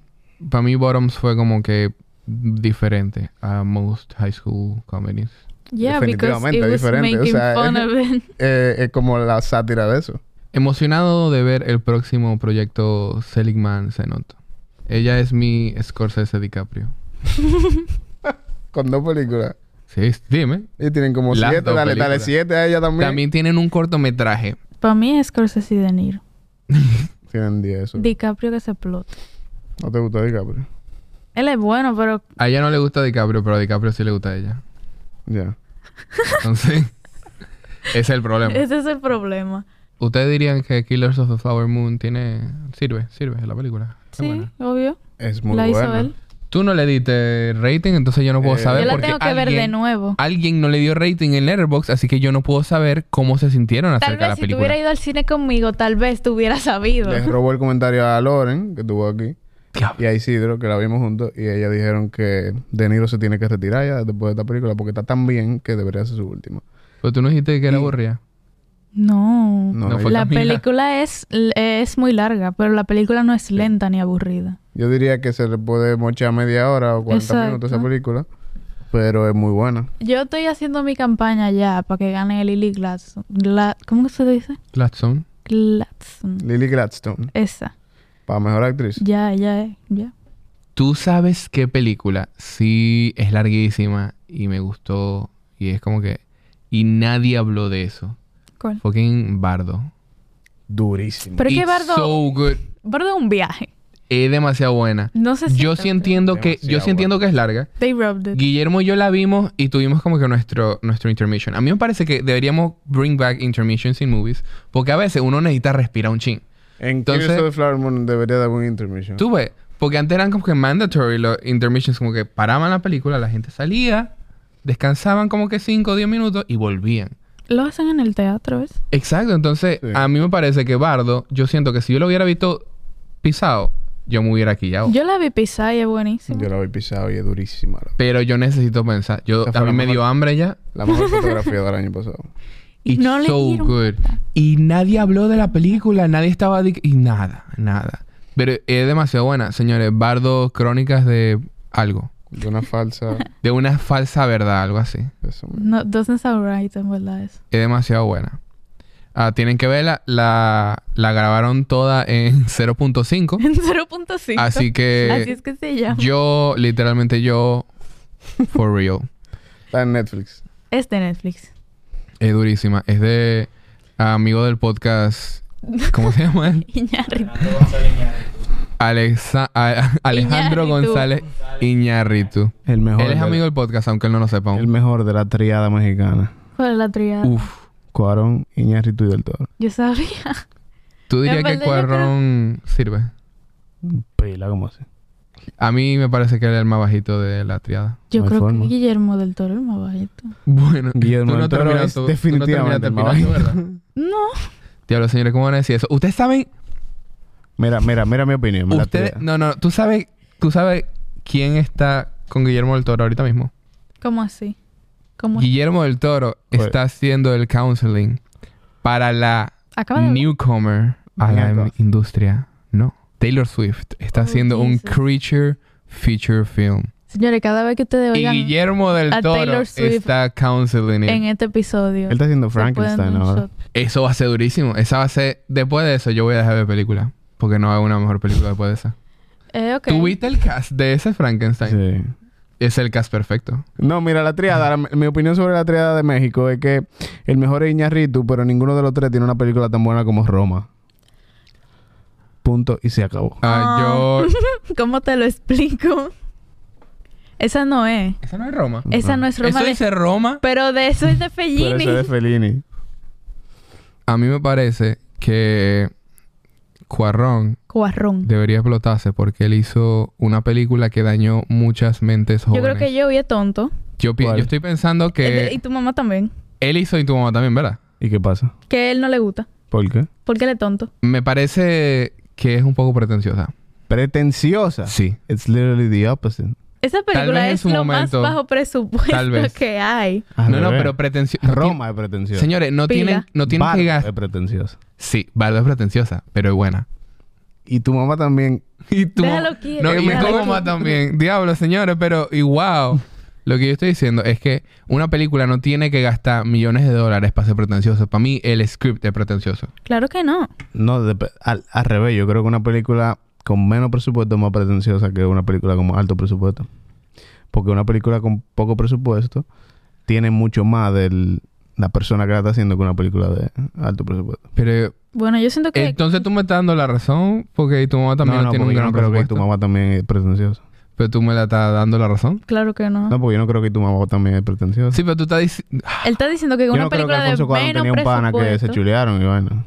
Speaker 1: para mí Bottoms fue como que diferente a most high school comedies.
Speaker 3: Yeah, because
Speaker 2: Definitivamente,
Speaker 3: it was
Speaker 2: diferente, o
Speaker 3: making
Speaker 2: sea,
Speaker 3: fun of it. [LAUGHS]
Speaker 2: Eh, es como la sátira de eso.
Speaker 1: Emocionado de ver el próximo proyecto Seligman Zenot. Ella es mi Scorsese DiCaprio.
Speaker 2: Con dos películas.
Speaker 1: Sí, s- dime.
Speaker 2: Y tienen como
Speaker 1: Las
Speaker 2: siete.
Speaker 1: dos
Speaker 2: Dale, dale
Speaker 1: películas.
Speaker 2: siete a ella también.
Speaker 1: También tienen un cortometraje. [LAUGHS]
Speaker 3: Para mí es Scorsese y De Niro.
Speaker 2: Tienen diez. eso.
Speaker 3: DiCaprio que se explota.
Speaker 2: ¿No te gustó DiCaprio?
Speaker 3: Él es bueno, pero
Speaker 1: A ella no le gusta DiCaprio, pero a DiCaprio sí le gusta a ella.
Speaker 2: Ya.
Speaker 1: Entonces, ese es el problema.
Speaker 3: [LAUGHS] ese es el problema.
Speaker 1: ¿Ustedes dirían que Killers of the Flower Moon tiene... Sirve, sirve la película. Es
Speaker 3: Sí,
Speaker 1: buena.
Speaker 3: obvio.
Speaker 2: Es muy
Speaker 3: la hizo
Speaker 2: buena.
Speaker 3: él.
Speaker 1: Tú no le diste rating, entonces yo no puedo
Speaker 2: Eh,
Speaker 1: saber
Speaker 3: Yo la
Speaker 1: porque
Speaker 3: tengo que
Speaker 1: alguien,
Speaker 3: ver de nuevo.
Speaker 1: alguien no le dio rating en Letterboxd, así que yo no puedo saber cómo se sintieron
Speaker 3: Tal
Speaker 1: acerca de
Speaker 3: vez
Speaker 1: la
Speaker 3: si
Speaker 1: película.
Speaker 3: tuviera ido al cine conmigo, tal vez te hubiera sabido.
Speaker 2: Les robó el comentario a Loren, que estuvo aquí.
Speaker 1: Diablo.
Speaker 2: Y a Isidro, que la vimos juntos. Y ellas dijeron que De Niro se tiene que retirar ya después de esta película. Porque está tan bien que debería ser su última.
Speaker 1: Pero Pues tú no dijiste que era
Speaker 2: Y-
Speaker 1: aburrida.
Speaker 3: No.
Speaker 2: No,
Speaker 1: No
Speaker 2: yo-
Speaker 1: fue
Speaker 3: La
Speaker 1: Camila.
Speaker 3: película es, es muy larga, pero la película no es lenta ni aburrida.
Speaker 2: Yo diría que se le puede mochar media hora o 40 minutos a esa
Speaker 3: Exacto.
Speaker 2: película. Pero es muy buena.
Speaker 3: Yo estoy haciendo mi campaña ya para que gane Lily Gladstone. Gla- ¿Cómo se dice?
Speaker 1: Gladstone.
Speaker 3: Gladstone.
Speaker 2: Lily Gladstone,
Speaker 3: Esa.
Speaker 2: para mejor actriz.
Speaker 3: Ya, ya, eh, ya.
Speaker 1: Tú sabes qué película sí es larguísima y me gustó y es como que y nadie habló de eso.
Speaker 3: ¿Cuál?
Speaker 1: Fucking Bardo.
Speaker 2: Durísimo.
Speaker 3: Pero es que
Speaker 1: It's
Speaker 3: Bardo,
Speaker 1: so good.
Speaker 3: Bardo es un viaje.
Speaker 1: Es demasiado buena.
Speaker 3: No sé si.
Speaker 1: Yo sí entiendo que yo
Speaker 2: Demasiado
Speaker 1: sí entiendo que es larga.
Speaker 3: They robbed it.
Speaker 1: Guillermo y yo la vimos y tuvimos como que nuestro, nuestro intermission. A mí me parece que deberíamos bring back intermissions in movies porque a veces uno necesita respirar un ching.
Speaker 2: En
Speaker 1: Entonces-
Speaker 2: Entonces, Killers of the Flower Moon debería dar un intermission.
Speaker 1: Tú ves, porque antes eran como que mandatory los intermissions, como que paraban la película, la gente salía, descansaban como que 5 o 10 minutos y volvían.
Speaker 3: Lo hacen en el teatro, ¿ves?
Speaker 1: Exacto, entonces
Speaker 2: Sí.
Speaker 1: a mí me parece que Bardo, yo siento que si yo lo hubiera visto pisado, yo me hubiera quillado.
Speaker 3: Yo la vi pisar y es buenísima.
Speaker 2: Yo la había pisado y es durísima. loco.
Speaker 1: Pero yo necesito pensar. Yo,
Speaker 2: Esa fue
Speaker 1: a
Speaker 2: la
Speaker 1: mí me
Speaker 2: mejor-
Speaker 1: dio hambre ya.
Speaker 2: La mejor fotografía del año pasado.
Speaker 1: It's
Speaker 3: no le
Speaker 1: so
Speaker 3: dieron
Speaker 1: good. Y nadie habló de la película, nadie estaba... de- Y nada, nada. Pero es demasiado buena, señores. Bardo, crónicas de algo.
Speaker 2: De una falsa.
Speaker 1: De una falsa verdad, algo así.
Speaker 2: Eso mismo.
Speaker 3: No, doesn't sound right, en verdad, eso.
Speaker 1: Es demasiado buena. Ah, tienen que verla. La, la grabaron toda en [LAUGHS] 0.5.
Speaker 3: [LAUGHS] En 0.5.
Speaker 1: así que
Speaker 3: Así es que se llama.
Speaker 1: yo, literalmente yo, for real.
Speaker 2: Está en Netflix.
Speaker 3: Es de Netflix. [LAUGHS]
Speaker 1: Es durísima. Es de amigo del podcast. ¿Cómo se
Speaker 3: [LAUGHS]
Speaker 1: llama él? Ah,
Speaker 3: Iñárritu.
Speaker 1: Alexa- a- Alejandro
Speaker 3: Iñárritu.
Speaker 1: González Iñárritu.
Speaker 2: El mejor.
Speaker 1: Él es amigo del podcast, aunque él no lo sepa. aún.
Speaker 2: El mejor de la triada mexicana.
Speaker 3: ¿Cuál es la triada?
Speaker 1: Uf.
Speaker 2: Cuarón, Iñárritu y Del Toro.
Speaker 3: Yo sabía.
Speaker 1: ¿Tú dirías
Speaker 3: En
Speaker 1: que
Speaker 3: verdad, yo creo-
Speaker 1: Cuarón sirve?
Speaker 2: Pela, como así.
Speaker 1: A mí me parece que él es el más bajito de la triada. [LAUGHS]
Speaker 3: Yo
Speaker 2: No hay
Speaker 3: creo
Speaker 2: forma.
Speaker 3: que Guillermo del Toro es más bajito.
Speaker 1: Bueno,
Speaker 2: Guillermo
Speaker 1: tú no
Speaker 2: del Toro
Speaker 1: terminaste-
Speaker 2: es
Speaker 1: tú no
Speaker 2: definitivamente el más
Speaker 1: terminaste
Speaker 2: bajito.
Speaker 1: ¿verdad?
Speaker 2: [LAUGHS]
Speaker 3: No.
Speaker 1: Diablo, señores, ¿cómo van a decir eso? Ustedes saben,
Speaker 2: Mira, mira, mira mi opinión. la
Speaker 1: ustedes,
Speaker 2: triada.
Speaker 1: no, no, tú sabes, tú sabes quién está con Guillermo del Toro ahorita mismo.
Speaker 3: ¿Cómo así? ¿Cómo?
Speaker 1: Guillermo del Toro
Speaker 2: Pues-
Speaker 1: está haciendo el counseling para la
Speaker 3: Acaba de...
Speaker 1: newcomer a la
Speaker 2: Mierda.
Speaker 1: em- industria. No, Taylor Swift está
Speaker 3: Oh,
Speaker 1: haciendo un
Speaker 3: Jesus.
Speaker 1: creature feature film.
Speaker 3: Señores, cada vez que ustedes
Speaker 1: Y
Speaker 3: oigan
Speaker 1: Guillermo del
Speaker 3: a
Speaker 1: Toro
Speaker 3: Taylor Swift
Speaker 1: está counseling.
Speaker 3: en
Speaker 1: him.
Speaker 3: este episodio...
Speaker 2: Él está haciendo
Speaker 3: se pueden
Speaker 2: Frankenstein
Speaker 3: dar un
Speaker 2: ahora.
Speaker 3: shot.
Speaker 1: Eso va a ser durísimo. Esa va a ser, después de eso, yo voy a dejar de ver película. Porque no hay una mejor película después de esa.
Speaker 3: Eh, ok.
Speaker 1: ¿Tú viste el cast de ese Frankenstein?
Speaker 2: Sí.
Speaker 1: Es el cast perfecto.
Speaker 2: No, mira, la triada, la- mi opinión sobre la triada de México es que el mejor es Iñarritu, pero ninguno de los tres tiene una película tan buena como Roma. Punto y se acabó.
Speaker 1: Ah,
Speaker 3: Ah. [LAUGHS]
Speaker 1: yo.
Speaker 3: ¿Cómo te lo explico? Esa no es.
Speaker 1: Esa no es Roma.
Speaker 3: Esa no es Roma.
Speaker 1: Eso
Speaker 3: de-
Speaker 1: dice Roma.
Speaker 3: Pero de eso es de
Speaker 2: Pero
Speaker 3: Fellini.
Speaker 2: eso es de Fellini.
Speaker 1: A mí me parece que Cuarrón
Speaker 3: Cuarrón.
Speaker 1: debería explotarse porque él hizo una película que dañó muchas mentes
Speaker 3: Yo
Speaker 1: jóvenes.
Speaker 3: creo que Joey es tonto.
Speaker 1: Yo, pi-
Speaker 2: ¿Cuál?
Speaker 1: yo estoy pensando
Speaker 3: Eh, Y
Speaker 1: que
Speaker 3: tu mamá también.
Speaker 1: él hizo y tu mamá también, ¿verdad?
Speaker 2: ¿Y qué pasa?
Speaker 3: Que él no le gusta.
Speaker 2: ¿Por qué?
Speaker 3: Porque él es tonto.
Speaker 1: Me parece que es un poco pretenciosa.
Speaker 2: Pretenciosa.
Speaker 1: Sí.
Speaker 2: It's literally the opposite.
Speaker 3: Esa
Speaker 1: vez
Speaker 3: película
Speaker 1: en
Speaker 3: es
Speaker 1: su
Speaker 3: lo
Speaker 1: momento.
Speaker 3: más bajo
Speaker 1: Tal
Speaker 3: presupuesto
Speaker 1: vez.
Speaker 3: que hay.
Speaker 2: Ah, Al
Speaker 1: no, no,
Speaker 2: revés.
Speaker 1: pero pretenciosa.
Speaker 2: Roma es pretenciosa.
Speaker 1: Señores, no
Speaker 3: Pila.
Speaker 1: tienen, no tienen
Speaker 2: Bardo
Speaker 1: que gastar.
Speaker 2: es pretenciosa.
Speaker 1: Sí, Bardo es pretenciosa, pero es buena. [LAUGHS]
Speaker 2: Y tu mamá también.
Speaker 1: Y tú.
Speaker 3: Déjalo quieto,
Speaker 1: No, y mi
Speaker 3: déjalo
Speaker 1: mamá
Speaker 3: quieto.
Speaker 1: también. Diablo, señores, pero y wow. Lo que yo estoy diciendo es que una película no tiene que gastar millones de dólares para ser pretenciosa. Para mí, el script es pretencioso.
Speaker 3: Claro que no.
Speaker 2: No, de- al, al revés. Yo creo que una película con menos presupuesto es más pretenciosa que una película con alto presupuesto. Porque una película con poco presupuesto tiene mucho más de la persona que la está haciendo que una película de alto presupuesto.
Speaker 1: Pero
Speaker 3: Bueno, yo siento que...
Speaker 1: entonces tú me estás dando la razón porque tu mamá también
Speaker 2: no, no,
Speaker 1: tiene un
Speaker 2: porque yo
Speaker 1: gran
Speaker 2: no creo que tu
Speaker 1: presupuesto.
Speaker 2: mamá también es pretenciosa.
Speaker 1: Pero tú me la estás dando la razón.
Speaker 3: Claro que no.
Speaker 2: No, porque yo no creo que tu mamá también es pretenciosa.
Speaker 1: Sí, pero tú estás diciendo.
Speaker 3: Él está diciendo que
Speaker 2: yo
Speaker 3: una
Speaker 2: no creo que
Speaker 3: película de
Speaker 2: Alfonso Cuarón
Speaker 3: menos
Speaker 2: tenía un pana que se
Speaker 3: presupuesto...
Speaker 2: chulearon y bueno.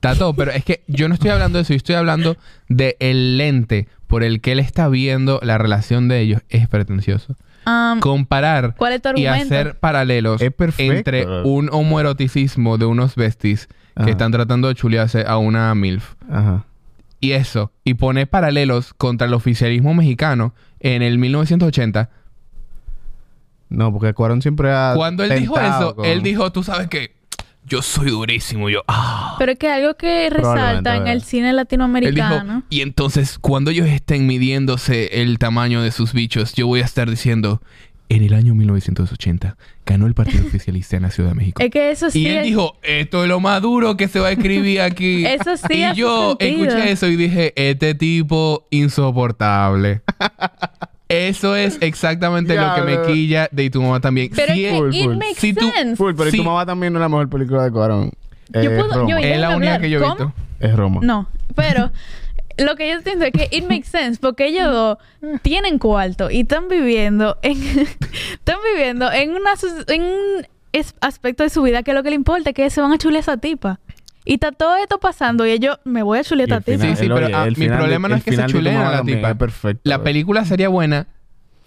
Speaker 1: Tato, pero es que yo no estoy hablando de eso, yo estoy hablando de el lente por el que él está viendo la relación de ellos. Es pretencioso.
Speaker 3: Am,
Speaker 1: Comparar
Speaker 3: Um, ¿Cuál es tu
Speaker 1: y
Speaker 3: argumento?
Speaker 1: hacer paralelos
Speaker 2: Es perfecto. Ah.
Speaker 1: entre un homoeroticismo de unos besties
Speaker 2: Ajá.
Speaker 1: que están tratando de chulearse a una MILF
Speaker 2: Ajá.
Speaker 1: y eso, y poner paralelos contra el oficialismo mexicano en el 1980.
Speaker 2: No, porque Cuarón siempre ha.
Speaker 1: Cuando él dijo
Speaker 2: tentado
Speaker 1: eso,
Speaker 2: con-
Speaker 1: él dijo, tú sabes que yo soy durísimo, yo, ah.
Speaker 3: Pero es que algo que
Speaker 2: Probablemente,
Speaker 3: resalta en
Speaker 2: ¿verdad?
Speaker 3: el cine
Speaker 1: Él dijo,
Speaker 3: latinoamericano...
Speaker 1: y entonces cuando ellos estén midiéndose el tamaño de sus bichos, yo voy a estar diciendo, en el año 1980 ganó el
Speaker 3: [LAUGHS]
Speaker 1: Partido Oficialista en la Ciudad de México.
Speaker 3: Es que eso sí
Speaker 1: Y él
Speaker 3: es-
Speaker 1: dijo, esto es lo más duro que se va a escribir aquí.
Speaker 3: [LAUGHS] Eso sí
Speaker 1: Y
Speaker 3: hace
Speaker 1: yo
Speaker 3: sentido.
Speaker 1: escuché eso y dije, este tipo insoportable. eso es exactamente lo que me
Speaker 2: Diablo.
Speaker 1: quilla de y tu mamá también.
Speaker 3: Pero
Speaker 1: Si
Speaker 3: es
Speaker 1: él-
Speaker 2: Full,
Speaker 3: que it
Speaker 2: full.
Speaker 3: makes
Speaker 1: Si tú-
Speaker 3: sense.
Speaker 2: Full, pero y
Speaker 1: Sí.
Speaker 2: tu mamá también no es la mejor película de Cuarón.
Speaker 3: Yo
Speaker 2: es
Speaker 3: puedo- yo-
Speaker 2: Roma.
Speaker 3: yo-
Speaker 1: es la
Speaker 3: déjame
Speaker 1: única
Speaker 3: hablar.
Speaker 1: que yo he
Speaker 3: ¿Cómo?
Speaker 1: visto.
Speaker 2: Es
Speaker 1: Pues.
Speaker 2: Roma.
Speaker 3: No, pero lo que yo entiendo es que it makes sense porque ellos dos tienen cuarto y están viviendo en [LAUGHS] están viviendo en una sus- en un es- aspecto de su vida que lo que le importa es que se van a chulear a esa tipa. Y está todo esto pasando y ellos me voy a chulear
Speaker 2: Y
Speaker 3: a
Speaker 2: el
Speaker 3: esta tipa.
Speaker 2: final-
Speaker 1: Sí, sí,
Speaker 2: el-
Speaker 1: pero,
Speaker 2: oye,
Speaker 1: ah,
Speaker 2: el
Speaker 1: mi
Speaker 2: final de-
Speaker 1: problema no
Speaker 2: el
Speaker 1: es que se
Speaker 2: final de tu
Speaker 1: chuleen a
Speaker 2: mamá
Speaker 1: la
Speaker 2: también
Speaker 1: tipa.
Speaker 2: Es perfecto.
Speaker 1: La película sería buena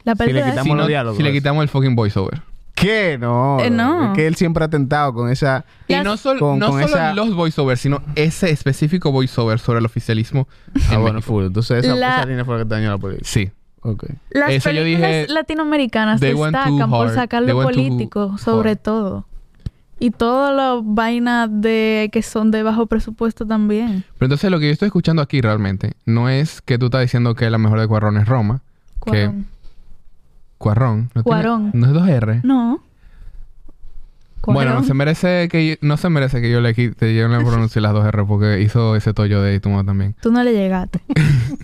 Speaker 3: La
Speaker 2: Si le
Speaker 3: película
Speaker 1: si,
Speaker 2: quitamos- Damos los
Speaker 1: no-
Speaker 2: diálogos,
Speaker 1: si le
Speaker 2: eso.
Speaker 1: quitamos el fucking voiceover.
Speaker 2: ¿Qué? No.
Speaker 3: Eh, no.
Speaker 2: Es que él siempre ha tentado con esa. Ah,
Speaker 1: Y
Speaker 3: Las-
Speaker 1: no, sol-
Speaker 2: Con-
Speaker 1: no
Speaker 2: con
Speaker 1: solo
Speaker 2: esa-
Speaker 1: los voiceovers, sino ese específico voiceover sobre el oficialismo.
Speaker 2: Ah,
Speaker 1: en
Speaker 2: bueno,
Speaker 1: México.
Speaker 2: full. Entonces esa,
Speaker 3: La-
Speaker 2: esa línea fue la que te dañó la película.
Speaker 1: Sí.
Speaker 2: Ok.
Speaker 3: Las
Speaker 1: Eso yo
Speaker 3: películas
Speaker 1: dije,
Speaker 3: latinoamericanas
Speaker 1: they went too
Speaker 3: destacan por
Speaker 1: hard,
Speaker 3: sacar
Speaker 1: they
Speaker 3: lo
Speaker 1: went too
Speaker 3: político, sobre
Speaker 1: hard.
Speaker 3: todo. Y todas las vainas de que son de bajo presupuesto también.
Speaker 1: Pero entonces lo que yo estoy escuchando aquí realmente no es que tú estás diciendo que la mejor de Cuarrón es Roma.
Speaker 3: Cuarón.
Speaker 1: Cuarrón. No tiene-
Speaker 3: Cuarón.
Speaker 1: no es dos R.
Speaker 3: No.
Speaker 1: Bueno, no
Speaker 3: Cuarón.
Speaker 1: se merece que yo, no se merece que yo le quite,
Speaker 3: [LAUGHS]
Speaker 1: yo no le pronuncie las dos R porque hizo ese tollo de Itumo también.
Speaker 3: Tú no le llegaste.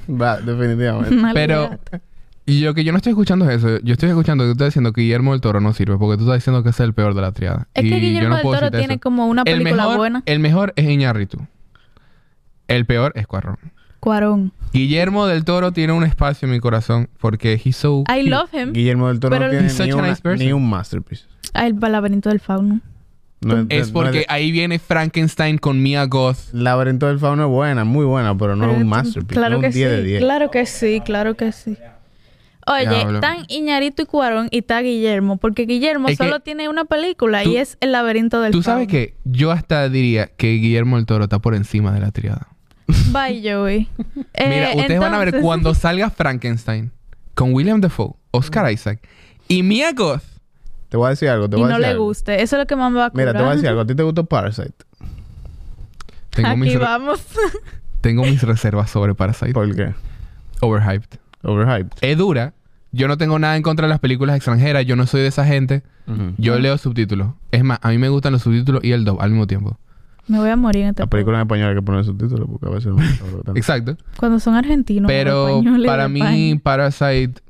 Speaker 2: Va, definitivamente.
Speaker 3: No le
Speaker 1: Pero-
Speaker 3: llegaste.
Speaker 1: Y lo que yo no estoy escuchando es eso. Yo estoy escuchando que tú estás diciendo que Guillermo del Toro no sirve porque tú estás diciendo que ese es el peor de la triada.
Speaker 3: Es
Speaker 1: Y
Speaker 3: que
Speaker 1: yo
Speaker 3: Guillermo
Speaker 1: no
Speaker 3: del
Speaker 1: puedo
Speaker 3: Toro
Speaker 1: decirte
Speaker 3: tiene
Speaker 1: eso.
Speaker 3: como una
Speaker 1: el
Speaker 3: película
Speaker 1: mejor,
Speaker 3: buena.
Speaker 1: El mejor es Iñárritu. El peor es Cuarrón.
Speaker 3: Cuarón.
Speaker 1: Guillermo del Toro tiene un espacio en mi corazón porque he so
Speaker 2: [LAUGHS]
Speaker 3: I love him.
Speaker 2: Guillermo del Toro
Speaker 3: Mm, em,
Speaker 2: no
Speaker 3: Pero él-
Speaker 2: tiene
Speaker 1: He's such
Speaker 2: ni,
Speaker 1: a
Speaker 2: una-
Speaker 1: nice person.
Speaker 2: ni un masterpiece.
Speaker 3: Ah, el laberinto del fauno.
Speaker 2: No no
Speaker 1: Es porque ahí viene Frankenstein con Mia Goth.
Speaker 2: Laberinto del Fauno es buena, muy buena, pero no es
Speaker 3: Pero
Speaker 2: un
Speaker 3: tú-
Speaker 2: masterpiece.
Speaker 3: Claro
Speaker 2: no es
Speaker 3: que
Speaker 2: un 10
Speaker 3: sí.
Speaker 2: de 10.
Speaker 3: Claro que sí, claro que sí. Oye,
Speaker 1: Diablo.
Speaker 3: están Iñarito y Cuarón y está Guillermo, porque Guillermo
Speaker 1: Es que
Speaker 3: solo tiene una película
Speaker 1: tú-
Speaker 3: y es El laberinto del
Speaker 1: Tú sabes
Speaker 3: fauno.
Speaker 1: que yo hasta diría que Guillermo del Toro está por encima de la triada.
Speaker 3: Bye, Joey.
Speaker 1: Mira,
Speaker 3: Eh,
Speaker 1: ustedes van a ver
Speaker 3: entonces-
Speaker 1: cuando salga Frankenstein con William Defoe,
Speaker 3: Mm.
Speaker 1: Oscar Isaac y Mia Goth.
Speaker 2: Te voy a decir algo. Te
Speaker 3: Y
Speaker 2: voy a
Speaker 3: no
Speaker 2: decir
Speaker 3: le
Speaker 2: algo.
Speaker 3: guste. Eso es lo que más me va a curar.
Speaker 2: Mira, te voy a decir
Speaker 3: [LAUGHS]
Speaker 2: algo. ¿A ti te gustó Parasite?
Speaker 1: Tengo,
Speaker 3: Aquí
Speaker 1: mis, re-
Speaker 3: vamos. [LAUGHS]
Speaker 1: tengo mis reservas sobre Parasite.
Speaker 2: ¿Por qué?
Speaker 1: Overhyped.
Speaker 2: Overhyped.
Speaker 1: Es dura. Yo no tengo nada en contra de las películas extranjeras. Yo no soy de esa gente. Yo
Speaker 3: Mm.
Speaker 1: leo subtítulos. Es más, a mí me gustan los subtítulos y el dub al mismo tiempo.
Speaker 3: me voy a morir en este
Speaker 2: La película en español hay que poner subtítulos porque a veces no me acuerdo tanto.
Speaker 1: Exacto.
Speaker 3: Cuando son argentinos.
Speaker 1: Pero
Speaker 3: españoles
Speaker 1: para
Speaker 3: de
Speaker 1: mí,
Speaker 3: España.
Speaker 1: Parasite,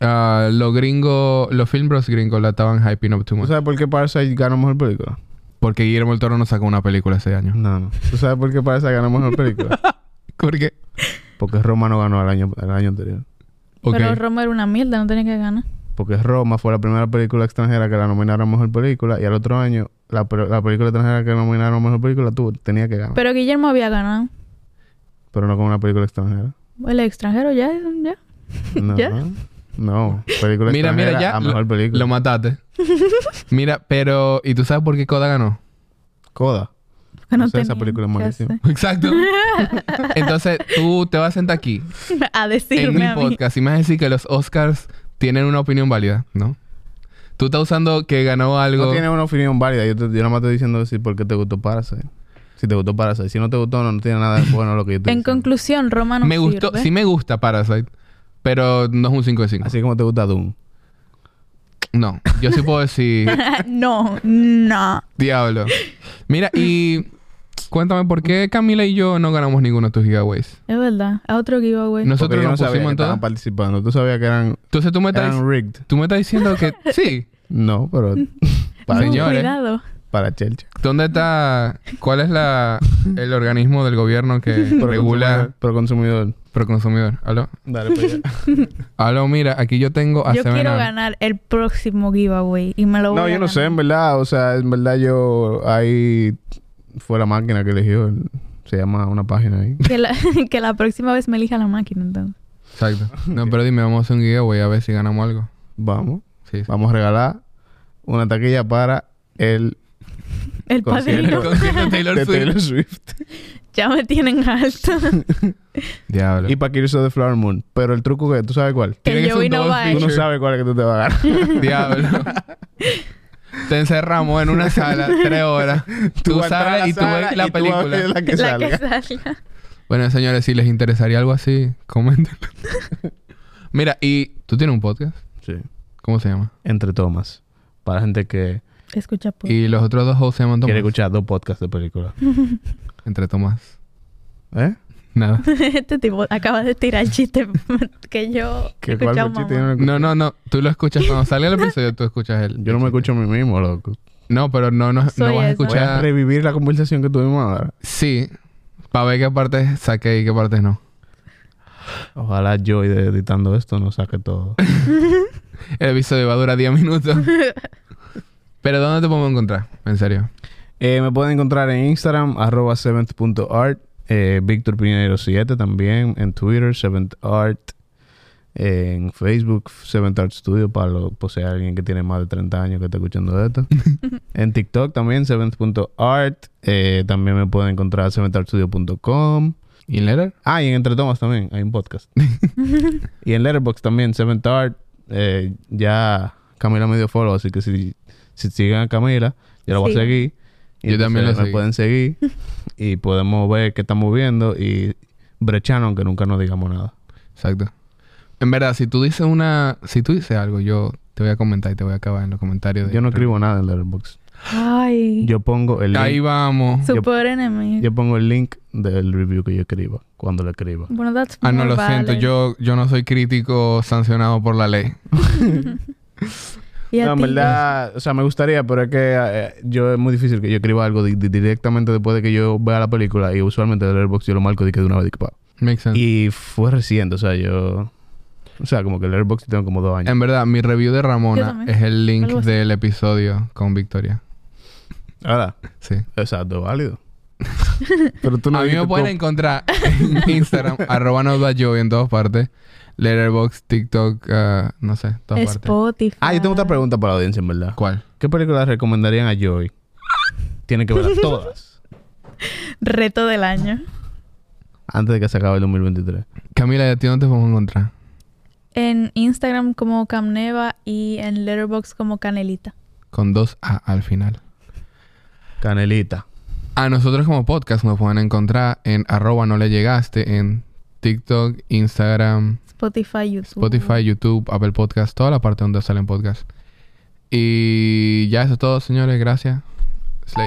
Speaker 1: ah, los gringos, los film bros gringos la estaban hyping up too
Speaker 2: ¿Tú
Speaker 1: much.
Speaker 2: sabes por qué Parasite ganó mejor película?
Speaker 1: Porque Guillermo el Toro no sacó una película ese
Speaker 2: [LAUGHS]
Speaker 1: año.
Speaker 2: No, no. ¿Tú sabes por qué Parasite ganó mejor película?
Speaker 1: ¿Por qué?
Speaker 2: Porque Roma no ganó el año, el año anterior.
Speaker 1: Ok.
Speaker 3: Pero Roma era una mierda, no tenía que ganar.
Speaker 2: Porque Roma fue la primera película extranjera que la nominaron a mejor película y al otro año la, pe- la película extranjera que nominaron a mejor película tú tenía que ganar.
Speaker 3: Pero Guillermo había ganado.
Speaker 2: Pero no con una película extranjera.
Speaker 3: El extranjero ya es un- ya.
Speaker 2: No.
Speaker 3: ¿Ya?
Speaker 2: No, película
Speaker 1: Mira,
Speaker 2: extranjera
Speaker 1: mira, ya.
Speaker 2: a mejor
Speaker 1: lo,
Speaker 2: película.
Speaker 1: lo
Speaker 3: [LAUGHS]
Speaker 1: mataste. mira, pero. ¿Y tú sabes por qué Coda ganó? [LAUGHS]
Speaker 2: Coda.
Speaker 3: Que no
Speaker 2: O sea, esa
Speaker 3: tenían
Speaker 2: película es
Speaker 3: que
Speaker 2: malísima.
Speaker 3: hacer.
Speaker 1: Exacto. Entonces, tú te vas a sentar aquí,
Speaker 3: [LAUGHS] A
Speaker 1: en mi
Speaker 3: decirme a mí.
Speaker 1: podcast, y me vas a decir que los Oscars tienen una opinión válida, ¿no? Tú estás usando que ganó algo.
Speaker 2: No tiene una opinión válida. Yo, te, yo nomás estoy diciendo si por qué te gustó Parasite. Si te gustó Parasite. Si no te gustó, no, no tiene nada de bueno lo que yo te
Speaker 3: En conclusión, Roma Ah, no
Speaker 1: me gustó,
Speaker 3: sirve.
Speaker 1: sí me gusta Parasite, pero no es un 5 de 5.
Speaker 2: Así como te gusta Doom.
Speaker 1: No, yo sí puedo
Speaker 3: [LAUGHS]
Speaker 1: decir,
Speaker 3: [LAUGHS] no, no.
Speaker 1: diablo. Mira, y cuéntame por qué Camila y yo no ganamos ninguno de tus giveaways.
Speaker 3: Es verdad. A otro giveaway.
Speaker 1: No- Nosotros
Speaker 2: Porque yo no
Speaker 1: nos
Speaker 2: sabía
Speaker 1: pusimos
Speaker 2: que
Speaker 1: en todas.
Speaker 2: estaban participando. Tú sabías que eran,
Speaker 1: Entonces tú me estás,
Speaker 2: eran rigged.
Speaker 1: tú me estás diciendo
Speaker 2: [LAUGHS]
Speaker 1: que sí.
Speaker 2: No, pero
Speaker 3: No,
Speaker 2: para,
Speaker 1: Señores.
Speaker 3: Cuidado.
Speaker 2: para Chelcha.
Speaker 1: ¿Dónde está? ¿Cuál es la el organismo del gobierno que regula
Speaker 2: Pro consumidor.
Speaker 1: Proconsumidor? Aló.
Speaker 2: Dale, pues ya.
Speaker 1: Aló, mira, aquí yo tengo a
Speaker 3: Yo
Speaker 1: Seven
Speaker 3: quiero
Speaker 1: Up.
Speaker 3: ganar el próximo giveaway y me lo voy
Speaker 2: No,
Speaker 3: a
Speaker 2: yo no sé, en
Speaker 3: ganar.
Speaker 2: verdad. O sea, en verdad yo ahí fue la máquina que eligió. el- se llama una página ahí.
Speaker 3: Que la, [LAUGHS] que la próxima vez me elija la máquina, entonces.
Speaker 1: Exacto. No, pero dime, vamos a hacer un giveaway a ver si ganamos algo.
Speaker 2: Vamos.
Speaker 1: Sí. sí.
Speaker 2: Vamos a regalar una taquilla para el
Speaker 3: El
Speaker 2: Concierto.
Speaker 3: padrino
Speaker 1: El concierto de Taylor
Speaker 2: de Taylor Swift.
Speaker 3: [LAUGHS] ya me tienen alto.
Speaker 1: Diablo.
Speaker 2: Y para que de Flower Moon. Pero el truco que tú sabes cuál.
Speaker 1: Tiene
Speaker 3: que
Speaker 1: que
Speaker 3: yo
Speaker 1: ser
Speaker 3: vi
Speaker 1: un
Speaker 3: no
Speaker 1: double
Speaker 3: va a
Speaker 2: Tú
Speaker 1: feature.
Speaker 3: ir.
Speaker 2: no sabes cuál es que tú te vas a ganar.
Speaker 1: Diablo. Te encerramos en una sala tres
Speaker 2: [LAUGHS]
Speaker 1: horas. [LAUGHS] Tú,
Speaker 2: vas a entrar a
Speaker 1: sales y tú
Speaker 2: sala
Speaker 1: ves la
Speaker 2: y tú vas a
Speaker 1: película.
Speaker 2: ver la [LAUGHS] que
Speaker 3: La que
Speaker 2: salga.
Speaker 3: salga.
Speaker 1: Bueno, señores, si les interesaría algo así,
Speaker 2: [LAUGHS]
Speaker 1: coméntenlo. Mira, y tú tienes un podcast.
Speaker 2: Sí.
Speaker 1: ¿Cómo se llama?
Speaker 2: Entre tomas. Para gente que
Speaker 3: Escucha, pues.
Speaker 1: Y los otros dos hosts se llaman Tomás.
Speaker 2: quiere escuchar dos podcasts de películas.
Speaker 1: Entre Tomás.
Speaker 2: ¿Eh?
Speaker 1: Nada.
Speaker 3: [LAUGHS] este tipo acaba de tirar el chiste [LAUGHS] que yo
Speaker 2: ¿Qué,
Speaker 3: escuchaba
Speaker 2: ¿Cuál chiste? Yo no, lo
Speaker 3: mamá.
Speaker 1: No,
Speaker 2: escuché.
Speaker 1: no, no. Tú lo escuchas cuando salga el episodio, tú escuchas él.
Speaker 2: Yo no me escucho a mí mismo, loco.
Speaker 1: No, pero no, no, no
Speaker 3: Soy
Speaker 1: vas a
Speaker 3: esa.
Speaker 2: Voy a
Speaker 1: escuchar.
Speaker 2: revivir la conversación que tuvimos ahora.
Speaker 1: Sí. Para ver qué partes saqué y qué partes no.
Speaker 2: Ojalá yo de- editando esto no saque todo.
Speaker 1: El episodio va a durar 10
Speaker 3: [LAUGHS]
Speaker 1: minutos. pero ¿dónde te podemos encontrar? En serio.
Speaker 2: Eh, me pueden encontrar en Instagram, arroba 7th.art. Eh, Víctor Piñero 7 también. En Twitter, 7th.art. Eh, en Facebook, 7th.art Studio, para lo, por si hay alguien que tiene más de 30 años que está escuchando esto. en TikTok también, 7th.art. Eh, también me pueden encontrar 7thArtstudio.com.
Speaker 1: ¿Y en Letter?
Speaker 2: Ah, y en Entre Tomas también, hay un podcast. [LAUGHS] y en Letterboxd también, 7th Eh, ya Camila me dio follow, así que si, si siguen a Camila, yo la voy
Speaker 3: Sí.
Speaker 2: a seguir. Y
Speaker 1: Yo también
Speaker 2: entonces
Speaker 1: la
Speaker 2: me
Speaker 1: seguí.
Speaker 2: pueden seguir y podemos ver qué estamos viendo y brechano aunque nunca nos digamos nada.
Speaker 1: Exacto. En verdad, si tú dices una... Si tú dices algo, yo te voy a comentar y te voy a acabar en los comentarios. de-
Speaker 2: Yo no escribo nada en Letterboxd.
Speaker 3: Ay,
Speaker 2: Yo pongo el
Speaker 1: Ahí
Speaker 2: link,
Speaker 1: vamos.
Speaker 3: su
Speaker 2: yo-
Speaker 3: peor enemigo.
Speaker 2: yo pongo el link del review que yo escriba, cuando lo escriba.
Speaker 3: bueno, that's
Speaker 1: Ah, no,
Speaker 3: more
Speaker 1: lo siento.
Speaker 3: valid.
Speaker 1: Yo, yo no soy crítico sancionado por la ley.
Speaker 3: Y a
Speaker 2: No, en
Speaker 3: ti,
Speaker 2: verdad, o sea, me gustaría, pero es que eh, yo es muy difícil que yo escriba algo di- di- directamente después de que yo vea la película y usualmente el Airbox yo lo marco de que de una vez de que pa.
Speaker 1: Makes sense.
Speaker 2: Y fue reciente, o sea, yo... O sea, como que el Airbox tengo como dos años.
Speaker 1: En verdad, mi review de
Speaker 3: Yo
Speaker 1: Ramona
Speaker 3: también.
Speaker 1: es el link
Speaker 3: Algo así.
Speaker 1: del episodio con Victoria.
Speaker 2: Em, Ahora,
Speaker 1: Sí.
Speaker 2: exacto, válido. [LAUGHS] pero tú no
Speaker 1: a mí
Speaker 2: dijiste
Speaker 1: me pueden
Speaker 2: tú-
Speaker 1: encontrar en [LAUGHS] Instagram,
Speaker 2: [LAUGHS]
Speaker 1: arroba nos da yo en todas partes. Letterboxd, TikTok, ah, no sé, todas partes.
Speaker 3: Spotify.
Speaker 2: Ah, yo tengo otra pregunta para la audiencia, en verdad.
Speaker 1: ¿Cuál?
Speaker 2: ¿Qué películas recomendarían a Joey? Tiene que [LAUGHS] verlas todas
Speaker 3: Reto del año.
Speaker 2: antes de que se acabe el 2023.
Speaker 1: Camila, ¿de ti dónde te podemos encontrar?
Speaker 3: En Instagram como Camneva y en Letterboxd como Canelita.
Speaker 1: Con dos A al final.
Speaker 2: Canelita.
Speaker 1: A nosotros como podcast nos pueden encontrar en arroba no le llegaste en TikTok, Instagram,
Speaker 3: Spotify, YouTube.
Speaker 1: Spotify, YouTube, Apple Podcast, toda la parte donde salen podcasts. Y ya eso es todo, señores. Gracias. Slay.